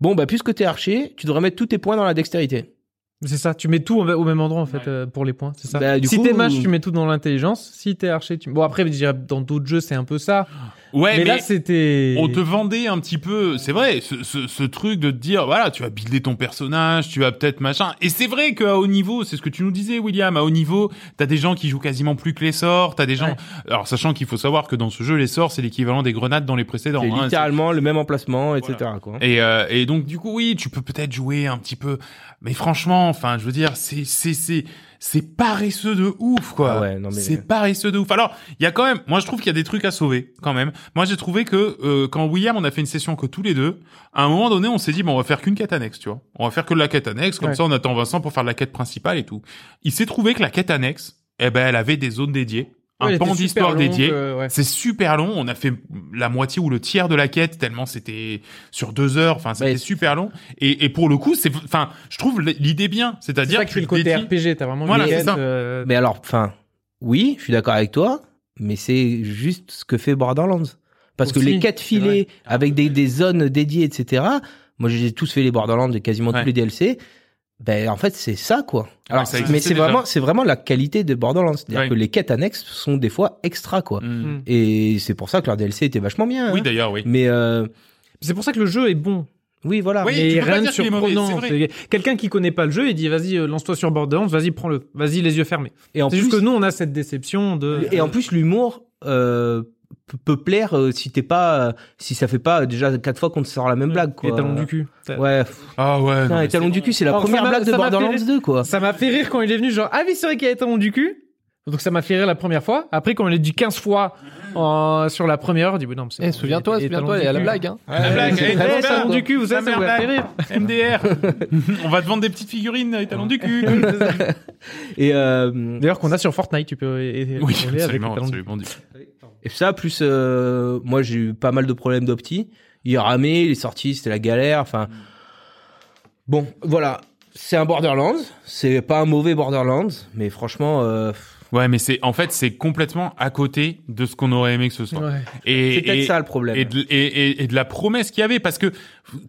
bon, bah, puisque t'es archer, tu devrais mettre tous tes points dans la dextérité.
Mais C'est ça, tu mets tout au même endroit en fait
Ouais.
euh, pour les points, c'est ça.
Bah, du
si
coup-
t'es mage, tu mets tout dans l'intelligence. Si t'es archer, tu. Bon après, je dirais, dans d'autres jeux, c'est un peu ça.
Ouais,
mais,
mais,
là, c'était.
on te vendait un petit peu, c'est vrai, ce, ce, ce truc de te dire, voilà, tu vas builder ton personnage, tu vas peut-être machin. Et c'est vrai qu'à haut niveau, c'est ce que tu nous disais, William, à haut niveau, t'as des gens qui jouent quasiment plus que les sorts, t'as des gens...
Ouais.
Alors, sachant qu'il faut savoir que dans ce jeu, les sorts, c'est l'équivalent des grenades dans les précédents.
C'est
hein, c'est-
littéralement le même emplacement, etc. quoi.
Et, euh, et donc du coup oui, tu peux peut-être jouer un petit peu, mais franchement, enfin, je veux dire, c'est c'est c'est c'est paresseux de ouf quoi.
Ah ouais, non, mais-
euh,
C'est paresseux de ouf. Alors il y a quand même, moi je trouve qu'il y a des trucs à sauver quand même. Moi j'ai trouvé que euh, quand William on a fait une session que tous les deux, à un moment donné on s'est dit bon on va faire qu'une quête annexe, tu vois, on va faire que de la quête annexe, comme
Ouais.
ça on attend Vincent pour faire de la quête principale et tout. Il s'est trouvé que la quête annexe, eh ben elle avait des zones dédiées,
Ouais, elle
un
était
pan
super
d'histoire
longue,
dédié.
euh, ouais.
C'est super long. On a fait la moitié ou le tiers de la quête tellement c'était sur deux heures. Enfin, c'était
Ouais.
super long. Et, et pour le coup, c'est, enfin, je trouve l'idée bien.
C'est
C'est-à-dire
ça qui fait le
tu te
côté
dédies-
RPG. T'as vraiment
Voilà,
une
c'est
quête,
ça.
euh,
Mais alors, enfin, oui, je suis d'accord avec toi, mais c'est juste ce que fait Borderlands. Parce que
Aussi,
les quêtes filées avec des, des zones dédiées, etc. Moi, j'ai tous fait les Borderlands et quasiment
Ouais.
tous les DLC. Ben, en fait, c'est ça, quoi.
Ah,
Alors,
ça
mais
existait
c'est
déjà.
vraiment, c'est vraiment la qualité de Borderlands. C'est-à-dire
Ouais.
que les quêtes annexes sont des fois extra, quoi.
Mm.
hmm.
Et c'est pour ça que leur DLC était vachement bien.
Mm.
hein.
Oui, d'ailleurs, oui.
mais, euh,
C'est pour ça que le jeu est bon.
oui, voilà.
Ah Oui.
mais
tu peux pas
rien de
dire qu'il est mauvais,
surprenant.
c'est
C'est- Quelqu'un qui connaît pas le jeu, il dit vas-y, euh, lance-toi sur Borderlands, vas-y, prends-le, vas-y, les yeux fermés.
Et en
C'est
plus,
juste que nous, on a cette déception de.
Et en plus, l'humour euh, peut- peut plaire euh, si t'es pas, euh, si ça fait pas euh, déjà quatre fois qu'on te sort la même blague, quoi.
Les talons du cul. Ça-
Ouais.
Ah ouais. non,
Putain,
mais
les talons
c'est-
du cul, c'est la
Alors, ça
première
m'a-
blague de
ça m'a fait
Borderlands
rire.
2, quoi.
Ça m'a fait rire quand il est venu, genre, ah oui, c'est vrai qu'il y a les talons du cul. Donc ça m'a fait rire la première fois. Après, quand on l'a dit 15 fois en- sur la première heure, on dit oui, non, mais c'est
Eh,
bon,
souviens-toi,
les- les
souviens-toi,
talons
il y a la
du cul.
blague. Hein.
La blague,
Eh,
elle est trop
les talons
bien.
du cul, vous savez,
La
ça vous a fait
merde.
rire.
MDR. <laughs> On va te vendre des petites figurines, les talons du cul.
Et, euh,
D'ailleurs, qu'on a sur Fortnite, tu peux. et- et-
<laughs> Oui,
et- avec les
absolument,
talons du cul.
absolument.
et ça, plus euh, moi j'ai eu pas mal de problèmes d'opti. Il ramait, il est sorti, c'était la galère. Enfin, bon, voilà. C'est un Borderlands. C'est pas un mauvais Borderlands, mais franchement, euh,
Ouais, mais c'est, en fait, c'est complètement à côté de ce qu'on aurait aimé que ce soit.
Ouais.
Et,
c'est peut-être
et-
ça le problème.
et de, et, et- et de la promesse qu'il y avait parce que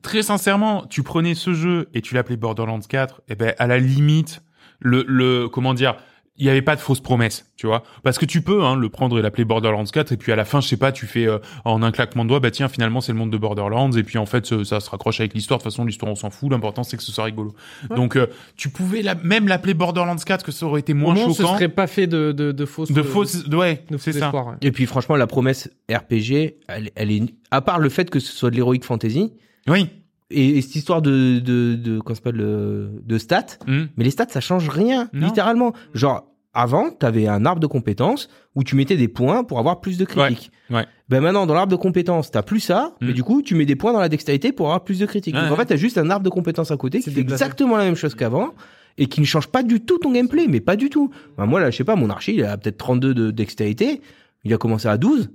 très sincèrement tu prenais ce jeu et tu l'appelais Borderlands 4 et ben à la limite le le comment dire il y avait pas de fausses promesses, tu vois. Parce que tu peux hein, le prendre et l'appeler Borderlands 4, et puis à la fin, je sais pas, tu fais euh, en un claquement de doigts, bah tiens, finalement, c'est le monde de Borderlands, et puis en fait, ce- ça se raccroche avec l'histoire. De toute façon, l'histoire, on s'en fout. L'important, c'est que ce soit rigolo. Donc, euh, tu pouvais la- même l'appeler Borderlands 4, que ça aurait été
Au
moins
moins, ce
choquant.
serait pas fait de, de, de fausses. euh,
De fausses, ouais,
de faux
c'est ça.
espoirs, ouais.
Et puis franchement, la promesse RPG, elle, elle est... À part le fait que ce soit de l'héroïque fantasy,
Oui.
et, et cette histoire de... de, de comment ça s'appelle euh, De stats,
Hmm.
mais les stats, ça change rien,
Non.
littéralement. Genre, avant, t'avais un arbre de compétences où tu mettais des points pour avoir plus de critiques.
Ouais, ouais.
Ben maintenant, dans l'arbre de compétences, t'as plus ça,
Hmm.
mais du coup, tu mets des points dans la dextérité pour avoir plus de critiques.
Ouais,
Donc en
ouais.
fait, t'as juste un arbre de compétences à côté qui
C'est
fait
déplacé.
exactement la même chose qu'avant et qui ne change pas du tout ton gameplay, mais pas du tout. Ben, moi, là, je sais pas, mon archi, il a peut-être 32 de dextérité, il a commencé à 12,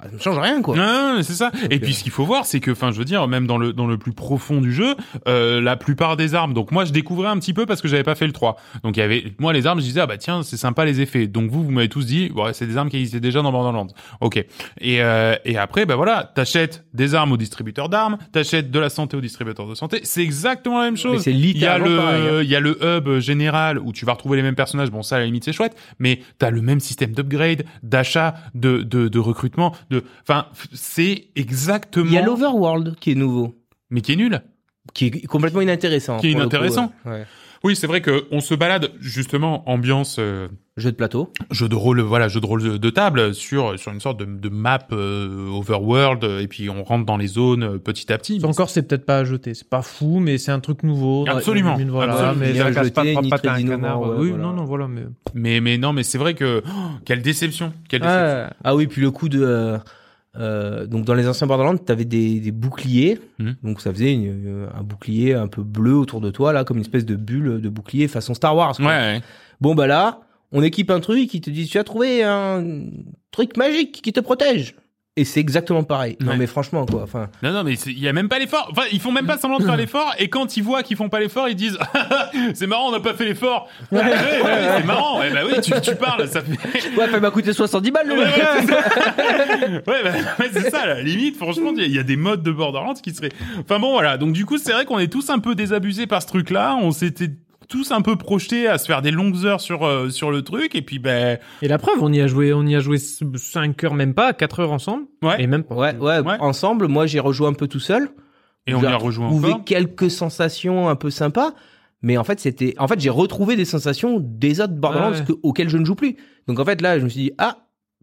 ça ne change rien, quoi.
Non, non, non, c'est ça. Et
euh,
puis ce qu'il faut voir, c'est que, enfin, je veux dire, même dans le dans le plus profond du jeu, euh, la plupart des armes. Donc moi, je découvrais un petit peu parce que j'avais pas fait le 3. Donc il y avait moi les armes, je disais ah bah tiens, c'est sympa les effets. Donc vous, vous m'avez tous dit, ouais, c'est des armes qui existaient déjà dans Borderlands. Ok. Et euh, et après, bah voilà, t'achètes des armes au distributeur d'armes, t'achètes de la santé au distributeur de santé. C'est exactement la même
Mais
chose.
c'est
Il y a
littéralement pareil. hein.
le il y a le hub général où tu vas retrouver les mêmes personnages. Bon ça à la limite c'est chouette, mais t'as le même système d'upgrade, d'achat, de, de de recrutement, de enfin f- c'est exactement
Il y a l'Overworld qui est nouveau,
mais qui est nul.
qui est complètement inintéressant.
Qui est
pour le coup,
inintéressant.
ouais. Ouais.
Oui, c'est vrai que on se balade justement ambiance euh,
Jeu de plateau.
jeu de rôle voilà, jeu de rôle de, de table sur sur une sorte de, de map euh, overworld euh, et puis on rentre dans les zones euh, petit à petit.
Ça Encore, c'est peut-être pas à jeter. C'est pas fou, mais c'est un truc nouveau.
Absolument.
Ouais, voilà,
Absolument. Eh
Mais
Bien
ça casse
jeté,
pas trois
ni
pattes à
très
un
innovant,
canard.
ouais,
oui,
voilà.
non, non, voilà. Mais...
Mais mais non, mais c'est vrai que oh, quelle déception, quelle déception.
Ouais.
Ah oui, puis le coup de... euh, euh, donc dans les anciens Borderlands, t'avais des, des boucliers,
Mhm.
donc ça faisait une- euh, un bouclier un peu bleu autour de toi là, comme une espèce de bulle de bouclier façon Star Wars. quoi.
Ouais, ouais.
Bon bah là, on équipe un truc qui te dit tu as trouvé un truc magique qui te protège. Et c'est exactement pareil. Non
Ouais.
mais franchement quoi. Enfin,
Non, non, mais c'est- il y a même pas l'effort. Enfin, ils font même pas semblant de faire l'effort. Et quand ils voient qu'ils font pas l'effort, ils disent <laughs> c'est marrant, on n'a pas fait l'effort. Ah, Ouais, ouais, ouais, c'est marrant. Eh ben oui, tu, tu parles. Ça fait.
ouais, ça m'a coûté 70 balles. le
Ouais, ouais,
mec.
c'est ça. <laughs> Ouais, bah, ouais, c'est ça. La limite, franchement, il y a- il y, a des modes de Borderlands qui seraient. Enfin bon, voilà. Donc du coup, c'est vrai qu'on est tous un peu désabusés par ce truc-là. On s'était tous un peu projetés à se faire des longues heures sur euh, sur le truc. Et puis ben
Et la preuve, on y a joué, on y a joué 5 heures, même pas, 4 heures ensemble.
ouais.
Et
Et,
même pas.
Ouais, ouais,
Ouais.
ensemble, moi j'ai rejoué un peu tout seul.
on y
J'ai
a rejoint
trouvé
encore.
quelques sensations un peu sympas, mais en fait c'était, en fait j'ai retrouvé des sensations des autres Borderlands
Ouais.
que- auxquelles je ne joue plus. Donc en fait là je me suis dit ah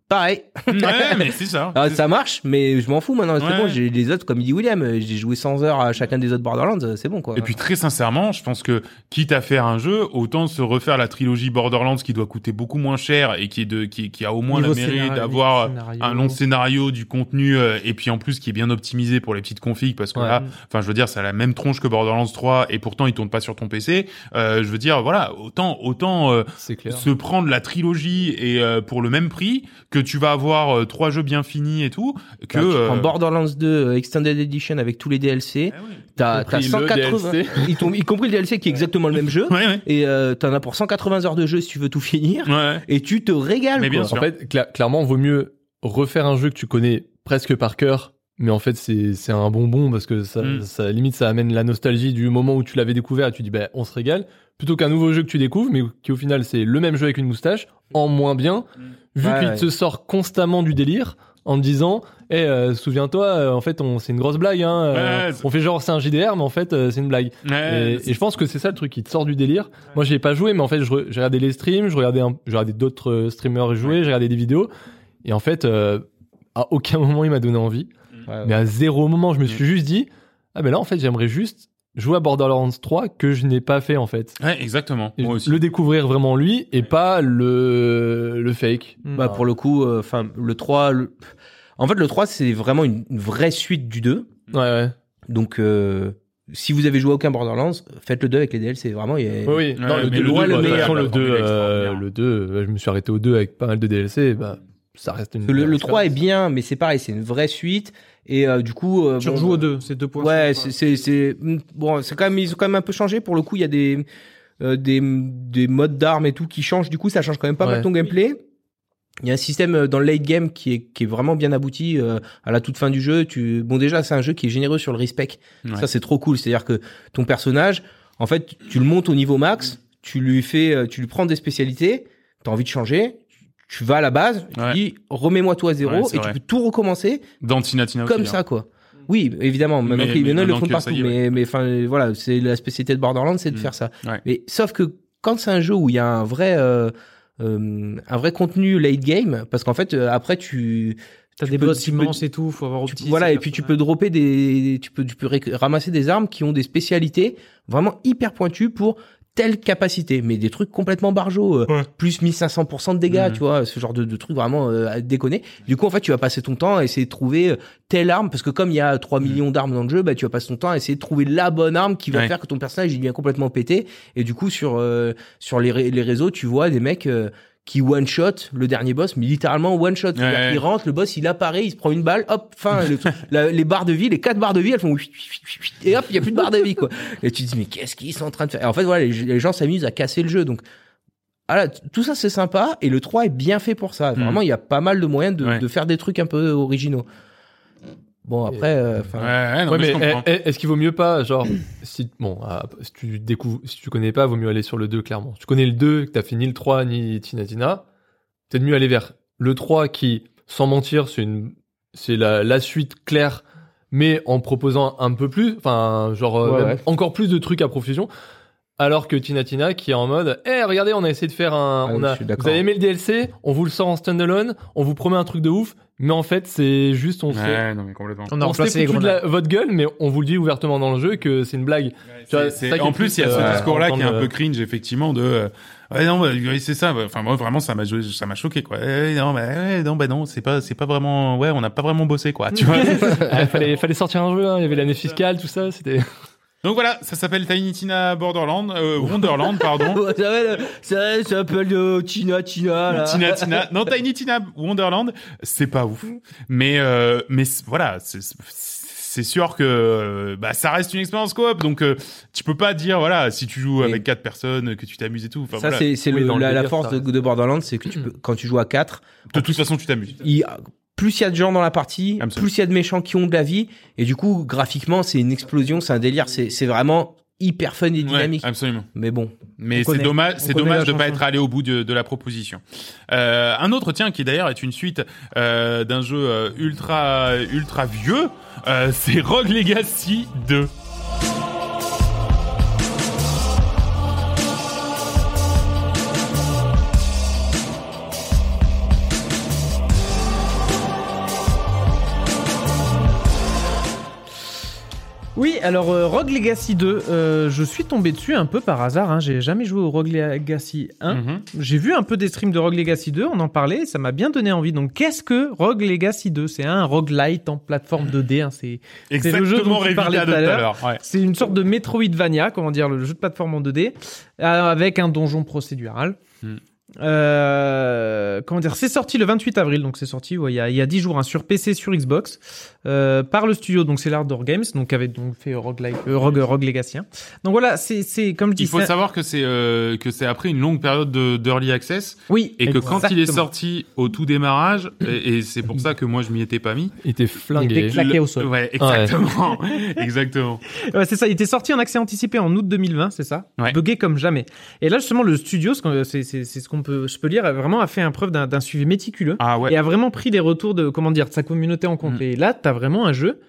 pareil,
<laughs> Ouais, mais c'est ça.
Ah, ça marche, mais je m'en fous maintenant. C'est
Ouais.
bon, j'ai les autres comme il dit William, euh, j'ai joué 100 heures à chacun des autres Borderlands, euh, c'est bon quoi.
Et puis très sincèrement, je pense que quitte à faire un jeu, autant se refaire la trilogie Borderlands qui doit coûter beaucoup moins cher et qui est de qui, qui a au moins
Niveau
la mérite
scénario-
d'avoir
niveau scénario.
un long scénario, du contenu euh, et puis en plus qui est bien optimisé pour les petites configs parce que
Ouais.
là, enfin je veux dire, ça a la même tronche que Borderlands 3 et pourtant il tourne pas sur ton PC. Euh, je veux dire voilà, autant autant euh,
C'est clair.
se prendre la trilogie et euh, pour le même prix que tu vas avoir euh, trois jeux bien finis et tout que
Là, tu prends
euh,
Borderlands 2 euh, Extended Edition avec tous les DLC,
eh oui.
t'as
compris
t'as
le
180,
DLC.
<laughs> y, y compris le DLC qui est exactement le même jeu,
Ouais, ouais.
et euh, t'en as pour 180 heures de jeu si tu veux tout finir,
Ouais, ouais.
et tu te régales.
Mais bien
quoi.
sûr.
En fait, cla- clairement, vaut mieux refaire un jeu que tu connais presque par cœur, mais en fait, c'est c'est un bonbon parce que ça,
Mm.
ça- limite, ça amène la nostalgie du moment où tu l'avais découvert et tu dis, bah, on se régale, plutôt qu'un nouveau jeu que tu découvres, mais qui au final, c'est le même jeu avec une moustache, en moins bien,
Mm.
vu
Ouais,
qu'il
ouais.
te sort constamment du délire en te disant, eh, euh, souviens-toi, euh, en fait, on- c'est une grosse blague, hein, euh,
Ouais, c'est-
on fait genre c'est un JDR, mais en fait, euh, c'est une blague.
Ouais,
Et, et je pense que c'est ça le truc qui te sort du délire. Moi, j'ai pas joué, mais en fait, je re- j'ai regardé les streams, je regardais, un- j'ai regardé d'autres euh, streamers jouer, j'ai regardé des vidéos. Et en fait, euh, à aucun <laughs> moment il m'a donné envie.
Ouais, ouais.
Mm. Mais à zéro moment, je me suis juste dit, ah, mais là, en ben fait, j'aimerais juste jouer à Borderlands 3 que je n'ai pas fait en fait.
Ouais, exactement.
Et
Moi aussi.
Le découvrir vraiment lui et pas le, le fake.
Hmm.
Bah, pour le coup, enfin, le 3. le- En fait, le 3, c'est vraiment une, une vraie suite du 2.
Ouais, ouais.
Donc, euh, si vous avez joué à aucun Borderlands, faites le 2 avec les DLC. Vraiment, il y a-
Oui, oui.
Ouais,
Non, le
mais
2,
le deux,
ouais, de toute
ouais,
façon,
la
le 2,
formule
euh,
extraordinaire.
le 2, euh, je me suis arrêté au 2 avec pas mal de DLC, bah, ça reste une.
Parce que le, le
expérience.
3 est bien, mais c'est pareil, c'est une vraie suite. Et euh, du coup. euh,
Tu
bon,
rejoues
euh,
aux deux, c'est deux points.
Ouais, c'est-
euh,
c'est c'est- mm, bon, c'est quand même ils ont quand même un peu changé pour le coup, il y a des euh, des, des modes d'armes et tout qui changent du coup, ça change quand même pas mal
Ouais.
ton gameplay. Il y a un système euh, dans le late game qui est, qui est vraiment bien abouti euh, à la toute fin du jeu. Tu... Bon déjà c'est un jeu qui est généreux sur le respect.
Ouais.
Ça c'est trop cool. C'est-à-dire que ton personnage, en fait, tu le montes au niveau max, tu lui fais, euh, tu lui prends des spécialités, t'as envie de changer, tu vas à la base, tu
Ouais.
dis remets-moi tout à zéro
Ouais, c'est
et
vrai.
tu peux tout recommencer
Dans Tina Tina aussi,
comme
hein.
ça quoi. Oui, évidemment, maintenant,
Mais-
qu'ils-
mais
maintenant, ils le
maintenant
font
que
partout,
ça y est, ouais.
mais mais enfin voilà, c'est la spécialité de Borderlands, c'est de
Mm.
faire ça.
Ouais.
Mais sauf que quand c'est un jeu où il y a un vrai euh, euh, un vrai contenu late game parce qu'en fait euh, après tu,
T'as
tu
des
peux-
boss
tu peux-
immenses et tout, faut avoir
tu-
optimisé.
voilà et puis tu peux dropper des tu peux tu peux réc- ramasser des armes qui ont des spécialités vraiment hyper pointues pour telle capacité mais des trucs complètement barjots euh,
Ouais.
plus 1500% de dégâts
Mhm.
tu vois ce genre de, de trucs vraiment euh, à déconner du coup en fait tu vas passer ton temps à essayer de trouver euh, telle arme parce que comme il y a 3 millions d'armes dans le jeu bah tu vas passer ton temps à essayer de trouver la bonne arme qui va
Ouais.
faire que ton personnage il devient complètement pété et du coup sur euh, sur les, ré- les réseaux tu vois des mecs euh, qui one shot le dernier boss mais littéralement one shot C'est-à-dire
Ouais.
qu'il rentre le boss il apparaît il se prend une balle hop fin le-
<laughs>
la- les barres de vie les quatre barres de vie elles font <laughs> et hop il y a plus de barres de vie quoi et tu te dis mais qu'est-ce qu'ils sont en train de faire et en fait voilà les, les gens s'amusent à casser le jeu donc voilà, t- tout ça c'est sympa et le 3 est bien fait pour ça vraiment il y a pas mal de moyens de,
Mm. Ouais.
de faire des trucs un peu originaux bon après euh,
Ouais,
enfin, <laughs>
ouais, non,
Ouais,
mais je
mais
comprends.
eh, eh, est-ce qu'il vaut mieux pas, genre, si, bon, ah, si tu découvres, si tu connais pas, vaut mieux aller sur le 2, clairement. Si tu connais le 2, que t'as fini le 3, ni Tina Tina, peut-être mieux aller vers le 3 qui, sans mentir, c'est une, c'est la, la suite claire, mais en proposant un peu plus, enfin, genre, euh,
Ouais,
même
ouais.
encore plus de trucs à profusion. Alors que Tina Tina qui est en mode, eh, regardez, on a essayé de faire un,
Ouais,
on
Ah je
a,
suis
vous
d'accord.
avez aimé le DLC, on vous le sort en standalone, on vous promet un truc de ouf, mais en fait, c'est juste, on fait
Ouais, non, mais complètement.
On a
on se
remplacé les
les foutu de
grenades.
la- votre gueule, mais on vous le dit ouvertement dans le jeu que c'est une <laughs> blague. Tu vois,
C'est- c'est-
ça qui est
en plus, il y a ce
euh,
discours-là qui est un
entendre,
peu cringe, effectivement, de euh, ouais non, bah, oui, c'est ça. Enfin moi vraiment, ça m'a ça m'a choqué quoi. Eh, non, bah, ouais, non, bah non, c'est pas c'est pas vraiment ouais, on n'a pas vraiment bossé quoi. Tu
<laughs>
vois.
euh, ah, fallait, fallait sortir un jeu, hein, il y avait l'année fiscale, tout ça, c'était.
Donc voilà, ça s'appelle Tiny Tina Borderland, euh, Wonderland pardon.
ça s'appelle- ça s'appelle euh, Tina Tina là.
Tina Tina, non Tiny Tina Wonderland, c'est pas ouf, mais euh, mais c'est- voilà, c'est c'est sûr que euh, bah ça reste une expérience coop, donc euh, tu peux pas dire voilà si tu joues
Et-
avec quatre personnes que tu t'amuses et tout. Enfin
ça
Bah voilà,
c'est c'est
Oui,
le-
dans le
la, la
délire,
force
ça Mm.
de, de Borderlands c'est que tu peux, quand tu joues à 4
de toute façon tu t'amuses.
il y a- plus il y a de gens dans la partie,
Absolument.
plus il y a de méchants qui ont de la vie, et du coup, graphiquement, c'est une explosion, c'est un délire, c'est c'est vraiment hyper fun et
Ouais,
dynamique.
absolument.
Mais bon,
Mais
On
c'est
connaît.
dommage,
On
c'est
connaît
dommage
la
de pas
chanson.
être allé au bout de, de la proposition. Euh, un autre tiens qui d'ailleurs est une suite euh, d'un jeu euh, ultra ultra vieux, euh, c'est Rogue Legacy 2.
Oui, alors euh, Rogue Legacy 2, euh, je suis tombé dessus un peu par hasard. Hein. J'ai jamais joué au Rogue Legacy 1.
Mhm.
J'ai vu un peu des streams de Rogue Legacy 2, on en parlait, et ça m'a bien donné envie. Donc qu'est-ce que Rogue Legacy 2 C'est un roguelite en plateforme 2D. Hein. C'est
Exactement
le jeu dont tu
Revita
parlais
de
tout à l'heure.
Ouais.
c'est une sorte de Metroidvania, comment dire, le jeu de plateforme en 2D, euh, avec un donjon procédural.
Hmm.
Euh, comment dire, c'est sorti le 28 avril, donc c'est sorti ouais, il y, a, il y a 10 jours hein, sur PC, sur Xbox, euh, par le studio, donc c'est l'Ardor Games, donc qui avait donc fait Roguelike- euh, Rogue, Rogue Legacy. hein. Donc voilà, c'est- c'est comme je dis,
Il faut
c'est-
savoir que c'est euh, que c'est après une longue période de- d'early access
oui,
et que quand il est
exactement.
sorti au tout
<laughs>
démarrage et, et c'est pour ça que moi je m'y étais pas mis.
Il était
Il était
flingué.
claqué. Claqué
Le-
au sol.
Ouais, exactement, <laughs> exactement.
Ouais, c'est ça, il était sorti en accès anticipé en août 2020, c'est ça
Ouais.
Bugué comme jamais. Et là, justement, le studio, ce qu'on- euh, c'est c'est- c'est ce qu'on peut, je peux lire, a vraiment a fait un preuve d'un d'un suivi méticuleux
Ah ouais.
et a vraiment pris les retours de, comment dire, de sa communauté en compte.
Mm.
Et là, t'as vraiment un jeu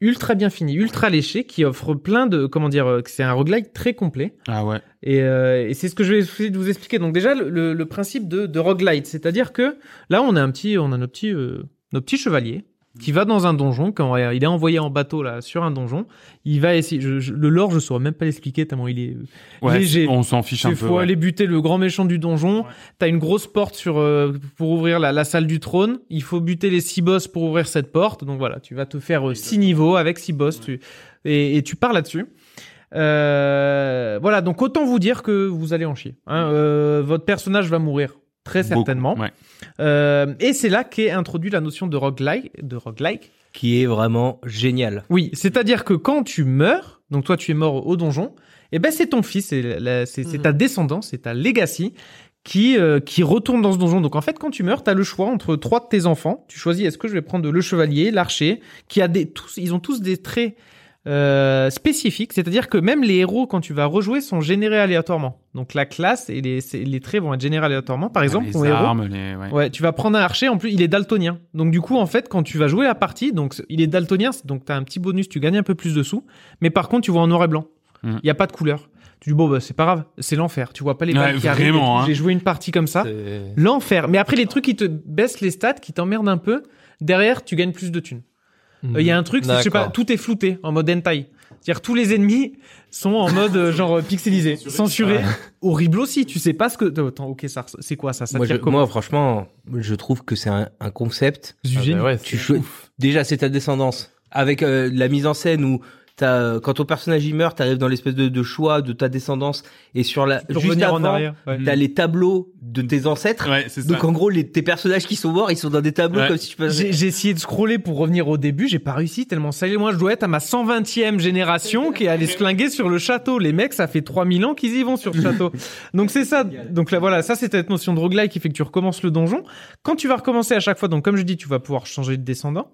ultra bien fini, ultra léché, qui offre plein de, comment dire, euh, que c'est un roguelike très complet.
Ah ouais.
Et, euh, et c'est ce que je vais essayer de vous expliquer. Donc déjà, le, le- le principe de, de roguelite, c'est-à-dire que là, on a un petit, on a nos petits, euh, nos petits chevaliers
Mm.
qui va dans un donjon, quand euh, il est envoyé en bateau là sur un donjon, il va essayer. je- je- le lore, je saurais même pas l'expliquer tellement il est. euh,
Ouais,
Léger.
on s'en fiche un
Il
peu.
faut
ouais.
aller buter le grand méchant du donjon.
Ouais.
T'as une grosse porte sur euh, pour ouvrir la, la salle du trône. Il faut buter les six boss pour ouvrir cette porte. Donc voilà, tu vas te faire euh, six niveaux avec six boss. Tu, et, et tu pars là-dessus. Euh, voilà, donc autant vous dire que vous allez en chier. hein. Euh, votre personnage va mourir très
Beaucoup,
certainement.
ouais.
Euh, et c'est là qu'est introduite la notion de roguelike. De roguelike.
qui est vraiment génial.
Oui, c'est-à-dire que quand tu meurs, donc toi tu es mort au donjon, eh ben c'est ton fils, c'est la- c'est c'est ta descendance, c'est ta legacy qui euh, qui retourne dans ce donjon. Donc en fait, quand tu meurs, tu as le choix entre trois de tes enfants. Tu choisis est-ce que je vais prendre le chevalier, l'archer, qui a des tous, ils ont tous des traits euh, spécifiques, c'est-à-dire que même les héros quand tu vas rejouer sont générés aléatoirement. Donc la classe et les, c'est- les traits vont être générés aléatoirement. Par exemple,
Ah, les
ton héros,
armes, les- ouais.
Ouais, tu vas prendre un archer, en plus, il est daltonien. Donc, du coup, en fait, quand tu vas jouer la partie, donc, il est daltonien, donc t'as un petit bonus, tu gagnes un peu plus de sous. Mais par contre, tu vois en noir et blanc. Il
Mhm.
n'y a pas de couleur. Tu dis, bon, bah, c'est pas grave, c'est l'enfer. Tu vois pas les
Ouais,
balles qui arrivent. et
vraiment,
tout.
hein.
J'ai joué une partie comme ça. Euh,
C'est-
L'enfer. Mais après, les trucs qui te baissent les stats, qui t'emmerdent un peu, derrière, tu gagnes plus de thunes. Euh, Il y a un truc, c'est, je sais pas,
D'accord.
tout est flouté, en mode hentai. C'est-à-dire, tous les ennemis sont en mode, euh, genre, euh, pixelisé, censuré. Horrible aussi, tu sais pas ce que. Attends, ok, ça, res- c'est quoi ça, ça
Moi,
tire
je- moi, franchement, je trouve que c'est un, un concept.
Ah bah ouais,
Tu
c'est-
cho- Déjà, c'est ta descendance. Avec euh, la mise en scène où t'as, euh, quand ton personnage y meurt, t'arrives dans l'espèce de, de choix de ta descendance et sur la
Pour
juste
revenir en
avant,
arrière. ouais.
Mm.
t'as les tableaux de tes ancêtres.
Ouais, c'est ça.
Donc en gros, les, tes personnages qui sont morts, ils sont dans des tableaux
Ouais.
comme si tu passais.
J'ai j'ai essayé de scroller pour revenir au début, j'ai pas réussi tellement ça. y est, Moi, je dois être à ma 120e génération qui est allée se flinguer sur le château. Les mecs, ça fait 3000 ans qu'ils y vont sur le
<laughs>
château. Donc c'est ça. Donc là, voilà, ça c'est cette notion de roguelike qui fait que tu recommences le donjon. Quand tu vas recommencer à chaque fois, donc comme je dis, tu vas pouvoir changer de descendant.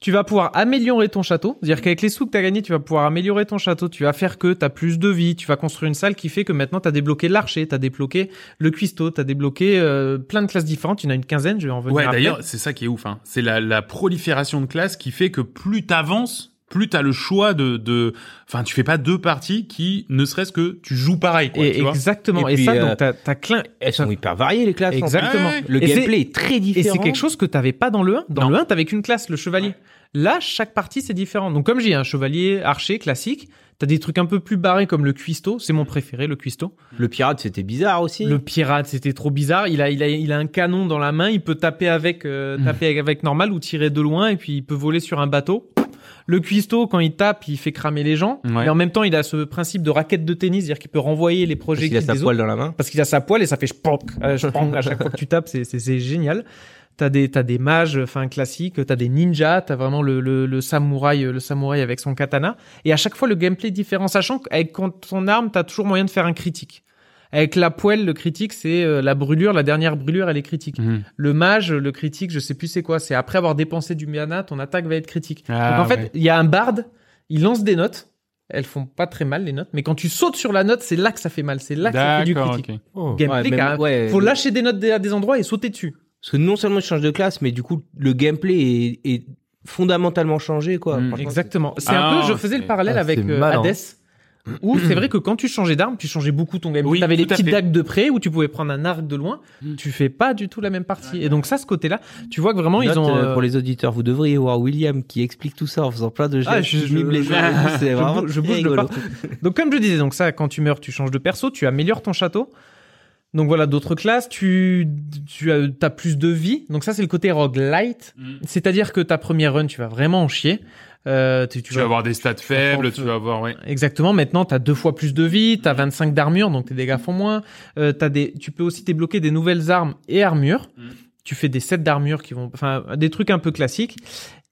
Tu vas pouvoir améliorer ton château.
Mm.
C'est-à-dire qu'avec les sous que tu as gagnés, tu vas pouvoir améliorer ton château. Tu vas faire que tu as plus de vie. Tu vas construire une salle qui fait que maintenant tu as débloqué l'archer, tu as débloqué le cuistot, tu as débloqué euh, plein de classes différentes. Il y en a une quinzaine, je vais en venir.
Ouais,
après.
d'ailleurs, c'est ça qui est ouf. Hein. C'est la, la prolifération de classes qui fait que plus t'avances, plus t'as le choix de, de. Enfin, tu fais pas deux parties qui, ne serait-ce que, tu joues pareil. Quoi,
Et
tu vois
exactement.
Et
Et,
puis,
ça,
euh,
donc, t'as, t'as clin-
Elles sont hyper variées les classes. en fait.
Exactement.
Ouais, ouais.
Le
Et c'est-
gameplay est très
Et
différent.
c'est quelque chose que t'avais pas dans le 1. Dans
Non.
le 1, t'avais qu'une classe, le chevalier. Là, chaque partie, c'est différent. Donc, comme j'ai un chevalier, archer, classique, t'as des trucs un peu plus barrés comme le cuistot. C'est mon préféré, le cuistot.
Le pirate, c'était bizarre aussi.
Le pirate, c'était trop bizarre. Il a, il a, il a un canon dans la main. Il peut taper avec, euh,
Mm.
taper avec normal ou tirer de loin. Et puis, il peut voler sur un bateau. Le cuistot, quand il tape, il fait cramer les gens.
Ouais.
Mais en même temps, il a ce principe de raquette de tennis, c'est-à-dire qu'il peut renvoyer les
Parce
projectiles
qu'il a sa
des autres.
poêle dans la main.
parce qu'il a sa poêle et ça fait spank, euh, spank à chaque fois que tu tapes, c'est- c'est c'est génial. T'as des t'as des mages, enfin classiques, t'as des ninjas, t'as vraiment le, le le samouraï, euh, le samouraï avec son katana. Et à chaque fois le gameplay est différent, sachant qu'avec quand ton arme, t'as toujours moyen de faire un critique. Avec la poêle, le critique c'est euh, la brûlure, la dernière brûlure elle est critique.
Mhm.
Le mage, le critique, je sais plus c'est quoi, c'est après avoir dépensé du mana, ton attaque va être critique.
Ah,
Donc en fait,
ouais.
il y a un barde, il lance des notes. Elles font pas très mal les notes, mais quand tu sautes sur la note, c'est là que ça fait mal, c'est là que ça fait du
D'accord,
critique.
ok.
Oh.
Gameplay,
Ouais, même-
carrément.
ouais,
faut
le-
lâcher des notes à des endroits et sauter dessus.
Parce que non seulement tu changes de classe, mais du coup, le gameplay est, est fondamentalement changé, quoi.
Mm.
Franchement,
Exactement. C'est
Ah
un peu,
non,
je faisais
c'est-
le parallèle
ah,
avec
c'est
euh,
malin.
Hades. Où c'est vrai que quand tu changeais d'arme, tu changeais beaucoup ton gameplay.
Oui,
T'avais les
tout à
petites
fait.
dagues de près où tu pouvais prendre un arc de loin.
Mm.
Tu fais pas du tout la même partie. Et donc ça, ce côté-là, tu vois que vraiment
Note,
ils ont.
euh,
euh,
Pour les auditeurs, vous devriez voir William qui explique tout ça en faisant plein de gestes.
Ah, je-
qui mime
je-
les
je-
gens et tout, c'est
je
vraiment
bouge- je bouge de
rigolo.
partout. Donc comme je disais, donc ça, quand tu meurs, tu changes de perso, tu améliores ton château. Donc voilà, d'autres classes, tu, tu as, t'as plus de vie. Donc ça, c'est le côté roguelite.
Mm.
C'est-à-dire que ta première run, tu vas vraiment en chier. Euh, tu,
Tu vas avoir des stats faibles,
prendre
tu
feu.
vas avoir. Ouais.
Exactement. Maintenant, t'as deux fois plus de vie, t'as 25 d'armure, donc tes dégâts font moins. Euh, t'as des, tu peux aussi débloquer des nouvelles armes et armures.
Mm.
Tu fais des sets d'armure qui vont, enfin, des trucs un peu classiques.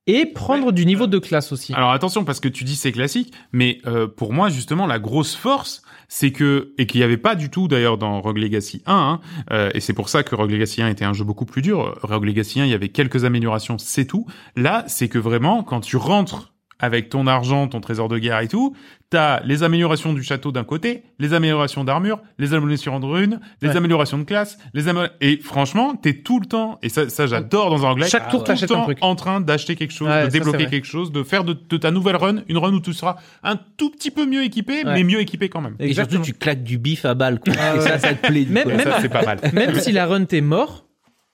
Et prendre du niveau de classe aussi.
Alors attention parce que tu dis c'est classique, mais euh, pour moi justement la grosse force c'est que et qu'il n'y avait pas du tout d'ailleurs dans Rogue Legacy 1 hein, euh, et c'est pour ça que Rogue Legacy 1 était un jeu beaucoup plus dur. Rogue Legacy 1 il y avait quelques améliorations c'est tout. Là c'est que vraiment quand tu rentres avec ton argent, ton trésor de guerre et tout, t'as les améliorations du château d'un côté, les améliorations d'armure, les améliorations de runes, les
Ouais.
améliorations de classe, les amé- et franchement t'es tout le temps et ça, ça j'adore dans un roguelike,
Chaque tour,
ah, tout le
t'achètes un
temps
truc.
en train d'acheter quelque chose, de
Ouais, ça, c'est
débloquer
vrai.
quelque chose, de faire de, de ta nouvelle run une run où tu seras un tout petit peu mieux équipé,
Ouais.
mais mieux équipé quand même.
Et surtout,
Exactement.
tu claques du bif à balle, quoi.
Ah
Et
ouais.
ça, ça te plaît. du
Même- <laughs>
coup.
Et ça c'est pas mal.
Même si la run t'es mort,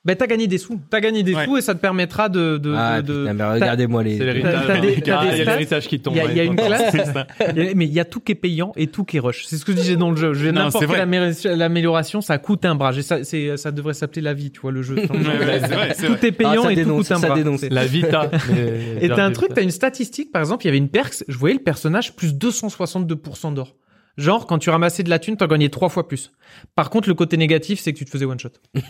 Ben, t'as gagné des sous. T'as gagné des
Ouais.
sous et ça te permettra de. de,
Ah,
de-
putain, mais regardez-moi les.
C'est l'héritage.
t'as des- t'as
Ah,
des
il y a
stats.
l'héritage qui tombe.
Il y a-
ouais,
il y a une
t'entends.
<laughs> classe.
C'est ça.
Il y a- Mais il y a tout qui est payant et tout qui est rush. C'est ce que je disais dans le jeu. Je-
Non,
N'importe
c'est
quelle
vrai.
amélioration- l'amélioration, ça coûte un bras. Et ça, c'est- ça devrait s'appeler la vie, tu vois,
<laughs>
le jeu. Enfin,
Ouais, ouais, c'est vrai, c'est vrai.
tout est
Ah,
payant
ça
et
dénonce,
tout coûte
ça
un bras.
dénonce.
C'est-
La Vita.
Et t'as un truc, t'as une statistique, par exemple, il y avait une perks, je voyais le personnage plus 262% d'or. Genre, quand tu ramassais de la thune, t'en gagnais trois fois plus. Par contre, le côté négatif, c'est que tu te faisais
<laughs>
one shot.
Eh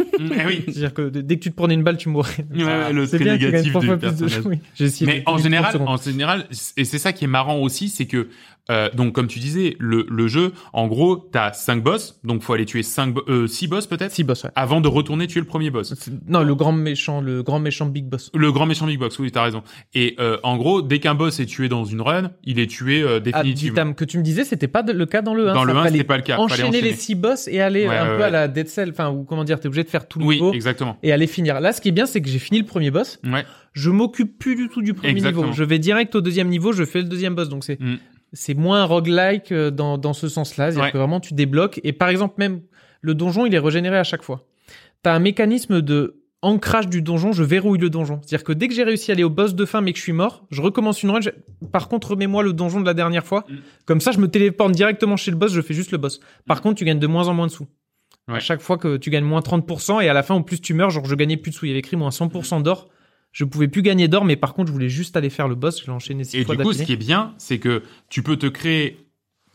oui.
C'est-à-dire que d- dès que tu te prenais une balle, tu mourais.
Ouais, ouais, le
C'est
trait
bien que tu gagnes
négatif
trois
du
fois plus de
personnage.
<laughs> oui. J'ai essayé
Mais
de-
en
de-
général,
30 secondes.
en général, c- et c'est ça qui est marrant aussi, c'est que euh, donc comme tu disais, le, le jeu, en gros, t'as 5 boss, donc faut aller tuer 5 6 boss peut-être
Six boss, ouais.
avant de retourner tuer le premier boss.
C'est- Non, le grand méchant, le grand méchant Big Boss.
Le grand méchant Big Box, oui, t'as raison. Et euh, en gros, dès qu'un boss est tué dans une run, il est tué euh,
Ah,
définitivement.
vitam, que tu me disais, c'était pas de- le cas dans le 1.
dans
ça
le 1,
fallait
c'était pas le cas. fallait
enchaîner, les six boss et aller
Ouais,
un
ouais,
peu à
ouais.
la Dead Cell, enfin, ou comment dire, t'es obligé de faire tout le
Oui,
niveau
exactement.
et aller finir. Là, ce qui est bien, c'est que j'ai fini le premier boss.
Ouais.
je m'occupe plus du tout du premier
Exactement.
niveau. Je vais direct au deuxième niveau, je fais le deuxième boss. Donc c'est
Mm.
c'est moins un roguelike euh, dans, dans ce sens-là. C'est-à-dire
Ouais.
que vraiment tu débloques. Et par exemple, même le donjon, il est régénéré à chaque fois. T'as un mécanisme de ancrage du donjon, je verrouille le donjon. C'est-à-dire que dès que j'ai réussi à aller au boss de fin mais que je suis mort, je recommence une run. je- Par contre, remets-moi le donjon de la dernière fois.
Mm.
Comme ça, je me téléporte directement chez le boss, je fais juste le boss. Par contre, tu gagnes de moins en moins de sous.
Ouais.
À chaque fois que tu gagnes moins 30%, et à la fin, en plus tu meurs, genre je gagnais plus de sous. Il y avait écrit moins 100% d'or. Je pouvais plus gagner d'or, mais par contre, je voulais juste aller faire le boss. Je l'ai enchaîné six
Et
fois
du coup, ce
d'affilée.
qui est bien, c'est que tu peux te créer.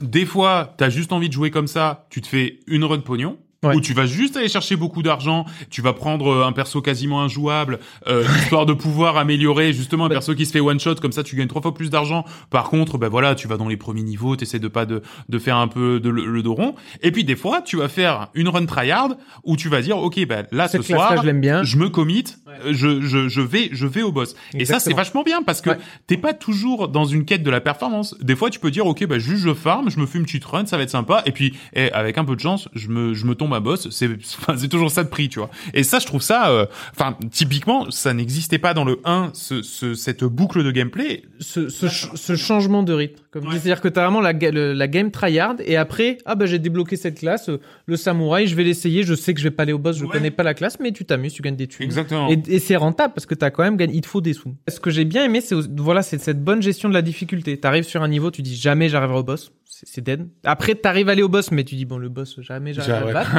Des fois, t'as juste envie de jouer comme ça, tu te fais une run pognon.
Ouais.
Ou tu vas juste aller chercher beaucoup d'argent, tu vas prendre euh, un perso quasiment injouable,
<laughs>
euh, histoire de pouvoir améliorer justement un
Bah-
perso qui se fait one shot, comme ça tu gagnes trois fois plus d'argent. Par contre, ben voilà, tu vas dans les premiers niveaux, t'essaies de pas de, de faire un peu de le, le dos rond. Et puis des fois, tu vas faire une run tryhard où tu vas dire, ok, ben là ce
Cette classe-là,
soir,
je l'aime bien.
je me commit, euh, je, je, je vais je vais au boss. Et ça c'est
Exactement.
vachement bien parce que
Ouais.
t'es pas toujours dans une quête de la performance. Des fois tu peux dire ok bah juste je farm, je me fume une petite run, ça va être sympa. Et puis eh, avec un peu de chance je me je me tombe à boss. C'est <laughs> enfin, c'est toujours ça de prix tu vois. Et ça je trouve ça euh, enfin typiquement ça n'existait pas dans le 1 ce, ce- cette boucle de gameplay.
ce, ce, ch- ce changement de rythme. Comme je dis. C'est-à-dire que tu as vraiment la, ga- le- la game tryhard et après, ah bah j'ai débloqué cette classe, euh, le samouraï, je vais l'essayer, je sais que je vais pas aller au boss, je
Ouais.
connais pas la classe, mais tu t'amuses, tu gagnes des thunes.
Exactement.
Et, et c'est rentable parce que t'as quand même gagné. Il te faut des sous. Ce que j'ai bien aimé, c'est au- voilà, c'est cette bonne gestion de la difficulté. T'arrives sur un niveau, tu dis jamais j'arriverai au boss, c'est c'est dead. Après t'arrives à aller au boss, mais tu dis bon le boss jamais j'arriverai à
<laughs>
le battre.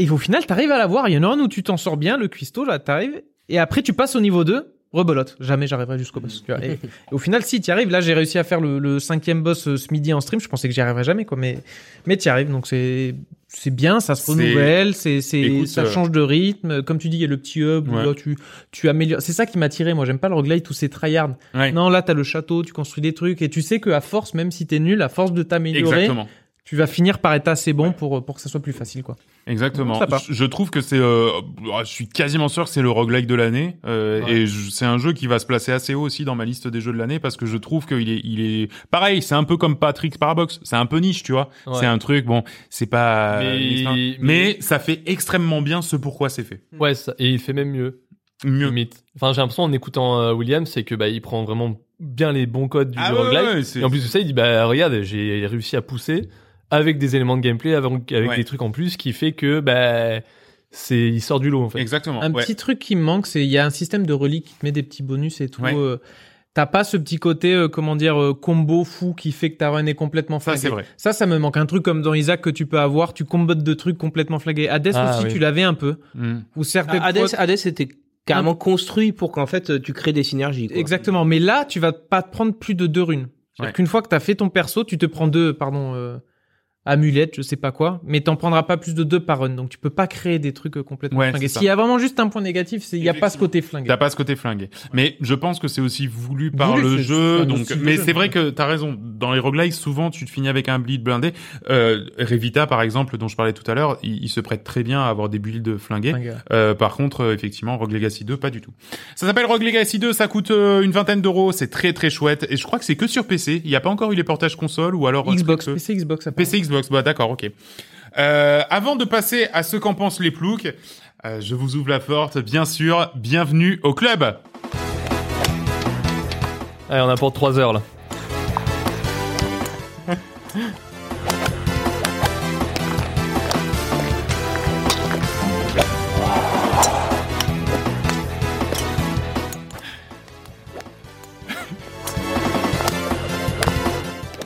Et au final t'arrives à l'avoir. Il y en a un où tu t'en sors bien, le cuistot là t'arrives. Et après tu passes au niveau 2 rebolote. Jamais j'arriverai jusqu'au boss. tu vois. Et, et au final si t'y arrives, là j'ai réussi à faire le, le cinquième boss euh, ce midi en stream. Je pensais que j'y arriverais jamais quoi, mais mais t'y arrives donc c'est c'est bien, ça se
C'est-
renouvelle, c'est c'est
Écoute,
ça
euh,
change de rythme. Comme tu dis, il y a le petit hub où
Ouais.
là, tu tu améliores. C'est ça qui m'a tiré. Moi, j'aime pas le roguelite tous ces tryhards.
Ouais.
Non, là, t'as le château, tu construis des trucs et tu sais que à force, même si t'es nul, à force de t'améliorer,
Exactement.
tu vas finir par être assez bon pour, pour que ça soit plus facile, quoi.
Exactement.
Ça part.
Je je trouve que c'est, euh, je suis quasiment sûr que c'est le roguelike de l'année, euh,
Ouais.
et je- c'est un jeu qui va se placer assez haut aussi dans ma liste des jeux de l'année parce que je trouve qu'il est, il est, pareil, c'est un peu comme Patrick Parabox, c'est un peu niche, tu vois.
Ouais.
C'est un truc, bon, c'est pas,
Mais-
une expérience.
mais-
Mais ça fait extrêmement bien ce pourquoi c'est fait.
Ouais, ça- et il fait même mieux.
Mieux.
Limite. Enfin, j'ai l'impression en écoutant euh, William, c'est que bah il prend vraiment bien les bons codes du
Ah ouais,
roguelike.
ouais, ouais, c'est-
Et en plus de ça, il dit bah regarde, j'ai réussi à pousser avec des éléments de gameplay, avec, avec
Ouais.
des trucs en plus qui fait que bah c'est il sort du lot en fait.
Exactement.
Un
ouais.
petit truc qui me manque, c'est il y a un système de reliques qui te met des petits bonus et tout.
Ouais.
euh, T'as pas ce petit côté, euh, comment dire, euh, combo fou qui fait que ta run est complètement
Ça,
flinguée.
c'est vrai.
Ça, ça me manque. Un truc comme dans Isaac que tu peux avoir, tu combottes de trucs complètement flagués. Hades
Ah,
aussi,
oui.
tu l'avais un peu.
Mm.
Ou certaines
Ah, Hades,
fois-
Hades était carrément
Ah.
construit pour qu'en fait euh, tu crées des synergies. quoi.
Exactement, mais là, tu vas pas te prendre plus de deux runes. C'est-à-dire
Ouais.
qu'une fois que t'as fait ton perso, tu te prends deux, pardon, euh, amulettes, je sais pas quoi, mais t'en prendras pas plus de deux par run, donc tu peux pas créer des trucs euh, complètement
Ouais,
flingués.
c'est ça.
S'il y a vraiment juste un point négatif, c'est il y a pas ce côté flingué.
T'as pas ce côté flingué. Mais je pense que c'est aussi voulu par
Voulu,
le
c'est- c'est
jeu.
un
Donc,
style de
mais
jeu.
c'est vrai que t'as raison. Dans les roguelikes, souvent, tu te finis avec un build blindé. Euh, Revita, par exemple, dont je parlais tout à l'heure, il, il se prête très bien à avoir des builds flingués.
Flingué.
Euh, par contre, euh, effectivement, Rogue Legacy 2, pas du tout. Ça s'appelle Rogue Legacy 2, ça coûte euh, une vingtaine d'euros, c'est très très chouette. Et je crois que c'est que sur PC. Il n'y a pas encore eu les portages console ou alors euh,
Xbox,
très peu.
PC, Xbox, ça
PC, Xbox, bah d'accord, ok. Euh, avant de passer à ce qu'en pensent les ploucs, euh, je vous ouvre la porte, bien sûr, bienvenue au club
Allez, on a pour 3 heures là.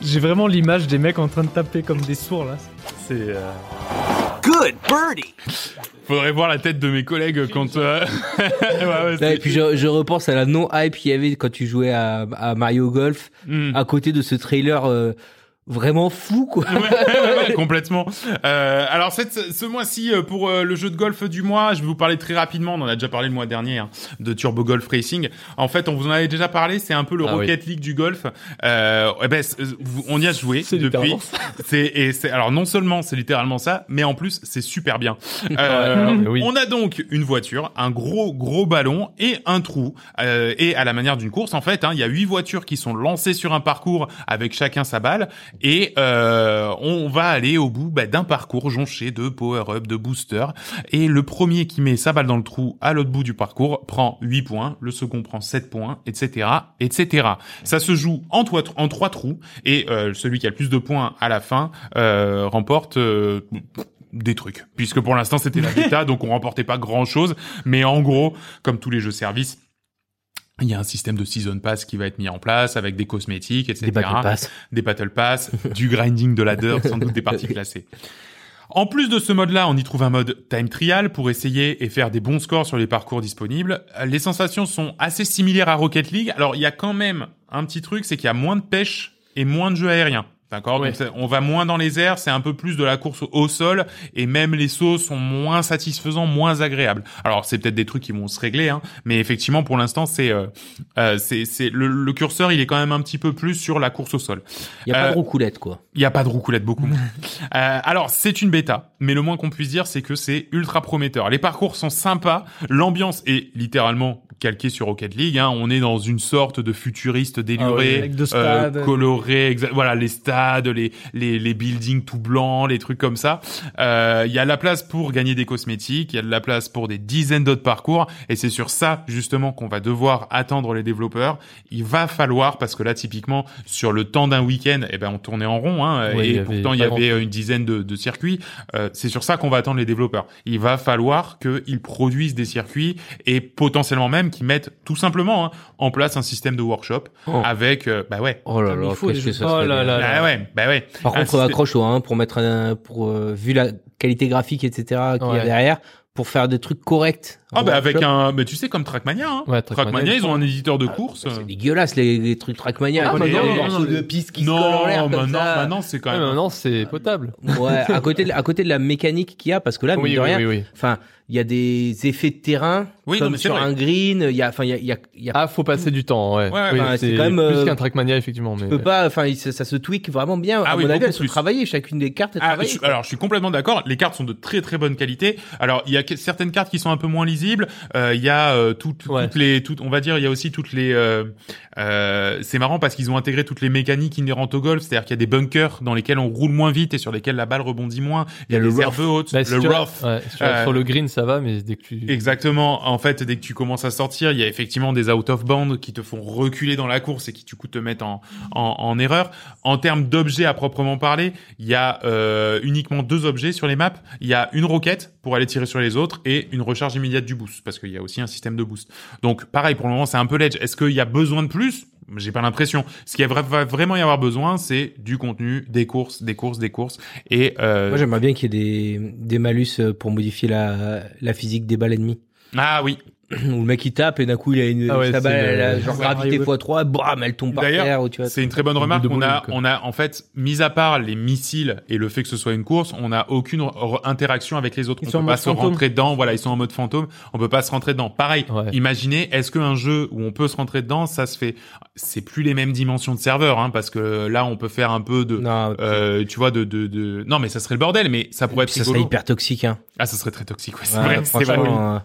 J'ai vraiment l'image des mecs en train de taper comme des sourds là.
C'est. Good birdie. Faudrait voir la tête de mes collègues quand. euh, <laughs> ouais, ouais,
Là,
c'est-
et puis je, je repense à la non-hype qu'il y avait quand tu jouais à, à Mario Golf,
Hmm.
à côté de ce trailer euh, vraiment fou,
<laughs>
quoi.
Ouais, ouais, ouais, complètement. Euh, alors cette, ce mois-ci, euh, pour euh, le jeu de golf du mois, je vais vous parler très rapidement. On en a déjà parlé le mois dernier hein, de Turbo Golf Racing. En fait, on vous en avait déjà parlé. C'est un peu le
Ah oui.
Rocket League du golf. Euh, eh ben, c'est- vous- on y a joué
C'est
depuis.
littéralement ça.
<laughs> C'est et c'est alors non seulement c'est littéralement ça, mais en plus c'est super
<laughs>
bien. Euh,
Ouais, mais oui.
On a donc une voiture, un gros gros ballon et un trou. Euh, et à la manière d'une course, en fait, hein, il y a huit voitures qui sont lancées sur un parcours avec chacun sa balle. Et euh, on va aller au bout bah, d'un parcours jonché de power-up, de booster. Et le premier qui met sa balle dans le trou à l'autre bout du parcours prend 8 points, le second prend 7 points, etc. etc. Ça se joue en, toi- en trois trous. Et euh, celui qui a le plus de points à la fin euh, remporte euh, des trucs. Puisque pour l'instant c'était la bêta, donc on remportait pas grand chose. Mais en gros, comme tous les jeux services, il y a un système de season pass qui va être mis en place avec des cosmétiques, etc
Des battle pass.
des battle pass, du grinding de ladder, sans doute des parties classées. En plus de ce mode-là, on y trouve un mode time trial pour essayer et faire des bons scores sur les parcours disponibles. Euh, Les sensations sont assez similaires à Rocket League. Alors, il y a quand même un petit truc, c'est qu'il y a moins de pêche et moins de jeux aériens. D'accord Donc, ça- On va moins dans les airs, c'est un peu plus de la course au- au sol, et même les sauts sont moins satisfaisants, moins agréables. Alors, c'est peut-être des trucs qui vont se régler, hein, mais effectivement, pour l'instant, c'est euh, euh, c'est- c'est- le, le curseur, il est quand même un petit peu plus sur la course au sol.
Il y a pas
Euh,
de roucoulette, quoi.
Il n'y a pas de roucoulette
<laughs>
beaucoup. moins. Euh, alors, c'est une bêta, mais le moins qu'on puisse dire, c'est que c'est ultra prometteur. Les parcours sont sympas, l'ambiance est littéralement calquée sur Rocket League. hein. On est dans une sorte de futuriste
Ah oui,
déluré, euh,
avec deux stades.
coloré, exa- voilà les stades, les, les, les buildings tout blancs, les trucs comme ça. Euh, Il y a de la place pour gagner des cosmétiques, il y a de la place pour des dizaines d'autres parcours, et c'est sur ça justement qu'on va devoir attendre les développeurs. Il va falloir parce que là typiquement sur le temps d'un week-end, eh ben on tournait en rond, hein,
Ouais, il y
et
avait
pourtant il y
pas grand-
avait euh, une dizaine de, de circuits. Euh, c'est sur ça qu'on va attendre les développeurs. Il va falloir qu'ils produisent des circuits et potentiellement même qu'ils mettent tout simplement hein, en place un système de workshop
Oh.
avec euh, bah ouais.
Oh là
Comme
là,
il faut,
qu'est-ce
les
que
jeux.
ça serait
Oh là
bien.
là.
Bah ouais, bah ouais.
Par
Un
contre,
système-
accroche-toi, hein, pour mettre un, pour, euh, vu la qualité graphique, etc., qu'il y a
Ouais.
derrière, pour faire des trucs corrects.
Ah bah avec
Workshop.
un, mais tu sais comme Trackmania, hein.
Ouais,
Trackmania,
Trackmania,
ils ont un éditeur de course.
Ah, C'est dégueulasse, les, les trucs Trackmania.
Ah,
avec
mais
les
non,
morceaux
non,
de piste qui se collent en l'air
Non,
comme
maintenant,
ça.
maintenant c'est quand
Ouais,
même.
mais maintenant, c'est potable.
Ouais, à côté, de, à côté de la mécanique qu'il y a, parce que là, mine de rien,
oui.
enfin, il y a des effets de terrain,
Oui, non,
comme
mais c'est
sur
vrai.
un green, il y a, enfin, il y a, il y a, il y a-
Ah, faut passer du temps, ouais.
Ouais, ouais,
Oui,
bah, c'est
c'est
quand même, euh,
plus qu'un Trackmania, effectivement. Mais...
on peut pas, enfin, il- ça, ça se tweak vraiment bien.
Ah
à
oui,
mon avis,
beaucoup
elles sont
plus.
travaillées, chacune des cartes est
Ah,
travaillée.
je- alors je suis complètement d'accord. Les cartes sont de très très bonne qualité. Alors il y a que- certaines cartes qui sont un peu moins lisibles. Euh, Il y a euh, tout- tout-
Ouais.
toutes les, toutes, on va dire, il y a aussi toutes les. euh, euh, c'est marrant parce qu'ils ont intégré toutes les mécaniques inhérentes au golf, c'est-à-dire qu'il y a des bunkers dans lesquels on roule moins vite et sur lesquels la balle rebondit moins. Il y a
le
des
rough.
herbes hautes,
Bah, si
le
tu vas-
rough.
ouais, si tu vas
Euh,
Sur le green, ça va, mais dès que tu.
Exactement. En fait, dès que tu commences à sortir, il y a effectivement des out of band qui te font reculer dans la course et qui du coup te mettent en, en, en erreur. En termes d'objets à proprement parler, il y a euh, uniquement deux objets sur les maps. Il y a une roquette pour aller tirer sur les autres et une recharge immédiate du boost parce qu'il y a aussi un système de boost. Donc pareil, pour le moment, c'est un peu l'edge. Est-ce qu'il y a besoin de plus J'ai pas l'impression. Ce qu'il y a vra- va vraiment y avoir besoin, c'est du contenu, des courses, des courses, des courses et euh,
Moi, j'aimerais bien qu'il y ait des, des malus euh, pour modifier la, la physique des balles ennemies. <clears throat>
ah oui.
Où le mec il tape et d'un coup il a une
Ah ouais,
sa
c'est
balle,
le-
elle a genre
Ouais,
gravité
ouais.
x3, bam, elle tombe par
D'ailleurs,
terre. Ou tu vois,
C'est une très bonne
Une
remarque.
boule de
On a,
bowling, quoi.
on a, en fait, mis à part les missiles et le fait que ce soit une course, on n'a aucune re- interaction avec les autres.
Ils
on
sont
peut
en
pas
mode
se
fantôme.
rentrer dedans. Voilà, ils sont en mode fantôme. On peut pas se rentrer dedans. Pareil.
Ouais.
Imaginez, est-ce qu'un jeu où on peut se rentrer dedans, ça se fait, c'est plus les mêmes dimensions de serveur, hein, parce que là, on peut faire un peu de,
non,
euh, tu vois, de, de, de, non, mais ça serait le bordel, mais ça pourrait être
ça serait
rigolo.
hyper toxique. Hein.
Ah, ça serait très toxique, ouais, c'est
Ouais,
vrai, c'est
franchement,
vrai.
euh,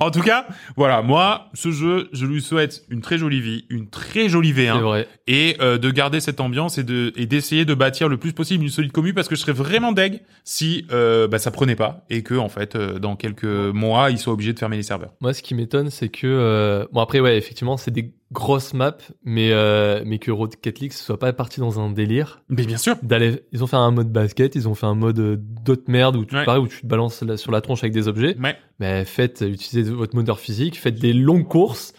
En tout cas, voilà, moi, ce jeu, je lui souhaite une très jolie vie, une très jolie
C'est
V1
vrai.
et euh, de garder cette ambiance et de et d'essayer de bâtir le plus possible une solide commu parce que je serais vraiment deg si euh, bah, ça prenait pas et que en fait euh, dans quelques mois ils soient obligés de fermer les serveurs.
Moi, ce qui m'étonne, c'est que euh, bon après ouais, effectivement, c'est des grosses maps, mais euh, mais que Rocket League soit pas parti dans un délire
Mais bien sûr.
d'aller. Ils ont fait un mode basket, ils ont fait un mode euh, d'autres merdes où tu
Ouais.
pareil, où tu te balances la- sur la tronche avec des objets. euh,
Ouais.
Mais faites, utilisez votre moteur physique, faites des longues courses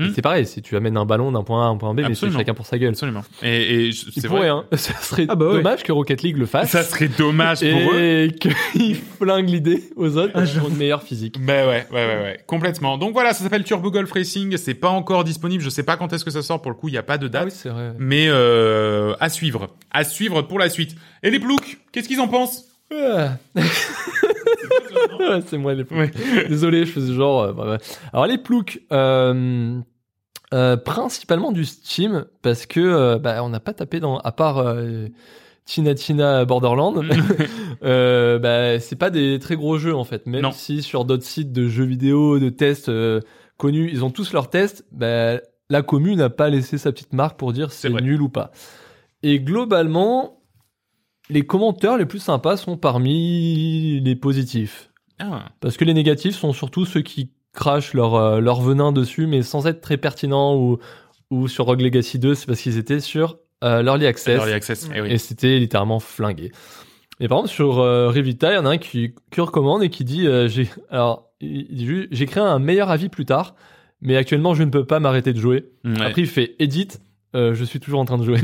Hmm.
C'est pareil, si tu amènes un ballon d'un point A à un point B, mais c'est
Absolument.
chacun pour sa gueule.
Absolument. Et, et je-
Il
c'est vrai.
pourrait, hein. <laughs> Ça serait
Ah bah ouais.
dommage que Rocket League le fasse.
Ça serait dommage pour eux.
hein. et <laughs> qu'ils flinguent l'idée aux autres
Ah,
qui ont une meilleure physique.
Ben ouais, ouais, ouais, ouais, complètement. Donc voilà, ça s'appelle Turbo Golf Racing. C'est pas encore disponible. Je sais pas quand est-ce que ça sort. Pour le coup, il n'y a pas de date.
Ah c'est vrai.
Mais euh, à suivre, à suivre pour la suite. Et les ploucs, qu'est-ce qu'ils en pensent
Ouais, c'est moi les ploucs. Désolé, je faisais genre. euh, bah, bah. Alors les ploucs, euh, euh, principalement du Steam, parce que euh, bah, on n'a pas tapé dans, à part euh, Tina Tina Borderland,
Mm.
euh, bah, c'est pas des très gros jeux en fait. Même
Non.
si sur d'autres sites de jeux vidéo, de tests euh, connus, ils ont tous leurs tests, bah, la commune n'a pas laissé sa petite marque pour dire
C'est
c'est
vrai.
nul ou pas. Et globalement, les commentaires les plus sympas sont parmi les positifs.
Ah,
Parce que les négatifs sont surtout ceux qui crachent leur, euh, leur venin dessus, mais sans être très pertinents ou, ou sur Rogue Legacy 2, c'est parce qu'ils étaient sur euh, l'Early Access.
Early Access. Eh oui.
Et c'était littéralement flingué. Et par exemple, sur euh, Revita, il y en a un qui, qui recommande et qui dit euh, j'ai, Alors, il dit juste, j'écris un meilleur avis plus tard, mais actuellement, je ne peux pas m'arrêter de jouer.
Ouais.
Après, il fait Edit. euh, je suis toujours en train de jouer.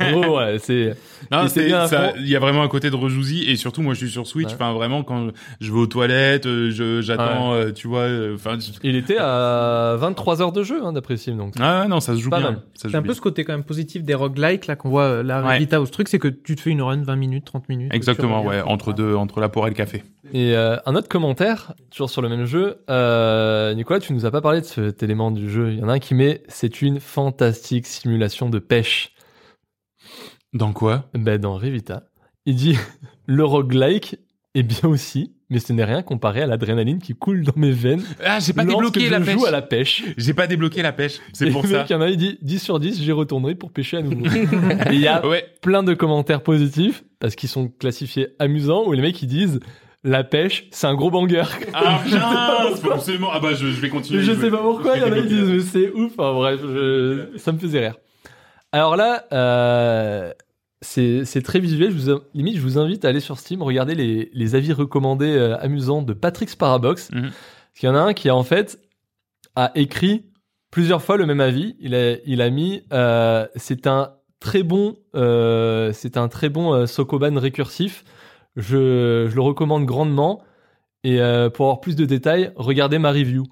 En gros, ouais, c'est
Non,
Et c'est
c'est
bien à
ça.
fond.
Il y a vraiment un côté de rejouzi et surtout moi je suis sur Switch.
Ouais.
Enfin vraiment quand je vais aux toilettes, euh, je j'attends, euh, tu vois. euh, Enfin je-
il était à 23 heures de jeu hein, d'après Sim donc.
ah non, ça se joue
Pas
bien.
mal.
Ça se
C'est
joue
un peu
bien.
ce côté quand même positif des roguelikes là qu'on voit euh, là
Ouais.
Vita ou ce truc, c'est que tu te fais une run 20 minutes, 30 minutes.
Exactement,
tu reviens.
ouais. Entre deux, entre la poire et le café.
Et euh, un autre commentaire, toujours sur le même jeu. Euh, Nicolas, tu nous as pas parlé de cet élément du jeu. Il y en a un qui met c'est une fantastique simulation de pêche.
Dans quoi
Ben, dans Revita, il dit <laughs> le roguelike est bien aussi, mais ce n'est rien comparé à l'adrénaline qui coule dans mes veines.
Ah, j'ai pas
lorsque
débloqué
je
la pêche.
joue à la pêche.
J'ai pas débloqué la pêche.
Et
C'est pour
le
ça.
mec, Il y en a, il dit 10 sur 10, j'y retournerai pour pêcher
<laughs>
à nouveau. Et il y a <laughs>
Ouais.
plein de commentaires positifs parce qu'ils sont classifiés amusants où les mecs ils disent la pêche, c'est un gros banger.
Ah mince, faut absolument. Ah bah je, je vais continuer.
Je
vais-
sais pas pourquoi, il y en a qui
débloquer.
disent mais c'est ouf, Enfin, bref, je- ça me faisait rire. Alors là, euh, c'est c'est très visuel, je vous, in- limite je vous invite à aller sur Steam, regarder les, les avis recommandés euh, amusants de Patrick Sparabox.
Mhm.
Parce qu'il y en a un qui a en fait a écrit plusieurs fois le même avis, il a, il a mis euh, c'est un très bon euh, c'est un très bon euh, Sokoban récursif, je, je le recommande grandement. Et euh, pour avoir plus de détails, regardez ma review.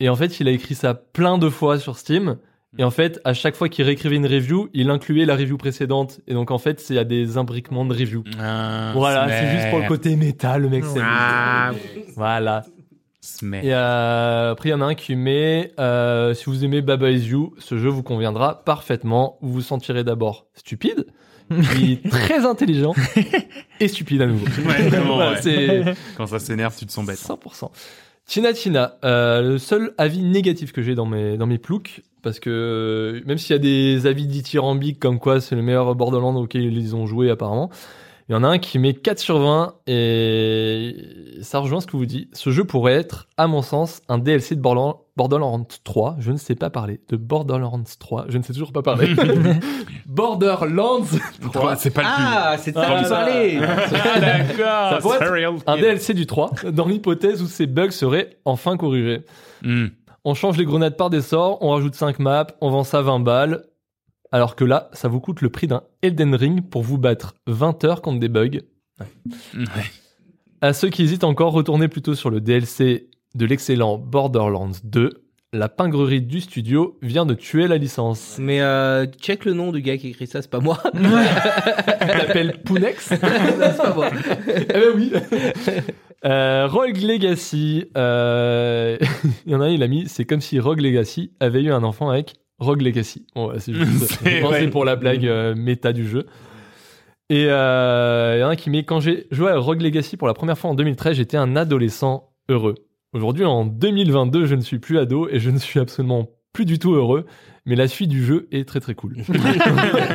Et en fait, il a écrit ça plein de fois sur Steam. Et en fait, à chaque fois qu'il réécrivait une review, il incluait la review précédente. Et donc, en fait, c'est à des imbriquements de review.
Ah,
Voilà, c'est
smerd.
juste pour le côté méta, le mec. s'amuse.
Ah,
<laughs> Voilà.
smerd.
Et euh, après, il y en a un qui met euh, si vous aimez Baba Is You, ce jeu vous conviendra parfaitement. Vous vous sentirez d'abord stupide, puis
<laughs>
très intelligent et stupide à nouveau.
Ouais, vraiment,
<laughs> Voilà,
ouais.
c'est-
Quand ça s'énerve, tu te sens bête.
100%. Tina Tina, euh, le seul avis négatif que j'ai dans mes, dans mes ploucs, parce que euh, même s'il y a des avis dithyrambiques comme quoi c'est le meilleur Borderlands auquel ils ont joué apparemment, il y en a un qui met 4 sur 20 et ça rejoint ce que vous dites. Ce jeu pourrait être, à mon sens, un DLC de Borderlands, Borderlands 3. Je ne sais pas parler de Borderlands 3. Je ne sais toujours pas parler. Borderlands 3.
C'est pas le plus.
Ah, c'est de ça
Ah,
que tu parlais
Ah, d'accord.
Ça pourrait être
Serial
Un
killer.
DLC du 3, dans l'hypothèse où ces bugs seraient enfin corrigés.
Hmm.
On change les grenades par des sorts, on rajoute 5 maps, on vend ça 20 balles. Alors que là, ça vous coûte le prix d'un Elden Ring pour vous battre 20 heures contre des bugs.
Ouais.
À ceux qui hésitent encore, retournez plutôt sur le DLC de l'excellent Borderlands 2. La pingrerie du studio vient de tuer la licence.
Mais euh, check le nom du gars qui écrit ça, c'est pas moi. <laughs>
T'appelles Pounex
c'est pas <laughs> moi.
Eh ben oui <laughs> euh, Rogue Legacy. euh, <laughs> il y en a un, il a mis c'est comme si Rogue Legacy avait eu un enfant avec Rogue Legacy. Bon, voilà, c'est juste
<laughs> C'est
je pense que c'est
vrai.
pour la blague euh, méta du jeu. Et euh, il y en a un qui met quand j'ai joué à Rogue Legacy pour la première fois en 2013, j'étais un adolescent heureux. Aujourd'hui, en 2022, je ne suis plus ado et je ne suis absolument plus du tout heureux, mais la suite du jeu est très
<laughs>
très cool.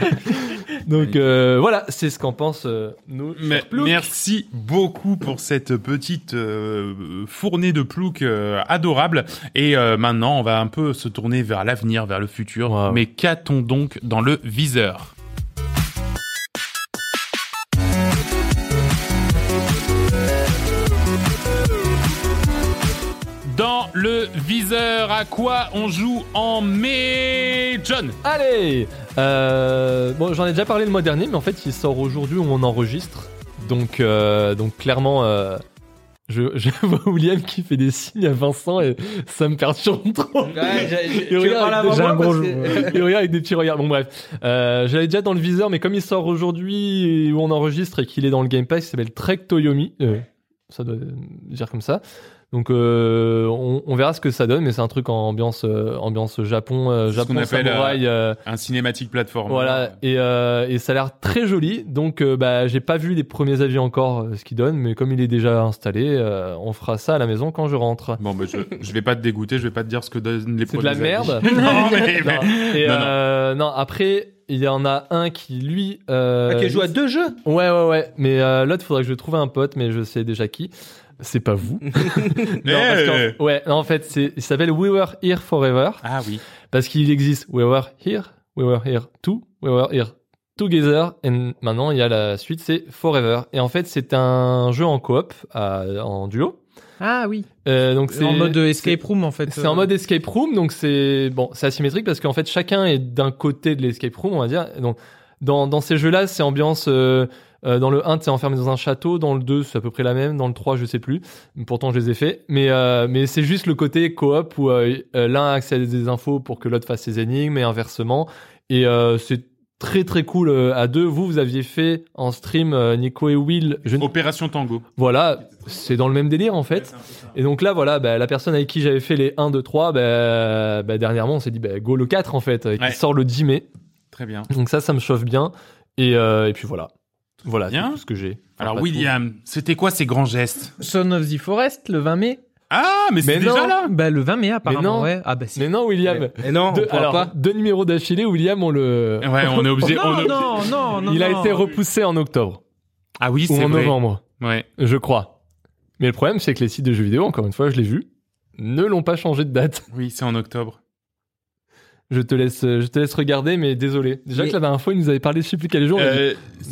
<laughs> Donc euh, voilà, c'est ce qu'en pensent euh, nos
Mais-
chers ploucs.
merci beaucoup pour cette petite euh, fournée de plouc euh, adorable. Et euh, maintenant, on va un peu se tourner vers l'avenir, vers le futur.
Wow.
Mais qu'a-t-on donc dans le viseur Dans le Viseur, à quoi on joue en mai John
Allez Euh, Bon, j'en ai déjà parlé le mois dernier, mais en fait, il sort aujourd'hui où on enregistre. Donc, euh, donc clairement, euh, je, je <laughs> vois William qui fait des signes à Vincent et ça me perturbe trop.
Tu
veux regarde, parler avant
déjà moi un parce gros
<laughs>
que-
Il regarde avec des petits regards. Bon, bref. Euh, J'avais déjà dans le viseur, mais comme il sort aujourd'hui, où on enregistre et qu'il est dans le Game Pass, il s'appelle Trek Toyomi. Euh, ça doit euh, dire comme ça. Donc, euh, on, on verra ce que ça donne, mais c'est un truc en ambiance, euh, ambiance Japon, euh,
C'est ce qu'on
Japon,
appelle, euh,
samouraï. euh,
Un cinématique plateforme.
voilà, et, euh, et ça a l'air très joli. Donc, euh, bah, j'ai pas vu les premiers avis encore, euh, ce qu'il donne, mais comme il est déjà installé, euh, on fera ça à la maison quand je rentre.
Bon, bah, je, je vais pas te dégoûter, je vais pas te dire ce que donnent les
C'est de la
premiers avis. <laughs>
merde.
non, mais, mais-
Non. Et,
Non,
euh, non, après, il y en a un qui, lui. euh,
joues à deux jeux
Ouais, ouais, ouais. Mais euh, l'autre, faudrait que je trouve un pote, mais je sais déjà qui. C'est pas vous. Non, parce
<laughs> Eh.
qu'en- ouais, non, en fait, c'est- il s'appelle We Were Here Forever.
Ah oui.
Parce qu'il existe We Were Here, We Were Here Too, We Were Here Together, et maintenant il y a la suite, c'est Forever. Et en fait, c'est un jeu en coop, à- en duo.
<laughs> Ah oui.
Euh, donc c'est
En mode escape room en fait. euh,
c'est en mode escape room, donc c'est bon, c'est asymétrique parce qu'en fait chacun est d'un côté de l'escape room, on va dire. Donc dans, dans ces jeux-là, c'est ambiance. euh, euh, dans le 1, t'es enfermé dans un château. Dans le 2, c'est à peu près la même. Dans le 3, je sais plus. Pourtant, je les ai fait. Mais euh, mais c'est juste le côté coop où euh, euh, l'un a accès à des infos pour que l'autre fasse ses énigmes et inversement. Et euh, c'est très très cool euh, à deux. Vous, vous aviez fait en stream euh, Nico et Will. Je ne
Opération Tango.
voilà, c'est dans le même délire en fait. Et donc là, voilà, bah, la personne avec qui j'avais fait les 1, 2, 3, bah, bah, dernièrement, on s'est dit, bah, go le 4 en fait, euh, qui
Ouais.
sort le 10 mai.
Très bien.
Donc ça, ça me chauffe bien. Et, euh, et puis voilà. Voilà,
Bien.
c'est tout ce que j'ai. Enfin,
Alors,
pas
William, c'était quoi ces grands gestes
Son of the Forest le 20 mai.
Ah, mais c'est
Mais non.
déjà là
Bah le 20 mai apparemment.
non.
Ouais. Ah bah
tout.
si.
Mais non, William.
Et non,
Deux,
on pourra
alors,
pas.
deux numéros d'affilée, William, on le.
Ouais, on est
<laughs>
obligé. on
Non,
est-
non, non, non.
Il a
non.
été repoussé en octobre
Ah oui,
ou
c'est
en
vrai.
novembre,
Ouais.
je crois. Mais le problème, c'est que les sites de jeux vidéo, encore une fois, je l'ai vu, ne l'ont pas changé de date.
Oui, c'est en octobre.
Je te laisse, euh, je te laisse regarder, mais désolé. Déjà
Mais-
que la dernière fois, il nous avait parlé, je sais plus quel jour. il a dit,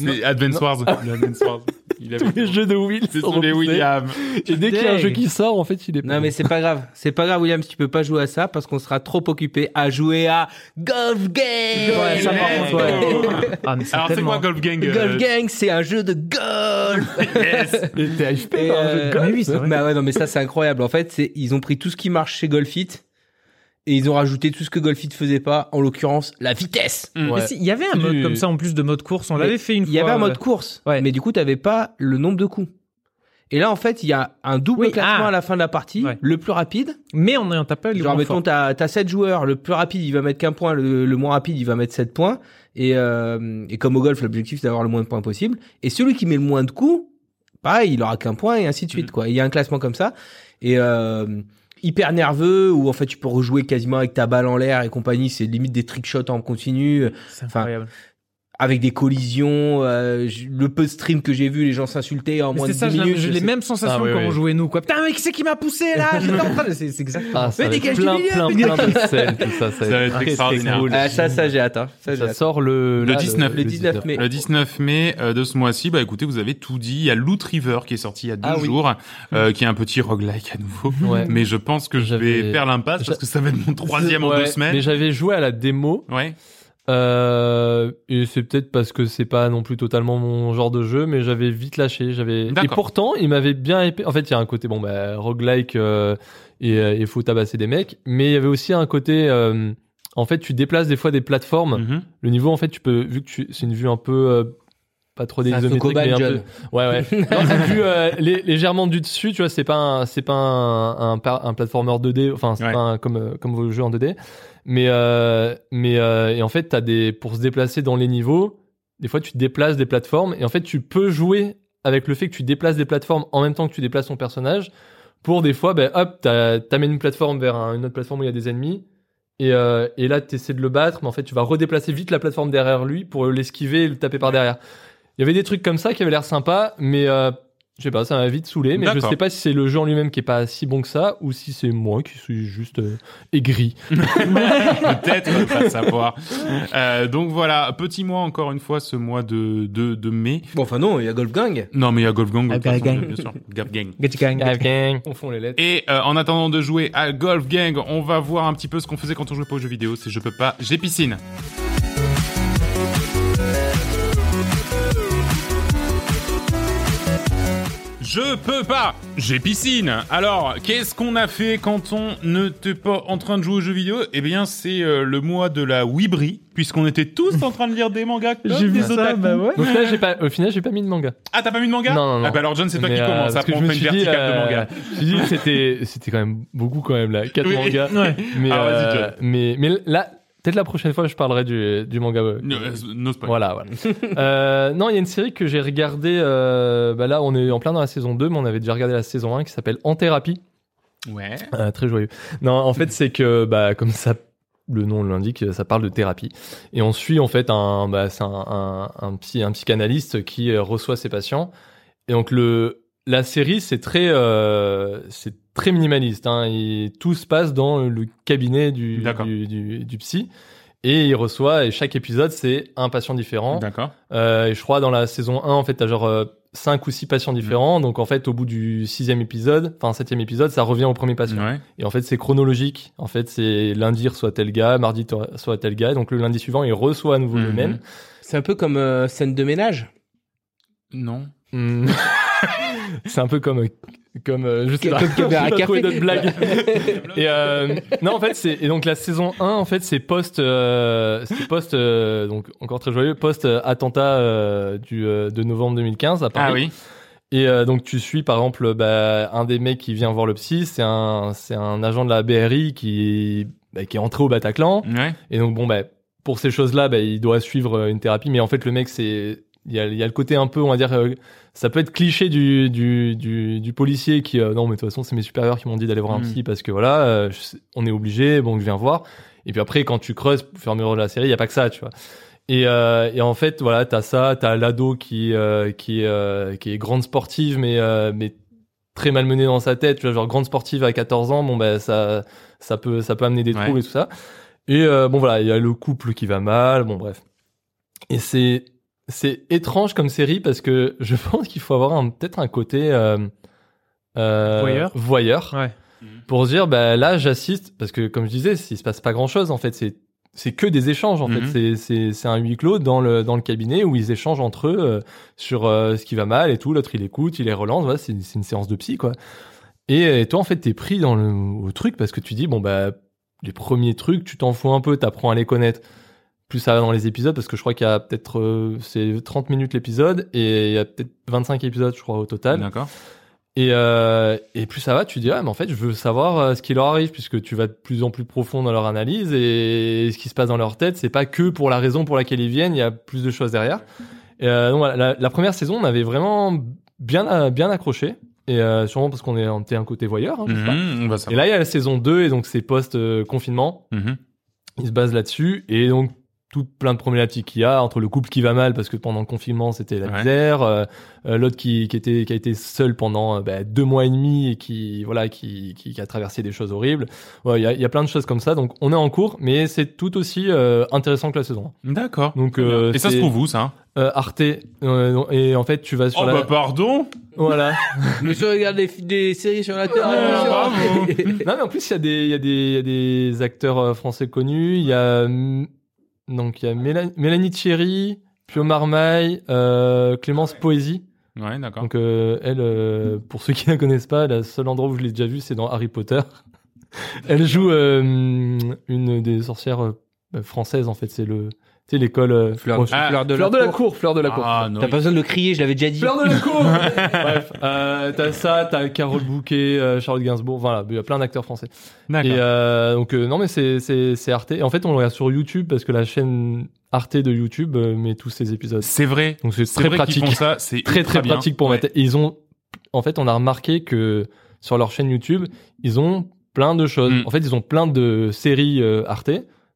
Euh, c'est Advance Wars.
<laughs>
Le Advance Wars. Il avait-
tous les jeux de Will
C'est
sont
tous les
repoussés.
William.
Et dès qu'il y a un jeu qui sort, en fait, il est.
Non mais c'est pas grave, c'est pas grave William si tu peux pas jouer à ça parce qu'on sera trop occupé à jouer à Golf Gang.
Ouais, ça, par contre, ouais. Ah, mais c'est
Alors, c'est
tellement-
quoi Golf Gang euh,
Golf Gang, c'est un jeu de golf.
yes.
Et t'es
Et,
AFP par <laughs> un jeu
euh,
de golf.
mais oui, c'est vrai.
Bah ouais, non mais ça c'est incroyable. En fait, c'est ils ont pris tout ce qui marche chez Golfit et ils ont rajouté tout ce que Golfit faisait pas, en l'occurrence la vitesse.
Mm.
Ouais.
Mais si, il y avait un
C'est
mode
du-
comme ça en plus de mode course. On
Mais
l'avait fait une
Il
fois.
y avait un
ouais.
mode course,
Ouais.
mais du coup t'avais pas le nombre de coups. Et là en fait, il y a un double
Oui,
classement
ah.
à la fin de la partie,
Ouais.
le plus rapide
Mais on n'en tape pas les
Genre,
grands
mettons,
forts.
t'as, t'as 7 joueurs, le plus rapide il va mettre qu'un point, le, le moins rapide il va mettre 7 points. Et, euh, et comme au golf, l'objectif c'est d'avoir le moins de points possible. Et celui qui met le moins de coups, pareil, il aura qu'un point et ainsi de suite.
Mm.
Mhm.
quoi. Il y a un classement comme ça. Et euh, hyper nerveux, où en fait tu peux rejouer quasiment avec ta balle en l'air et compagnie, c'est limite des trick shots en continu,
C'est incroyable.
avec des collisions. euh, j- le peu de stream que j'ai vu, les gens s'insultaient en
Mais
moins de
c'est
10
ça, j'ai
minutes.
j'ai les
c'est-
mêmes sensations
Ah, oui,
quand
oui.
on jouait nous. Quoi. Putain, mais qui c'est qui m'a poussé là J'étais en train de. C'est c'est exactement.
Ah, ça
Mais
va être
dégage du
plein,
milieu,
plein,
mais
plein
dégage.
de scènes, tout ça. Ça,
Ça va être
très, très
extraordinaire.
cool.
Ah, ça, ça j'ai atteint. Ça, j'ai
Ça
hâte.
sort le,
Le
là,
19.
Le 19 mai.
Le 19 mai euh, de ce mois-ci, bah écoutez, vous avez tout dit. Il y a Loot River qui est sorti il y a deux
Ah oui.
jours, euh, qui est un petit roguelike à nouveau.
Ouais.
Mais je pense que je
J'avais-
vais faire l'impasse parce que ça va être mon troisième en deux
Ouais,
semaines.
Mais j'avais joué à la démo,
Ouais.
euh, et c'est peut-être parce que c'est pas non plus totalement mon genre de jeu, mais j'avais vite lâché. J'avais et
D'accord.
pourtant il m'avait bien épais. En fait, il y a un côté bon bah roguelike euh, et euh, il faut tabasser des mecs, mais il y avait aussi un côté. euh, en fait, tu déplaces des fois des plateformes.
Mhm.
Le niveau, en fait, tu peux vu que tu- c'est une vue un peu euh, pas trop
un
déisométrique,
Sokoban,
mais un
John.
peu.
<laughs>
Ouais, ouais. Non, c'est une vue euh, lé- légèrement du dessus. Tu vois, c'est pas un, c'est pas un, un, par- un platformer 2D. Enfin, c'est
Ouais.
pas un- comme euh, comme vos jeux en 2D. Mais euh, mais euh, et en fait, t'as des pour se déplacer dans les niveaux. Des fois, tu te déplaces des plateformes et en fait, tu peux jouer avec le fait que tu déplaces des plateformes en même temps que tu déplaces ton personnage. Pour des fois, ben hop, t'as- t'amènes une plateforme vers un- une autre plateforme où il y a des ennemis. Et, euh, et là, tu essaies de le battre, mais en fait, tu vas redéplacer vite la plateforme derrière lui pour l'esquiver et le taper par derrière. Il y avait des trucs comme ça qui avaient l'air sympa, mais euh, Je sais pas, ça m'a vite saoulé, mais je
D'accord.
sais pas si c'est le jeu en lui-même qui est pas si bon que ça, ou si c'est moi qui suis juste euh, aigri.
<laughs> Peut-être, pas de savoir. Euh, donc voilà, petit mois encore une fois, ce mois de, de, de mai.
Bon, enfin non, il y a Golf Gang.
Non, mais il y a Golf Gang, de toute
Ah, Golf
façon,
Gang.
bien sûr. Golf Gang.
Ah,
On fond les lettres.
Et euh, en attendant de jouer à Golf Gang, on va voir un petit peu ce qu'on faisait quand on jouait pas aux jeux vidéo. C'est je peux pas, j'ai piscine. Je peux pas, j'ai piscine. Alors, qu'est-ce qu'on a fait quand on ne t'est pas en train de jouer aux jeux vidéo Eh bien, c'est euh, le mois de la Wibri, puisqu'on était tous en train de lire des mangas. comme
J'ai vu
des
ça,
otakus.
bah ouais.
Donc là, j'ai pas, au final, j'ai pas mis de manga.
Ah, t'as pas mis de manga
Non, non, non.
Ah bah alors John, c'est toi
Mais,
qui
euh,
commence.
parce
Après,
que
on
je me
fait une
suis dit,
verticale de
euh,
manga.
Je me suis dit que c'était, c'était quand même beaucoup quand même là, 4
Oui. <laughs>
mangas.
Ouais.
Mais,
Ah, vas-y,
euh,
John.
mais, mais là, peut-être la prochaine fois, je parlerai du, du manga. euh,
No, no spoil.
Voilà, voilà. <laughs> Euh, non, il y a une série que j'ai regardée. euh, bah là, on est en plein dans la saison 2, mais on avait déjà regardé la saison 1 qui s'appelle En thérapie.
Ouais.
Euh, très joyeux. Non, en fait, c'est que, bah, comme ça, le nom l'indique, ça parle de thérapie. Et on suit, en fait, un, bah, c'est un, un, un psy- un psychanalyste qui euh, reçoit ses patients. Et donc, le, la série, c'est très, euh, c'est très minimaliste. Hein. Et tout se passe dans le cabinet du,
D'accord.
du, du, du psy. Et il reçoit, et chaque épisode, c'est un patient différent.
D'accord.
Euh, et je crois dans la saison 1, en fait, t'as genre 5 ou 6 patients
Mhm.
différents. Donc, en fait, au bout du sixième épisode, enfin septième épisode, ça revient au premier patient.
Ouais.
Et en fait, c'est chronologique. En fait, c'est lundi reçoit tel gars, mardi to- reçoit tel gars. Et donc, le lundi suivant, il reçoit à nouveau le
Mhm.
même.
C'est un peu comme euh, scène de ménage.
Non. Mhm.
Mm. <laughs> c'est un peu comme... euh, comme euh, je sais pas. <laughs>
Comme
Je
Caber à
vais pas trouver
café.
d'autres blagues.
<laughs>
et euh, non, en fait, c'est et donc la saison 1, en fait, c'est post, euh, c'est post, euh, donc encore très joyeux, post euh, attentat euh, du euh, de novembre 2015 à Paris.
Ah oui.
Et euh, donc tu suis par exemple bah, un des mecs qui vient voir le psy, c'est un c'est un agent de la BRI qui bah, qui est entré au Bataclan.
Ouais.
Et donc bon bah pour ces choses-là, bah, il doit suivre euh, une thérapie. Mais en fait le mec c'est il y a, il y a le côté un peu on va dire euh, ça peut être cliché du du du, du policier qui euh, non mais de toute façon c'est mes supérieurs qui m'ont dit d'aller voir un
Mm.
psy parce que voilà euh, je sais- on est obligé bon je viens voir. Et puis après quand tu creuses au fur et à mesure de la série il y a pas que ça tu vois. Et, euh, et en fait, voilà, t'as ça, t'as l'ado qui euh, qui est, euh, qui est grande sportive, mais euh, mais très malmenée dans sa tête. Tu vois, genre grande sportive à 14 ans, bon ben ça ça peut ça peut amener des
Ouais.
troubles et tout ça. Et euh, bon voilà, il y a le couple qui va mal, bon bref. Et c'est c'est étrange comme série parce que je <laughs> pense qu'il faut avoir un- peut-être un côté euh, euh,
Voyeur.
voyeur
Ouais.
pour dire bah là j'assiste parce que comme je disais il se passe pas grand chose en fait c'est c'est que des échanges en
Mhm.
fait c'est c'est c'est un huis clos dans le dans le cabinet où ils échangent entre eux euh, sur euh, ce qui va mal et tout l'autre il écoute il les relance voilà c'est c'est une séance de psy quoi et, et toi en fait t'es pris dans le au truc parce que tu dis bon bah les premiers trucs tu t'en fous un peu t'apprends à les connaître plus ça va dans les épisodes parce que je crois qu'il y a peut-être euh, c'est 30 minutes l'épisode et il y a peut-être 25 épisodes je crois au total
D'accord.
et, euh, et plus ça va, tu dis ah mais en fait je veux savoir euh, ce qui leur arrive puisque tu vas de plus en plus profond dans leur analyse et ce qui se passe dans leur tête, c'est pas que pour la raison pour laquelle ils viennent, il y a plus de choses derrière. Et, euh, donc voilà, la, la première saison, on avait vraiment bien euh, bien accroché et euh, sûrement parce qu'on est on était un côté voyeur. hein, je sais pas.
Mhm, On va
Et
savoir.
là il y a la saison 2 et donc c'est post euh, confinement
Mhm.
il se base là-dessus et donc tout plein de problématiques qu'il y a entre le couple qui va mal parce que pendant le confinement c'était la
Ouais.
misère, euh, euh, l'autre qui, qui était qui a été seul pendant euh, bah, deux mois et demi et qui voilà qui, qui, qui a traversé des choses horribles. Ouais, il y a, il y a plein de choses comme ça donc on est en cours mais c'est tout aussi euh, intéressant que la saison.
D'accord.
Donc euh,
Et ça se
c'est,
trouve où ça
euh, Arte euh, non, et en fait tu vas sur
Oh
la
bah pardon.
voilà
Monsieur regarde des, des séries sur la Terre.
Ah, bravo.
Non, mais en plus, il y, a des- il y, a des- il y a des acteurs euh, français connus. Il y a. hum, Donc, il y a Mélan- Mélanie Thierry, Pio Marmaille, euh, Clémence Poésie.
Ouais, d'accord.
Donc, euh, elle, euh, pour ceux qui ne la connaissent pas, le seul endroit où je l'ai déjà vue, c'est dans Harry Potter. <laughs> Elle joue euh, hum, une des sorcières euh, bah, françaises, en fait. C'est le. Tu sais, l'école. euh,
Fleur,
Roche-
Ah,
fleur de
Fleur
la, cour.
cour, Fleur de la cour.
<laughs>
Ah non.
T'as pas besoin de le crier, je l'avais déjà dit. <laughs>
Fleur de <laughs> la cour Bref, euh, t'as ça, t'as Carole Bouquet, euh, Charlotte Gainsbourg, voilà, il y a plein d'acteurs français.
D'accord.
Et euh, donc euh, non mais c'est c'est c'est Arte. Et en fait on le regarde sur YouTube parce que la chaîne Arte de YouTube euh, met tous ces épisodes.
C'est vrai.
Donc c'est
C'est
très
vrai qu'ils
pratique, <laughs>
font ça. C'est
très très
ultra bien.
pratique pour
Ouais.
mater. Et ils ont en fait on a remarqué que sur leur chaîne YouTube ils ont plein de choses.
Mm.
En fait ils ont plein de séries euh, Arte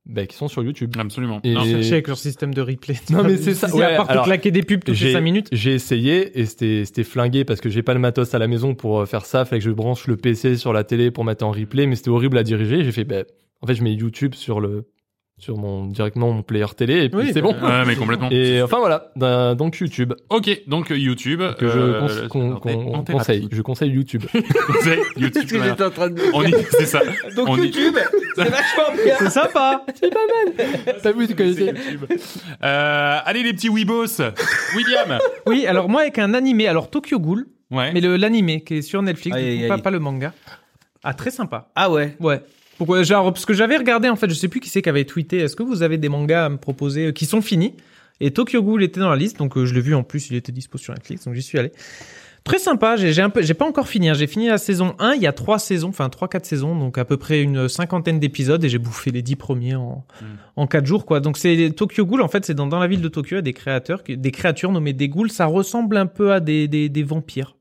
bah, qui sont sur YouTube.
Absolument.
Et-
Non.
Chercher avec leur système de replay.
Non, mais c'est ça.
Si,
Ouais,
à part te
alors,
claquer des pubs toutes les
j'ai-
5 minutes.
J'ai essayé et c'était c'était flingué parce que j'ai pas le matos à la maison pour euh, faire ça. Fallait que je branche le PC sur la télé pour mettre en replay, mais c'était horrible à diriger. J'ai fait, bah, en fait, je mets YouTube sur le sur mon directement mon player télé et puis
Oui,
c'est bon.
Ouais, mais
<laughs>
complètement.
Et enfin voilà, d'un- donc YouTube
Ok, donc euh, YouTube.
que
euh,
je
euh,
cons- qu'on-
en thé-
qu'on-
en thérapie.
conseille. Je conseille
<laughs>
YouTube. <laughs>
Conseil,
C'est ce
YouTube.
que
voilà.
j'étais en train de
On y- C'est ça.
Donc
On y-
YouTube, c'est vachement bien.
C'est <laughs> sympa.
T'as vu tu connaissais
Euh, allez les petits
<laughs>
Weebos. William.
Oui, alors moi avec un animé, alors Tokyo Ghoul,
Ouais.
mais le- l'animé qui est sur Netflix,
Aïe,
du coup,
aïe,
pas,
aïe.
pas le manga. Ah, très sympa.
Ah ouais.
Ouais. Pourquoi genre parce que j'avais regardé en fait, je sais plus qui c'est qui avait tweeté est-ce que vous avez des mangas à me proposer euh, qui sont finis Et Tokyo Ghoul était dans la liste donc euh, je l'ai vu en plus, il était dispo sur Netflix donc j'y suis allé. Très sympa, j'ai j'ai un peu j'ai pas encore fini, hein. j'ai fini la saison 1, il y a trois saisons, enfin trois quatre saisons donc à peu près une cinquantaine d'épisodes et j'ai bouffé les dix premiers en
Mm.
en quatre jours quoi. Donc c'est Tokyo Ghoul en fait, c'est dans, dans la ville de Tokyo, il y a des créateurs qui- des créatures nommées des ghouls, ça ressemble un peu à des des, des vampires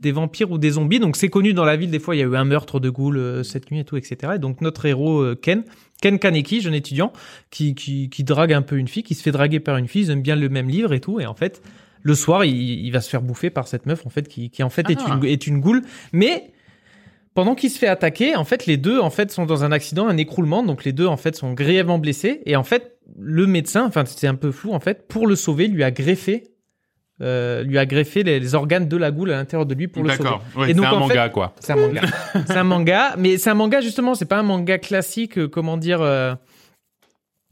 des vampires ou des zombies. Donc c'est connu dans la ville, des fois il y a eu un meurtre de ghoul euh, cette nuit et tout, etc. Et donc notre héros euh, Ken, Ken Kaneki, jeune étudiant, qui, qui, qui drague un peu une fille, qui se fait draguer par une fille, ils aiment bien le même livre et tout, et en fait, le soir, il, il va se faire bouffer par cette meuf, en fait, qui, qui en fait est,
Ah.
une, est une goule, mais... Pendant qu'il se fait attaquer, en fait, les deux en fait sont dans un accident, un écroulement, donc les deux en fait sont grièvement blessés. Et en fait, le médecin, enfin c'est un peu flou en fait, pour le sauver, lui a greffé, euh, lui a greffé les, les organes de la goule à l'intérieur de lui pour le sauver.
D'accord. Ouais,
Et
c'est
donc,
un
en
manga quoi.
C'est un manga. c'est un manga, mais c'est un manga justement, c'est pas un manga classique, euh, comment dire, euh,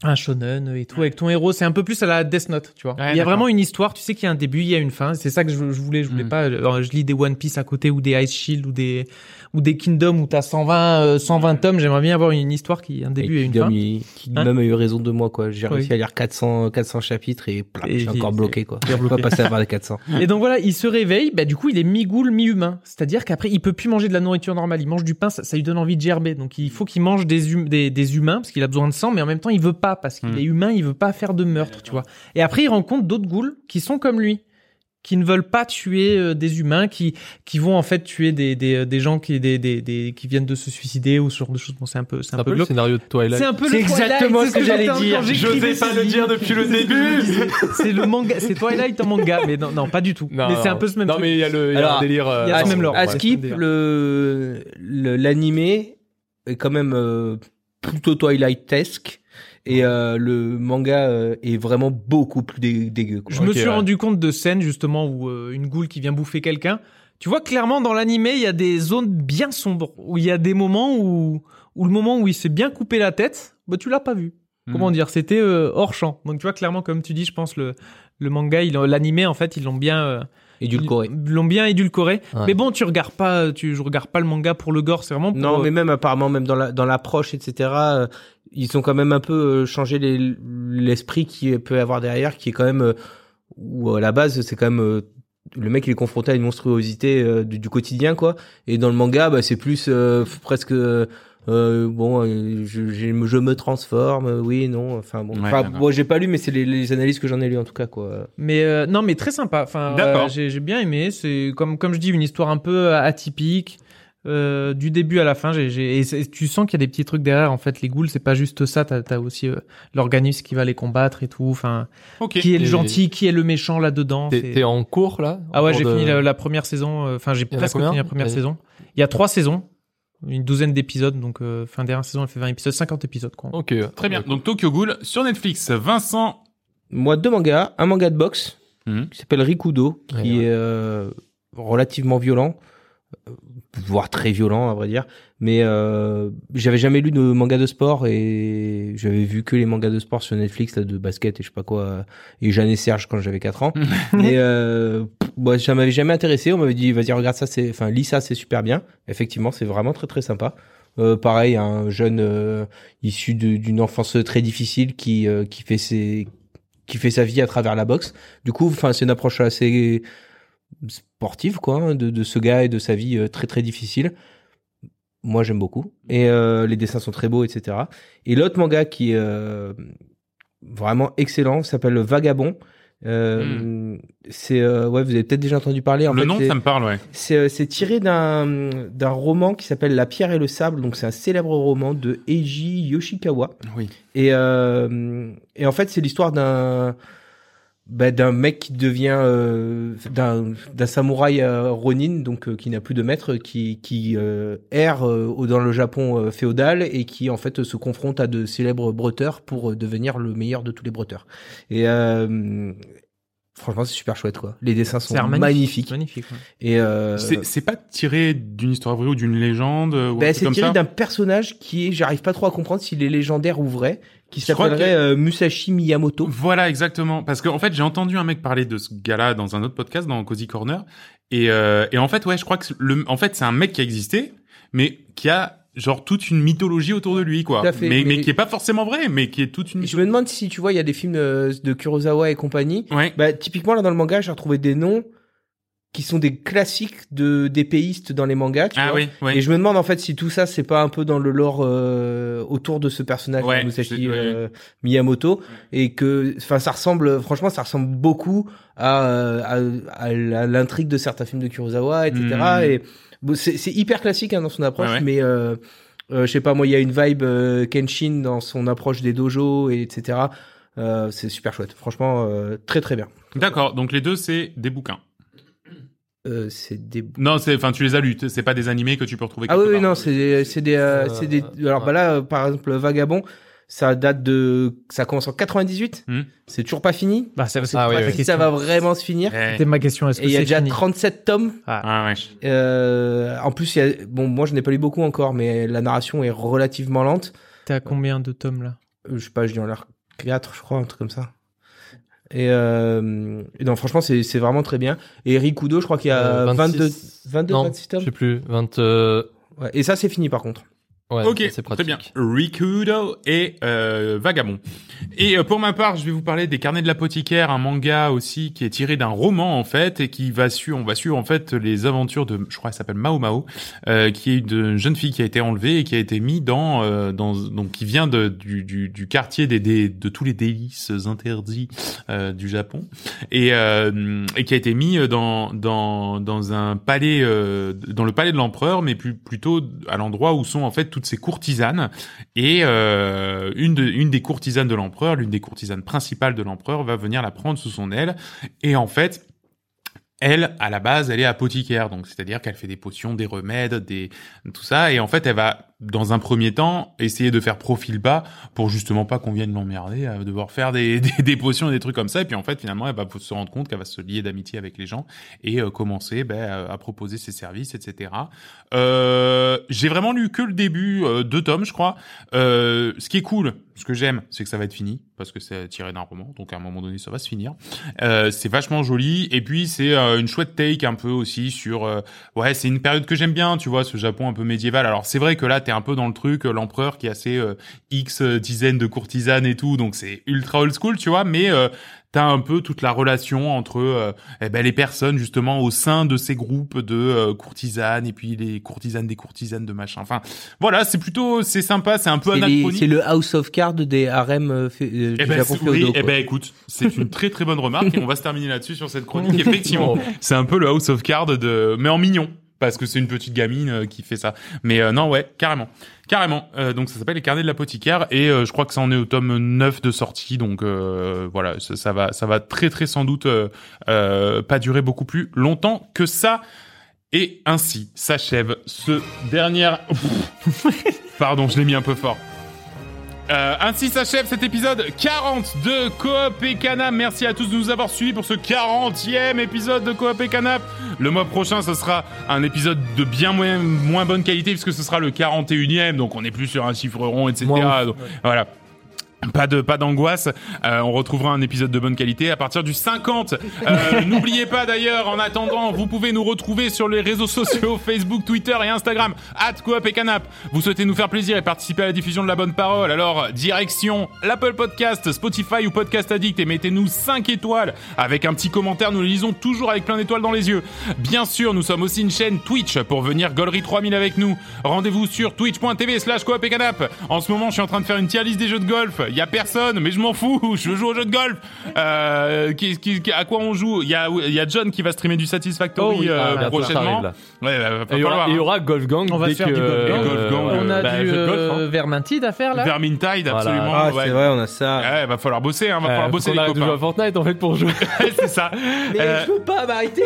un shonen et tout, avec ton héros. C'est un peu plus à la Death Note, tu vois.
Ouais,
il y a
d'accord.
vraiment une histoire, tu sais qu'il y a un début, il y a une fin. C'est ça que je, je voulais, je voulais
Mm.
pas. euh, alors, je lis des One Piece à côté ou des Ice Shield ou des, ou des Kingdom où t'as 120, euh, 120 tomes. J'aimerais bien avoir une histoire qui a un début et, une fin.
il- qui
Hein
même a eu raison de moi quoi. J'ai
Oui.
réussi à lire 400 400 chapitres et, plap, je
Et
suis
il-
encore bloqué quoi.
il est
Je peux
bloqué.
pas passer avant les 400.
Et donc voilà, il se réveille, bah du coup il est mi-goule, mi-humain. C'est-à-dire qu'après il peut plus manger de la nourriture normale, il mange du pain, ça, ça lui donne envie de gerber. Donc il faut qu'il mange des, hum- des, des humains parce qu'il a besoin de sang, mais en même temps il veut pas parce qu'il
Hmm.
est humain, il veut pas faire de meurtre, tu vois. Et après il rencontre d'autres ghouls qui sont comme lui qui ne veulent pas tuer euh, des humains, qui qui vont en fait tuer des, euh, des, des gens qui des, des, des- qui viennent de se suicider ou ce genre de choses. Bon, c'est un peu c'est
C'est
un, peu
le
glauque.
scénario de Twilight.
C'est un peu
C'est
le Twilight,
exactement
c'est
ce que j'allais
j'attends
dire.
quand j'écrivais ce livre.
depuis le début.
C'est le manga, c'est Twilight en manga, mais non, non, pas du tout. mais c'est un peu ce même
Non,
truc.
mais il y a le il y a
Alors,
un délire. euh,
il y a ce
non,
Ah, même lore,
À
ouais.
ouais.
skip le le- l'animé est quand même euh, plutôt Twilight-esque et euh, le manga euh, est vraiment beaucoup plus dé- dégueu quoi.
Je me
Ok,
suis
ouais.
rendu compte de scènes justement où euh, une goule qui vient bouffer quelqu'un. Tu vois clairement dans l'animé, il y a des zones bien sombres où il y a des moments où où le moment où il s'est bien coupé la tête, bah tu l'as pas vu.
Mm.
Comment
Hmm.
dire, c'était euh, hors champ. Donc tu vois clairement comme tu dis, je pense le le manga, ils l'ont- l'animé en fait, ils l'ont bien euh,
Édulcoré.
ils l'ont bien édulcoré.
Ouais.
Mais bon, tu regardes pas tu je regarde pas le manga pour le gore, c'est vraiment pour
Non,
euh,
mais même apparemment, même dans la dans l'approche, etc. euh, ils ont quand même un peu euh, changé les- l'esprit qui peut avoir derrière, qui est quand même euh, où à la base c'est quand même euh, le mec il est confronté à une monstruosité euh, du, du quotidien quoi. Et dans le manga, bah, c'est plus euh, f- presque euh, euh, bon, euh, je, je- je me transforme, euh, oui, non, enfin bon.
Ouais,
Enfin,
d'accord.
moi j'ai pas lu, mais c'est les, les analyses que j'en ai lu en tout cas quoi.
Mais euh, non, mais très sympa. Enfin,
D'accord.
euh, j'ai j'ai bien aimé. C'est comme comme je dis une histoire un peu atypique. euh, du début à la fin, j'ai j'ai- et c'est- tu sens qu'il y a des petits trucs derrière. En fait, les ghouls, c'est pas juste ça. T'as as aussi euh, l'organisme qui va les combattre et tout. Enfin,
Ok.
qui est le
Et-
gentil, qui est le méchant là dedans.
T'es t'es en cours là en
Ah ouais,
cours
j'ai
de-
fini la, la première saison. euh, Enfin, j'ai
y en a
presque
combien
fini la première
Et-
saison. Il y a trois saisons, une douzaine d'épisodes. Donc, euh, fin dernière saison, elle fait 20 épisodes, 50 épisodes
Oh,
quoi.
Ok.
Très bien. Euh, Donc Tokyo Ghoul sur Netflix. Vincent.
Moi deux mangas, un manga de boxe
Mhm.
qui s'appelle Rikudo, qui
Ouais,
est euh, relativement violent, euh, voire très violent à vrai dire. Mais euh, j'avais jamais lu de manga de sport et j'avais vu que les mangas de sport sur Netflix là de basket et je sais pas quoi euh, et Jeanne et Serge quand j'avais 4 ans. <laughs> Mais euh, pff, moi, ça m'avait jamais intéressé. On m'avait dit vas-y regarde ça, c'est enfin lis ça, c'est super bien. Effectivement, c'est vraiment très très sympa. Euh, pareil, un jeune euh, issu de- d'une enfance très difficile qui euh, qui fait ses qui fait sa vie à travers la boxe. Du coup, enfin, c'est une approche assez sportive, quoi, hein, de, de ce gars et de sa vie euh, très très difficile. Moi, j'aime beaucoup. Et euh, les dessins sont très beaux, etc. Et l'autre manga qui est euh, vraiment excellent s'appelle Vagabond. Euh, C'est euh, ouais, vous avez peut-être déjà entendu parler. En
le
fait,
nom,
c'est-
ça me parle, ouais.
c'est euh, c'est tiré d'un d'un roman qui s'appelle La pierre et le sable. Donc c'est un célèbre roman de Eiji Yoshikawa.
Oui.
Et, euh, et en fait, c'est l'histoire d'un bah, d'un mec qui devient euh, d'un d'un samouraï euh, Ronin, donc euh, qui n'a plus de maître, qui qui euh, erre euh, au- dans le Japon euh, féodal et qui en fait se confronte à de célèbres breteurs pour euh, devenir le meilleur de tous les breteurs. Et euh, franchement, c'est super chouette quoi. Les dessins sont
C'est
magnifiques.
magnifique. Magnifique. ouais.
Et euh,
C'est c'est pas tiré d'une histoire vraie ou d'une légende euh, ou
bah,
un truc
c'est
comme
tiré
ça.
d'un personnage qui est, j'arrive pas trop à comprendre s'il est légendaire ou vrai, qui
Je crois
s'appellerait
que-
euh, Musashi Miyamoto.
Voilà, exactement. Parce qu'en fait, j'ai entendu un mec parler de ce gars-là dans un autre podcast, dans Cozy Corner. Et, euh, et en fait, ouais, je crois que le, en fait, c'est un mec qui a existé, mais qui a genre toute une mythologie autour de lui, quoi.
Tout à fait,
mais, mais
mais-
qui est pas forcément vrai, mais qui est toute une.
Et Je me demande si tu vois, il y a des films euh, de Kurosawa et compagnie.
Ouais.
Bah, typiquement, là, dans le manga, j'ai retrouvé des noms qui sont des classiques de des dépaystes dans les mangas. tu
Ah
vois.
oui, ouais.
Et je me demande, en fait, si tout ça, c'est pas un peu dans le lore euh, autour de ce personnage
Ouais,
de Musashi
c'est- ouais,
euh, Miyamoto. Et que, enfin, ça ressemble, franchement, ça ressemble beaucoup à, euh, à, à la- l'intrigue de certains films de Kurosawa, etc.
Mm.
Et bon, c'est c'est hyper classique hein, dans son approche,
Ouais, ouais.
mais. euh, euh, je sais pas moi, il y a une vibe euh, Kenshin dans son approche des dojos, et etc. Euh, c'est super chouette, franchement, euh, très très bien.
D'accord. Donc les deux, c'est des bouquins.
Euh, c'est des
Non, c'est, enfin, tu les as lus. t- C'est pas des animés que tu peux retrouver.
ah oui,
quelque
oui,
part.
non, c'est c'est des, euh,
Euh,
c'est des. Alors bah là, euh, par exemple, Vagabond, ça date de, ça commence en 98.
Hmm.
C'est toujours pas fini.
Bah, c'est c'est
Ah oui,
pas
oui.
ta
Si
question.
ça va vraiment se finir.
Eh.
C'était ma question. Est-ce
Et
que
il y a
c'est
déjà
fini
37 tomes.
Ah ouais.
Euh, en plus, il y a, bon, moi je n'ai pas lu beaucoup encore, mais la narration est relativement lente.
T'as combien de tomes là
Euh, Je sais pas, je dis en l'air 4, je crois, un truc comme ça. Et, euh, et non, franchement, c'est c'est vraiment très bien. Et Rikudo, je crois qu'il y a
Euh,
22, 22
non,
26 tomes.
Je sais plus. 20. euh,
Ouais, Et ça, c'est fini par contre.
Ouais,
Ok,
ça, c'est
très
pratique.
bien. Rikudo et euh, Vagabond. Et euh, pour ma part, je vais vous parler des Carnets de l'apothicaire, un manga aussi qui est tiré d'un roman en fait et qui va suivre, on va suivre en fait les aventures de, je crois, elle s'appelle Mao Mao, euh, qui est une jeune fille qui a été enlevée et qui a été mise dans, euh, dans donc qui vient de, du, du, du quartier des, des de tous les délices interdits euh, du Japon et, euh, et qui a été mis dans dans dans un palais euh, dans le palais de l'empereur mais plus plutôt à l'endroit où sont en fait toutes ces courtisanes et euh, une de une des courtisanes de l'empereur l'une des courtisanes principales de l'empereur va venir la prendre sous son aile et en fait elle, à la base, elle est apothicaire, donc c'est-à-dire qu'elle fait des potions, des remèdes, des tout ça, et en fait, elle va dans un premier temps essayer de faire profil bas pour justement pas qu'on vienne l'emmerder à devoir faire des, <laughs> des, des potions et des trucs comme ça. Et puis en fait, finalement, elle va se rendre compte qu'elle va se lier d'amitié avec les gens et euh, commencer ben, à- à proposer ses services, etc. Euh, J'ai vraiment lu que le début, euh, deux tomes, je crois. Euh, ce qui est cool, ce que j'aime, c'est que ça va être fini parce que c'est tiré d'un roman, donc à un moment donné, ça va se finir. Euh, c'est vachement joli et puis c'est euh, une chouette take un peu aussi sur euh, ouais c'est une période que j'aime bien tu vois ce Japon un peu médiéval alors c'est vrai que là t'es un peu dans le truc euh, l'empereur qui est assez euh, x dizaines de courtisanes et tout donc c'est ultra old school tu vois mais euh, T'as un peu toute la relation entre euh, eh ben, les personnes justement au sein de ces groupes de euh, courtisanes et puis les courtisanes des courtisanes de machin. Enfin voilà, c'est plutôt c'est sympa, c'est un peu
C'est les-
anachronique.
C'est le House of Cards des harems euh, fé- euh,
Eh
du
ben,
Japon
c'est- oui,
féodaux.
eh
quoi.
ben écoute, c'est une très très bonne remarque et on va se terminer là-dessus sur cette chronique. Effectivement, c'est un peu le House of Cards de, mais en mignon parce que c'est une petite gamine euh, qui fait ça. Mais euh, non, ouais, carrément, carrément. Euh, donc ça s'appelle les carnets de l'apothicaire et euh, je crois que ça en est au tome 9 de sortie. Donc euh, voilà, ça, ça va, ça va très très sans doute euh, euh, pas durer beaucoup plus longtemps que ça. Et ainsi s'achève ce dernier. <laughs> Pardon, je l'ai mis un peu fort. Euh, ainsi s'achève cet épisode 40 de Coop et Canap. Merci à tous de nous avoir suivis pour ce 40e épisode de Coop et Canap. Le mois prochain, ce sera un épisode de bien moins, moins bonne qualité puisque ce sera le 41e, donc on n'est plus sur un chiffre rond, etc.
Moins
Donc, Voilà. Pas de pas d'angoisse. Euh, on retrouvera un épisode de bonne qualité à partir du 50. Euh, N'oubliez pas d'ailleurs. En attendant, vous pouvez nous retrouver sur les réseaux sociaux Facebook, Twitter et Instagram. At Coop et Canap. Vous souhaitez nous faire plaisir et participer à la diffusion de la bonne parole Alors direction l'Apple Podcast, Spotify ou Podcast Addict et mettez-nous 5 étoiles avec un petit commentaire. Nous les lisons toujours avec plein d'étoiles dans les yeux. Bien sûr, nous sommes aussi une chaîne Twitch pour venir Gollery 3000 avec nous. Rendez-vous sur twitch.tv/slash coop et canap. En ce moment, je suis en train de faire une tier list des jeux de golf. il y a personne, mais je m'en fous, <laughs> je joue au jeu de golf. Euh, qui, qui- qui- à quoi on joue Il y a, il y a John qui va streamer du Satisfactory
Oh oui,
euh,
ah,
bientôt, ça
prochainement.
arrive, là.
Ouais, bah, va
Et il y,
falloir,
aura,
hein.
il y aura Golf Gang.
On va
dès
faire
que,
du golf gang.
Golf gang,
On a
bah,
du
jeu de golf,
euh,
hein.
Vermintide à faire là
Vermintide,
Voilà.
absolument.
Ah,
ouais.
c'est vrai, on a ça.
Ouais, va falloir bosser, hein, va
Euh,
falloir
faut
bosser
qu'on
les
arrête de jouer à
copains.
Fortnite en fait pour jouer
<laughs> c'est ça. Euh,
peux pas m'arrêter.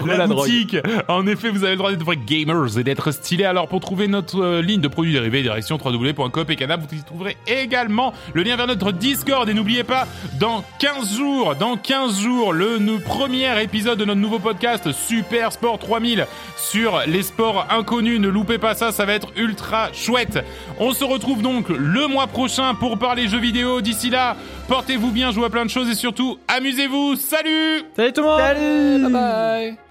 pour
la,
la drogue.
boutique. En effet, vous avez le droit d'être vrais gamers et d'être stylés. Alors, pour trouver notre euh, ligne de produits dérivés, direction www.coop et canap, vous y trouverez également le lien vers notre Discord. Et n'oubliez pas, dans 15 jours, dans 15 jours, le nou- premier épisode de notre nouveau podcast Super Sport 3000 sur les sports inconnus. Ne loupez pas ça, ça va être ultra chouette. On se retrouve donc le mois prochain pour parler jeux vidéo. D'ici là, portez-vous bien, jouez à plein de choses et surtout, amusez-vous. Salut
Salut tout le monde
bye